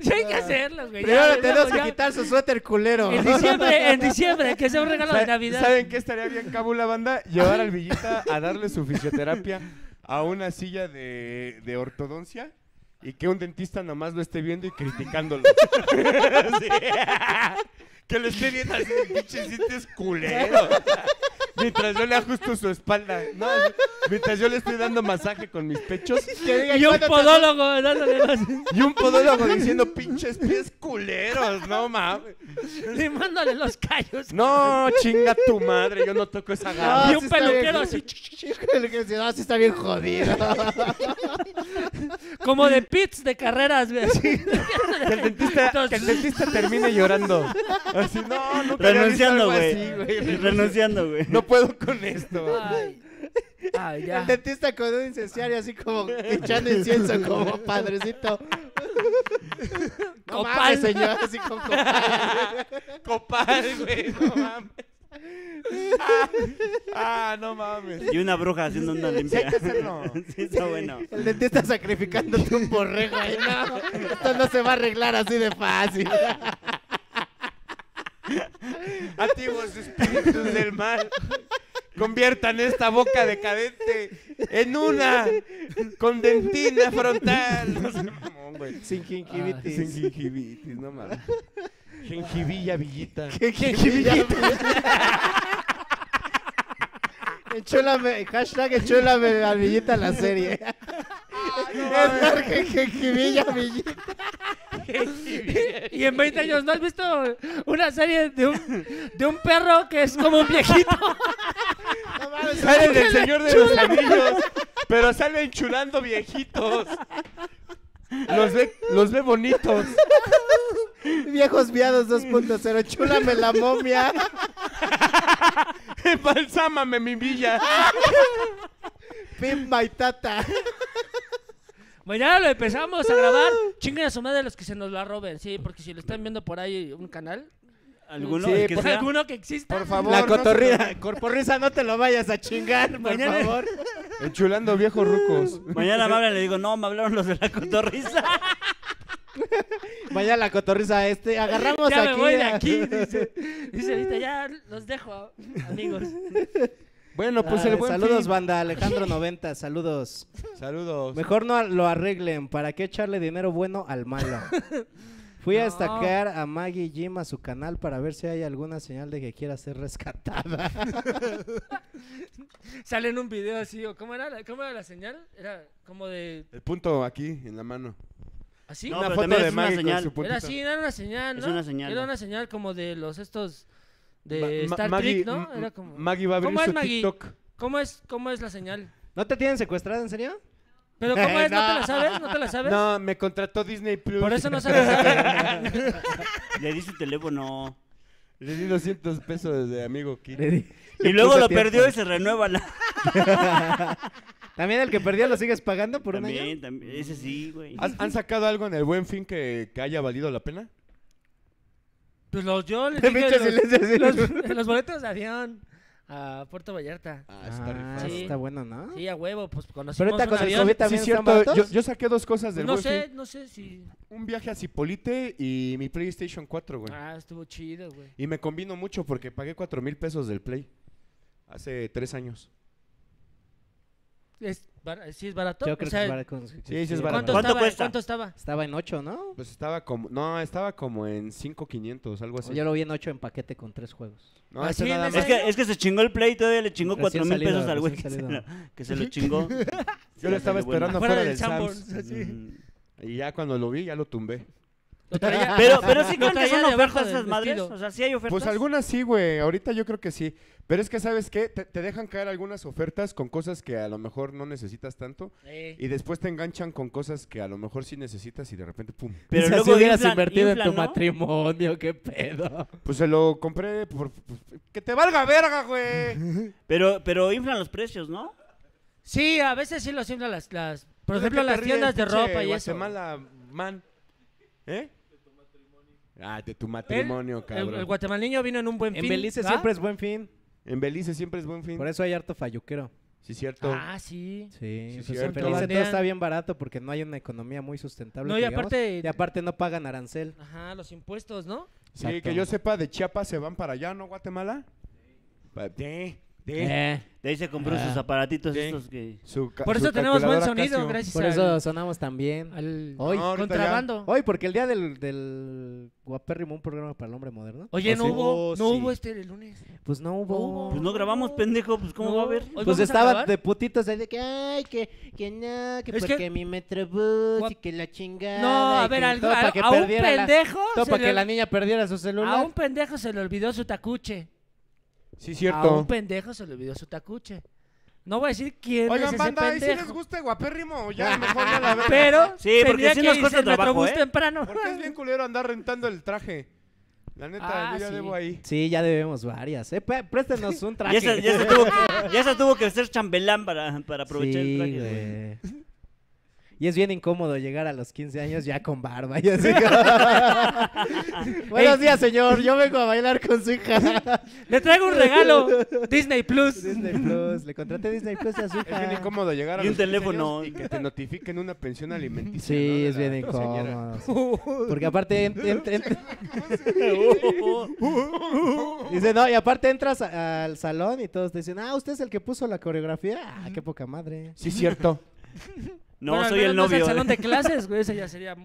Speaker 4: Sí, hay que hacerlas, güey. ya,
Speaker 3: Primero le
Speaker 4: ya,
Speaker 3: tenemos
Speaker 4: ya.
Speaker 3: que quitar su suéter culero.
Speaker 4: En diciembre, en diciembre, que sea un regalo de Navidad.
Speaker 1: ¿Saben qué estaría bien, cabula banda? Llevar al Villita a darle su fisioterapia a una silla de, de ortodoncia y que un dentista nada más lo esté viendo y criticándolo. Sí. Que lo esté viendo así de pinches dientes culeros. Mientras yo le ajusto su espalda. No, mientras yo le estoy dando masaje con mis pechos.
Speaker 3: Que diga,
Speaker 4: Y un
Speaker 3: "¿Cuándo te
Speaker 4: podólogo dándole más.
Speaker 1: Y un podólogo diciendo pinches pies culeros. No mames.
Speaker 4: limándole los callos.
Speaker 1: No, chinga tu madre. Yo no toco esa gama.
Speaker 3: Ah,
Speaker 4: y un
Speaker 3: sí está bien.
Speaker 4: peluquero así,
Speaker 3: El que dice, "No, "Ah, sí está bien jodido.
Speaker 4: como de pits de carreras, güey. así.
Speaker 1: Que el dentista, que el dentista termine llorando. Así, no, no
Speaker 2: Renunciando, güey. Renunciando, güey.
Speaker 1: No puedo con esto.
Speaker 4: Ay. Ay, ya.
Speaker 3: El dentista con un incenciario así como echando incienso como padrecito. No
Speaker 4: Copal.
Speaker 3: mames, señor, así con copal.
Speaker 1: Copal, güey, no mames. Ah, ah, no mames.
Speaker 2: Y una bruja haciendo una
Speaker 1: Sí, hay
Speaker 2: limpia.
Speaker 1: que hacerlo.
Speaker 2: Sí, está bueno.
Speaker 3: El dentista sacrificándote un borrego. Ay, no, esto no se va a arreglar así de fácil.
Speaker 4: Ah,
Speaker 1: Antiguos espíritus del mal. Conviertan esta boca decadente en una con dentina frontal. No sé, mamón, güey.
Speaker 3: Sin Ah,
Speaker 4: gingivitis.
Speaker 1: Sin gingivitis, no mames. Gengivilla villita.
Speaker 3: Enchúlame, hashtag enchúlame a Villita la serie. Edgar Jejejivilla Villita.
Speaker 4: Y en 20 años, ¿no has visto una serie de un, de un perro que es como un viejito?
Speaker 3: No mames,
Speaker 1: Salen del Señor de los Anillos, pero salen chulando viejitos. Los ve, los ve bonitos.
Speaker 3: Viejos viados 2.0, enchúlame la momia.
Speaker 1: Embalsámame mi villa.
Speaker 3: Pim my tata.
Speaker 4: Mañana lo empezamos a grabar. Chinguen a su madre los que se nos la roben, sí, porque si lo están viendo por ahí un canal,
Speaker 2: ¿Alguno?
Speaker 3: Sí,
Speaker 2: El que
Speaker 4: por
Speaker 2: sea.
Speaker 4: alguno que exista.
Speaker 1: Por favor.
Speaker 3: La
Speaker 1: no se
Speaker 3: cotorrida, corporrisa, no te lo vayas a chingar, por
Speaker 4: Mañana-
Speaker 3: favor.
Speaker 1: lo- Enchulando viejos rucos.
Speaker 2: Mañana me hablan y le digo, no, me hablaron los de la cotorriza.
Speaker 3: Mañana la cotorrisa este, agarramos
Speaker 4: ya
Speaker 3: aquí.
Speaker 4: me voy de
Speaker 3: a-
Speaker 4: aquí, dice. Dice ahorita, ya los dejo, amigos.
Speaker 1: Bueno, pues el
Speaker 3: Ay,
Speaker 1: buen
Speaker 3: saludos,
Speaker 1: fin.
Speaker 3: banda. Alejandro 90, saludos.
Speaker 1: Saludos.
Speaker 3: Pues Mejor no lo arreglen. ¿Para qué echarle dinero bueno al malo? Fui a
Speaker 4: No.
Speaker 3: estacar a Maggie Jim a su canal para ver si hay alguna señal de que quiera ser rescatada.
Speaker 4: Sale en un video así, o ¿cómo era? la- ¿Cómo era la señal? Era como de.
Speaker 1: El punto aquí, en la mano.
Speaker 4: ¿Así?
Speaker 2: No,
Speaker 1: una
Speaker 2: pero
Speaker 1: foto
Speaker 2: también
Speaker 1: de
Speaker 2: es una
Speaker 1: Maggie con
Speaker 2: señal.
Speaker 1: su puntito.
Speaker 4: Era así, era una señal,
Speaker 2: Pues, Es
Speaker 4: ¿no?
Speaker 2: una señal,
Speaker 4: Era
Speaker 2: ¿no?
Speaker 4: una señal como de los estos de
Speaker 1: Ma- ma-
Speaker 4: eh, Star
Speaker 1: Maggie-
Speaker 4: Trek, ¿no?
Speaker 1: m-
Speaker 4: Era como
Speaker 1: Maggie va a abrir
Speaker 4: ¿Cómo es
Speaker 1: su
Speaker 4: Maggie?
Speaker 1: TikTok.
Speaker 4: ¿Cómo es cómo es la señal?
Speaker 3: ¿No te tienen secuestrada, en serio?
Speaker 4: Pero cómo es, no. te la
Speaker 3: No.
Speaker 4: sabes, no te la sabes.
Speaker 1: No, me contrató Disney Plus.
Speaker 4: Por eso no sabes.
Speaker 2: Le di su teléfono.
Speaker 1: Le di 200 pesos de amigo Kit.
Speaker 2: Y luego
Speaker 3: puso
Speaker 2: lo
Speaker 3: tiempo.
Speaker 2: perdió y se renueva la.
Speaker 3: También el que perdió lo sigues pagando por Ah, un año.
Speaker 2: También, también. Ese sí, güey.
Speaker 1: ¿Han, han sacado algo en el buen fin que, que haya valido la pena?
Speaker 4: Pues los yo les
Speaker 3: Te
Speaker 4: dije
Speaker 3: pinche
Speaker 4: los,
Speaker 3: silencio, sí.
Speaker 4: los- los boletos de avión a Puerto Vallarta.
Speaker 1: Ah, está
Speaker 3: Ah,
Speaker 1: rifado.
Speaker 4: Sí.
Speaker 3: está bueno, ¿no?
Speaker 4: Sí, a huevo, pues conocimos
Speaker 3: Pero ahorita
Speaker 4: un
Speaker 3: con el
Speaker 4: avión. Pues
Speaker 3: COVID
Speaker 1: Sí,
Speaker 3: también están
Speaker 1: cierto. Yo,
Speaker 3: baratos.
Speaker 1: yo saqué dos cosas del
Speaker 4: No
Speaker 1: buen
Speaker 4: sé,
Speaker 1: fin.
Speaker 4: no sé si
Speaker 1: Un viaje a Cipolite y mi PlayStation 4, güey.
Speaker 4: Ah, estuvo chido, güey.
Speaker 1: Y me combino mucho porque pagué 4 mil pesos del Play. Hace tres años.
Speaker 4: Es bar- sí es barato.
Speaker 3: Yo
Speaker 4: O
Speaker 3: creo
Speaker 4: sea,
Speaker 3: que es barato.
Speaker 1: sí, es barato.
Speaker 4: ¿Cuánto,
Speaker 2: ¿Cuánto
Speaker 4: estaba?
Speaker 2: cuesta?
Speaker 4: ¿Cuánto estaba?
Speaker 3: Estaba en 8, ¿no?
Speaker 1: Pues estaba como... No, estaba como en 5,500, algo así.
Speaker 3: Yo lo vi en 8 en paquete con tres juegos.
Speaker 1: No,
Speaker 4: Ah,
Speaker 1: ese
Speaker 4: sí,
Speaker 1: nada
Speaker 4: en
Speaker 1: más.
Speaker 2: Es que, es que se chingó el play y todavía le chingó
Speaker 3: Recién
Speaker 2: cuatro mil
Speaker 3: salido,
Speaker 2: pesos al güey que,
Speaker 3: recién
Speaker 2: se
Speaker 3: salido.
Speaker 2: lo- que se lo chingó.
Speaker 1: Yo lo estaba esperando afuera
Speaker 4: Afuera del
Speaker 1: del Sam's.
Speaker 4: Sanborns, así.
Speaker 2: Mm.
Speaker 1: Y ya cuando lo vi, ya lo tumbé.
Speaker 4: Lo traía-
Speaker 2: Pero, pero sí
Speaker 4: lo
Speaker 2: creen que
Speaker 4: traía
Speaker 2: son
Speaker 4: debajo
Speaker 2: ofertas
Speaker 4: del
Speaker 2: esas madres.
Speaker 4: vestido.
Speaker 2: O sea, sí hay ofertas.
Speaker 1: Pues algunas sí, güey. Ahorita yo creo que sí. Pero es que, ¿sabes qué? Te, te dejan caer algunas ofertas con cosas que a lo mejor no necesitas tanto.
Speaker 4: Eh.
Speaker 1: Y después te enganchan con cosas que a lo mejor sí necesitas y de repente, pum.
Speaker 2: Pero
Speaker 3: Dice,
Speaker 2: luego
Speaker 3: si hubieras
Speaker 2: inflan-
Speaker 3: invertido
Speaker 2: inflan,
Speaker 3: en tu
Speaker 2: ¿no?
Speaker 3: matrimonio, qué pedo.
Speaker 1: Pues se lo compré por... por- ¡Que te valga verga, güey!
Speaker 2: Pero, pero inflan los precios, ¿no?
Speaker 4: Sí, a veces sí los inflan las, las por
Speaker 1: ¿De
Speaker 4: ejemplo,
Speaker 1: qué te
Speaker 4: las
Speaker 1: ríes,
Speaker 4: tiendas de
Speaker 1: pinche
Speaker 4: ropa y eso.
Speaker 1: Guatemala, man. ¿Eh? Ah, de tu
Speaker 4: Él-
Speaker 1: matrimonio,
Speaker 4: el,
Speaker 1: cabrón.
Speaker 4: ¿Eh? el guatemaleño vino en un buen
Speaker 3: En
Speaker 4: fin.
Speaker 3: Belice
Speaker 4: ¿va?
Speaker 3: siempre es buen fin.
Speaker 1: en Belice siempre es buen fin.
Speaker 3: Por eso hay harto falluquero.
Speaker 1: Sí, cierto.
Speaker 4: Ah, sí.
Speaker 3: Sí, pues
Speaker 1: cierto.
Speaker 3: en Belice todo
Speaker 4: Bandean.
Speaker 3: está bien barato porque no hay una economía muy sustentable.
Speaker 4: No, y
Speaker 3: que digamos,
Speaker 4: aparte-
Speaker 3: y aparte no pagan arancel.
Speaker 4: Ajá, los impuestos, ¿no?
Speaker 1: sí,
Speaker 3: exacto.
Speaker 1: que yo sepa, de Chiapas se van para allá, ¿no, Guatemala? Pa- De, de.
Speaker 3: Eh,
Speaker 2: De ahí se compró sus aparatitos
Speaker 1: Sí.
Speaker 2: estos que...
Speaker 1: Su ca-
Speaker 4: Por
Speaker 1: su
Speaker 4: eso tenemos buen
Speaker 1: calculadora
Speaker 4: sonido,
Speaker 1: Casio.
Speaker 4: gracias
Speaker 3: por
Speaker 4: al-
Speaker 3: eso sonamos tan bien.
Speaker 4: al
Speaker 3: Hoy.
Speaker 1: No, ahorita
Speaker 4: contrabando.
Speaker 3: Hoy, porque el día del, del guapérrimo, un programa para el hombre moderno.
Speaker 4: Oye,
Speaker 1: ¿Ah,
Speaker 4: no
Speaker 1: sí?
Speaker 4: hubo,
Speaker 1: Oh,
Speaker 4: no
Speaker 1: sí.
Speaker 4: hubo este el lunes.
Speaker 3: Pues no hubo.
Speaker 4: hubo.
Speaker 2: Pues no grabamos, pendejo, pues ¿cómo
Speaker 4: No.
Speaker 2: va a haber?
Speaker 4: Hoy
Speaker 3: Pues
Speaker 4: vamos a
Speaker 3: estaba
Speaker 4: grabar.
Speaker 3: de putitos ahí de que, ay, que, que no, que
Speaker 4: Es
Speaker 3: porque
Speaker 4: que-
Speaker 3: mi metrobús
Speaker 4: Guap-
Speaker 3: y que la chingada.
Speaker 4: No, a
Speaker 3: y
Speaker 4: ver,
Speaker 3: Ah, que
Speaker 4: al-
Speaker 3: todo para
Speaker 4: a,
Speaker 3: que
Speaker 4: a un
Speaker 3: perdiera la-
Speaker 4: pendejo.
Speaker 3: todo
Speaker 4: se
Speaker 3: para
Speaker 4: le-
Speaker 3: que la niña perdiera su
Speaker 4: a
Speaker 3: celular.
Speaker 4: un pendejo se le olvidó su tacuche.
Speaker 1: Sí,
Speaker 4: A un
Speaker 1: cierto.
Speaker 4: pendejo se le olvidó su tacuche. No voy a decir quién es
Speaker 1: Oigan,
Speaker 4: ese
Speaker 1: banda, ¿y si
Speaker 4: pendejo.
Speaker 1: les gusta el guapérrimo? Ya, mejor no Pues la vean.
Speaker 4: Pero
Speaker 2: Sí, porque
Speaker 4: tenía
Speaker 2: sí
Speaker 4: que
Speaker 2: nos
Speaker 4: irse
Speaker 2: cuesta
Speaker 4: el
Speaker 2: trabajo,
Speaker 4: Metrobús
Speaker 2: ¿eh?
Speaker 4: temprano.
Speaker 1: Porque es bien culero andar rentando el traje. La neta,
Speaker 4: Ah,
Speaker 1: yo ya
Speaker 4: sí.
Speaker 1: debo ahí.
Speaker 3: Sí, ya debemos varias. Eh, Pe- préstenos un traje.
Speaker 2: Ya se, ya se tuvo que, ya se tuvo que hacer chambelán para, para aprovechar
Speaker 3: Sí,
Speaker 2: el traje, güey.
Speaker 3: güey. Y es bien incómodo llegar a los 15 años ya con barba. y así como- Buenos días, señor. Yo vengo a bailar con su hija.
Speaker 4: Le traigo un regalo. Disney Plus.
Speaker 3: Disney Plus. Le contraté Disney Plus a su
Speaker 1: Es bien
Speaker 3: hija.
Speaker 1: incómodo llegar a
Speaker 2: Y un
Speaker 1: los 15
Speaker 2: teléfono.
Speaker 1: años y que te notifiquen una pensión alimenticia. ¿no?
Speaker 3: Sí,
Speaker 1: De
Speaker 3: es
Speaker 1: la
Speaker 3: bien
Speaker 1: quinceañera.
Speaker 3: incómodo. sí. Porque aparte en- en- en- dice, no, y aparte entras a- al salón y todos te dicen, "Ah, usted es el que puso la coreografía." Ah, qué poca madre.
Speaker 1: Sí, cierto.
Speaker 2: No,
Speaker 4: Bueno, al
Speaker 2: soy el
Speaker 4: menos no es
Speaker 2: novio. ¿eh?
Speaker 4: el salón de clases, güey. Ese ya sería.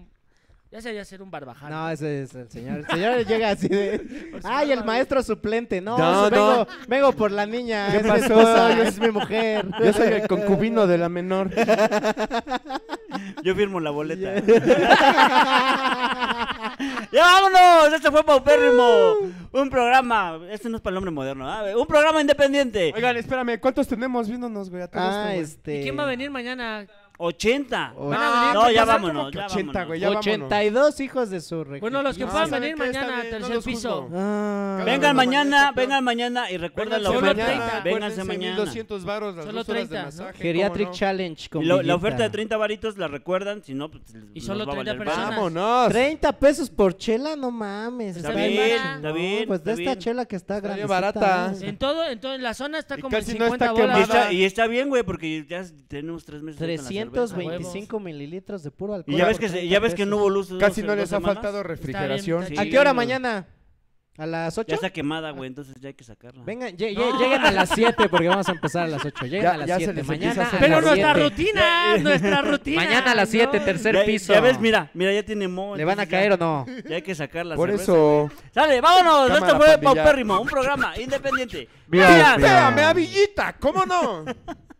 Speaker 4: Ya sería ser un barbaján.
Speaker 3: No, ese es el señor. El señor llega así de.
Speaker 4: Pues
Speaker 3: ¡Ay, el maestro suplente! No,
Speaker 1: No,
Speaker 3: vengo,
Speaker 1: no.
Speaker 3: vengo por la niña.
Speaker 1: ¿Qué
Speaker 3: es
Speaker 1: pasó?
Speaker 3: Mi esposa,
Speaker 1: Yo-
Speaker 3: es mi mujer.
Speaker 1: Yo soy el concubino de la menor.
Speaker 2: Yo firmo la boleta. ¡Ya vámonos! Este fue Paupérrimo. Un programa. Este no es para el hombre moderno. ¿ah? Un programa independiente.
Speaker 1: Oigan, espérame, ¿cuántos tenemos viéndonos, güey? A todo esto,
Speaker 3: Ah,
Speaker 1: güey?
Speaker 3: este.
Speaker 4: ¿Y quién va a venir mañana?
Speaker 2: 80.
Speaker 1: Oh,
Speaker 3: O-
Speaker 4: Van a venir
Speaker 2: No,
Speaker 4: para
Speaker 2: ya
Speaker 4: pasar
Speaker 2: vámonos. Ya
Speaker 1: 80,
Speaker 2: vámonos.
Speaker 1: güey, ya vámonos.
Speaker 3: 82 hijos de su regla.
Speaker 4: Bueno, los que
Speaker 1: No,
Speaker 4: puedan
Speaker 1: ¿saben
Speaker 4: venir
Speaker 1: qué? Está
Speaker 4: mañana,
Speaker 1: bien, no
Speaker 4: tercer
Speaker 1: los
Speaker 4: piso.
Speaker 1: juzgo.
Speaker 3: Ah.
Speaker 2: Vengan mañana,
Speaker 1: Mañana,
Speaker 2: vengan mañana y recuerden la
Speaker 1: Vénganse
Speaker 4: solo
Speaker 2: oferta.
Speaker 4: 30.
Speaker 2: Vénganse mañana.
Speaker 1: 1200 varos las
Speaker 4: Solo
Speaker 1: dos horas
Speaker 4: 30,
Speaker 1: de
Speaker 4: ¿no?
Speaker 1: masaje. ¿cómo
Speaker 3: Geriatric
Speaker 1: no?
Speaker 3: Challenge con
Speaker 2: Y lo- la
Speaker 3: Villita.
Speaker 2: oferta de 30 varitos la recuerdan, si no, pues,
Speaker 4: Y
Speaker 2: nos
Speaker 4: solo
Speaker 2: va a
Speaker 4: 30
Speaker 2: valer
Speaker 4: personas.
Speaker 2: verga.
Speaker 1: Vámonos.
Speaker 3: 30 pesos por chela, no mames.
Speaker 2: Está
Speaker 3: está
Speaker 4: bien,
Speaker 3: bien,
Speaker 4: está
Speaker 3: no,
Speaker 2: bien,
Speaker 3: Pues de
Speaker 2: está
Speaker 3: esta
Speaker 2: bien.
Speaker 3: chela que está
Speaker 1: Está
Speaker 3: grande.
Speaker 1: bien barata.
Speaker 4: En todo, en todo, en la zona está
Speaker 1: Y
Speaker 4: como en
Speaker 1: casi no está
Speaker 4: 50 bolas.
Speaker 2: Y
Speaker 1: quemada.
Speaker 2: está, y está bien, güey, porque ya tenemos tres meses. con la cerveza, güey.
Speaker 3: 325 mililitros de puro alcohol.
Speaker 2: Y ya ves
Speaker 3: por
Speaker 2: que, se-
Speaker 3: 30
Speaker 2: ya ves que
Speaker 3: pesos.
Speaker 2: no hubo luz. dos-
Speaker 1: Casi no
Speaker 2: dos
Speaker 1: les ha
Speaker 2: semanas.
Speaker 1: faltado refrigeración.
Speaker 4: está
Speaker 3: ¿A
Speaker 4: Sí,
Speaker 3: qué hora
Speaker 4: no.
Speaker 3: mañana? ¿A las 8?
Speaker 2: Ya está quemada, güey, entonces ya hay que sacarla.
Speaker 3: Vengan, lle- lle- lleguen a las 7 porque vamos a empezar a las 8. Lleguen
Speaker 1: Ya-
Speaker 3: a las
Speaker 1: ya se
Speaker 3: 7
Speaker 1: les empieza a
Speaker 3: mañana.
Speaker 1: hacer
Speaker 3: a
Speaker 4: Pero
Speaker 3: las
Speaker 4: nuestra
Speaker 3: 7.
Speaker 4: rutina, nuestra rutina.
Speaker 3: Mañana a las 7,
Speaker 4: ¿no?
Speaker 3: tercer
Speaker 2: ya,
Speaker 3: piso.
Speaker 2: Ya ves, mira, mira, ya tiene mo.
Speaker 3: ¿Le van a
Speaker 2: entonces
Speaker 3: caer
Speaker 2: ya-
Speaker 3: o no?
Speaker 2: Ya hay que sacarla.
Speaker 1: Por eso.
Speaker 2: Sale, vámonos.
Speaker 1: Cámara,
Speaker 2: Esto fue
Speaker 1: pandilla.
Speaker 2: Paupérrimo, un programa independiente.
Speaker 1: Véame
Speaker 2: Gracias.
Speaker 1: a Villita, ¿cómo no?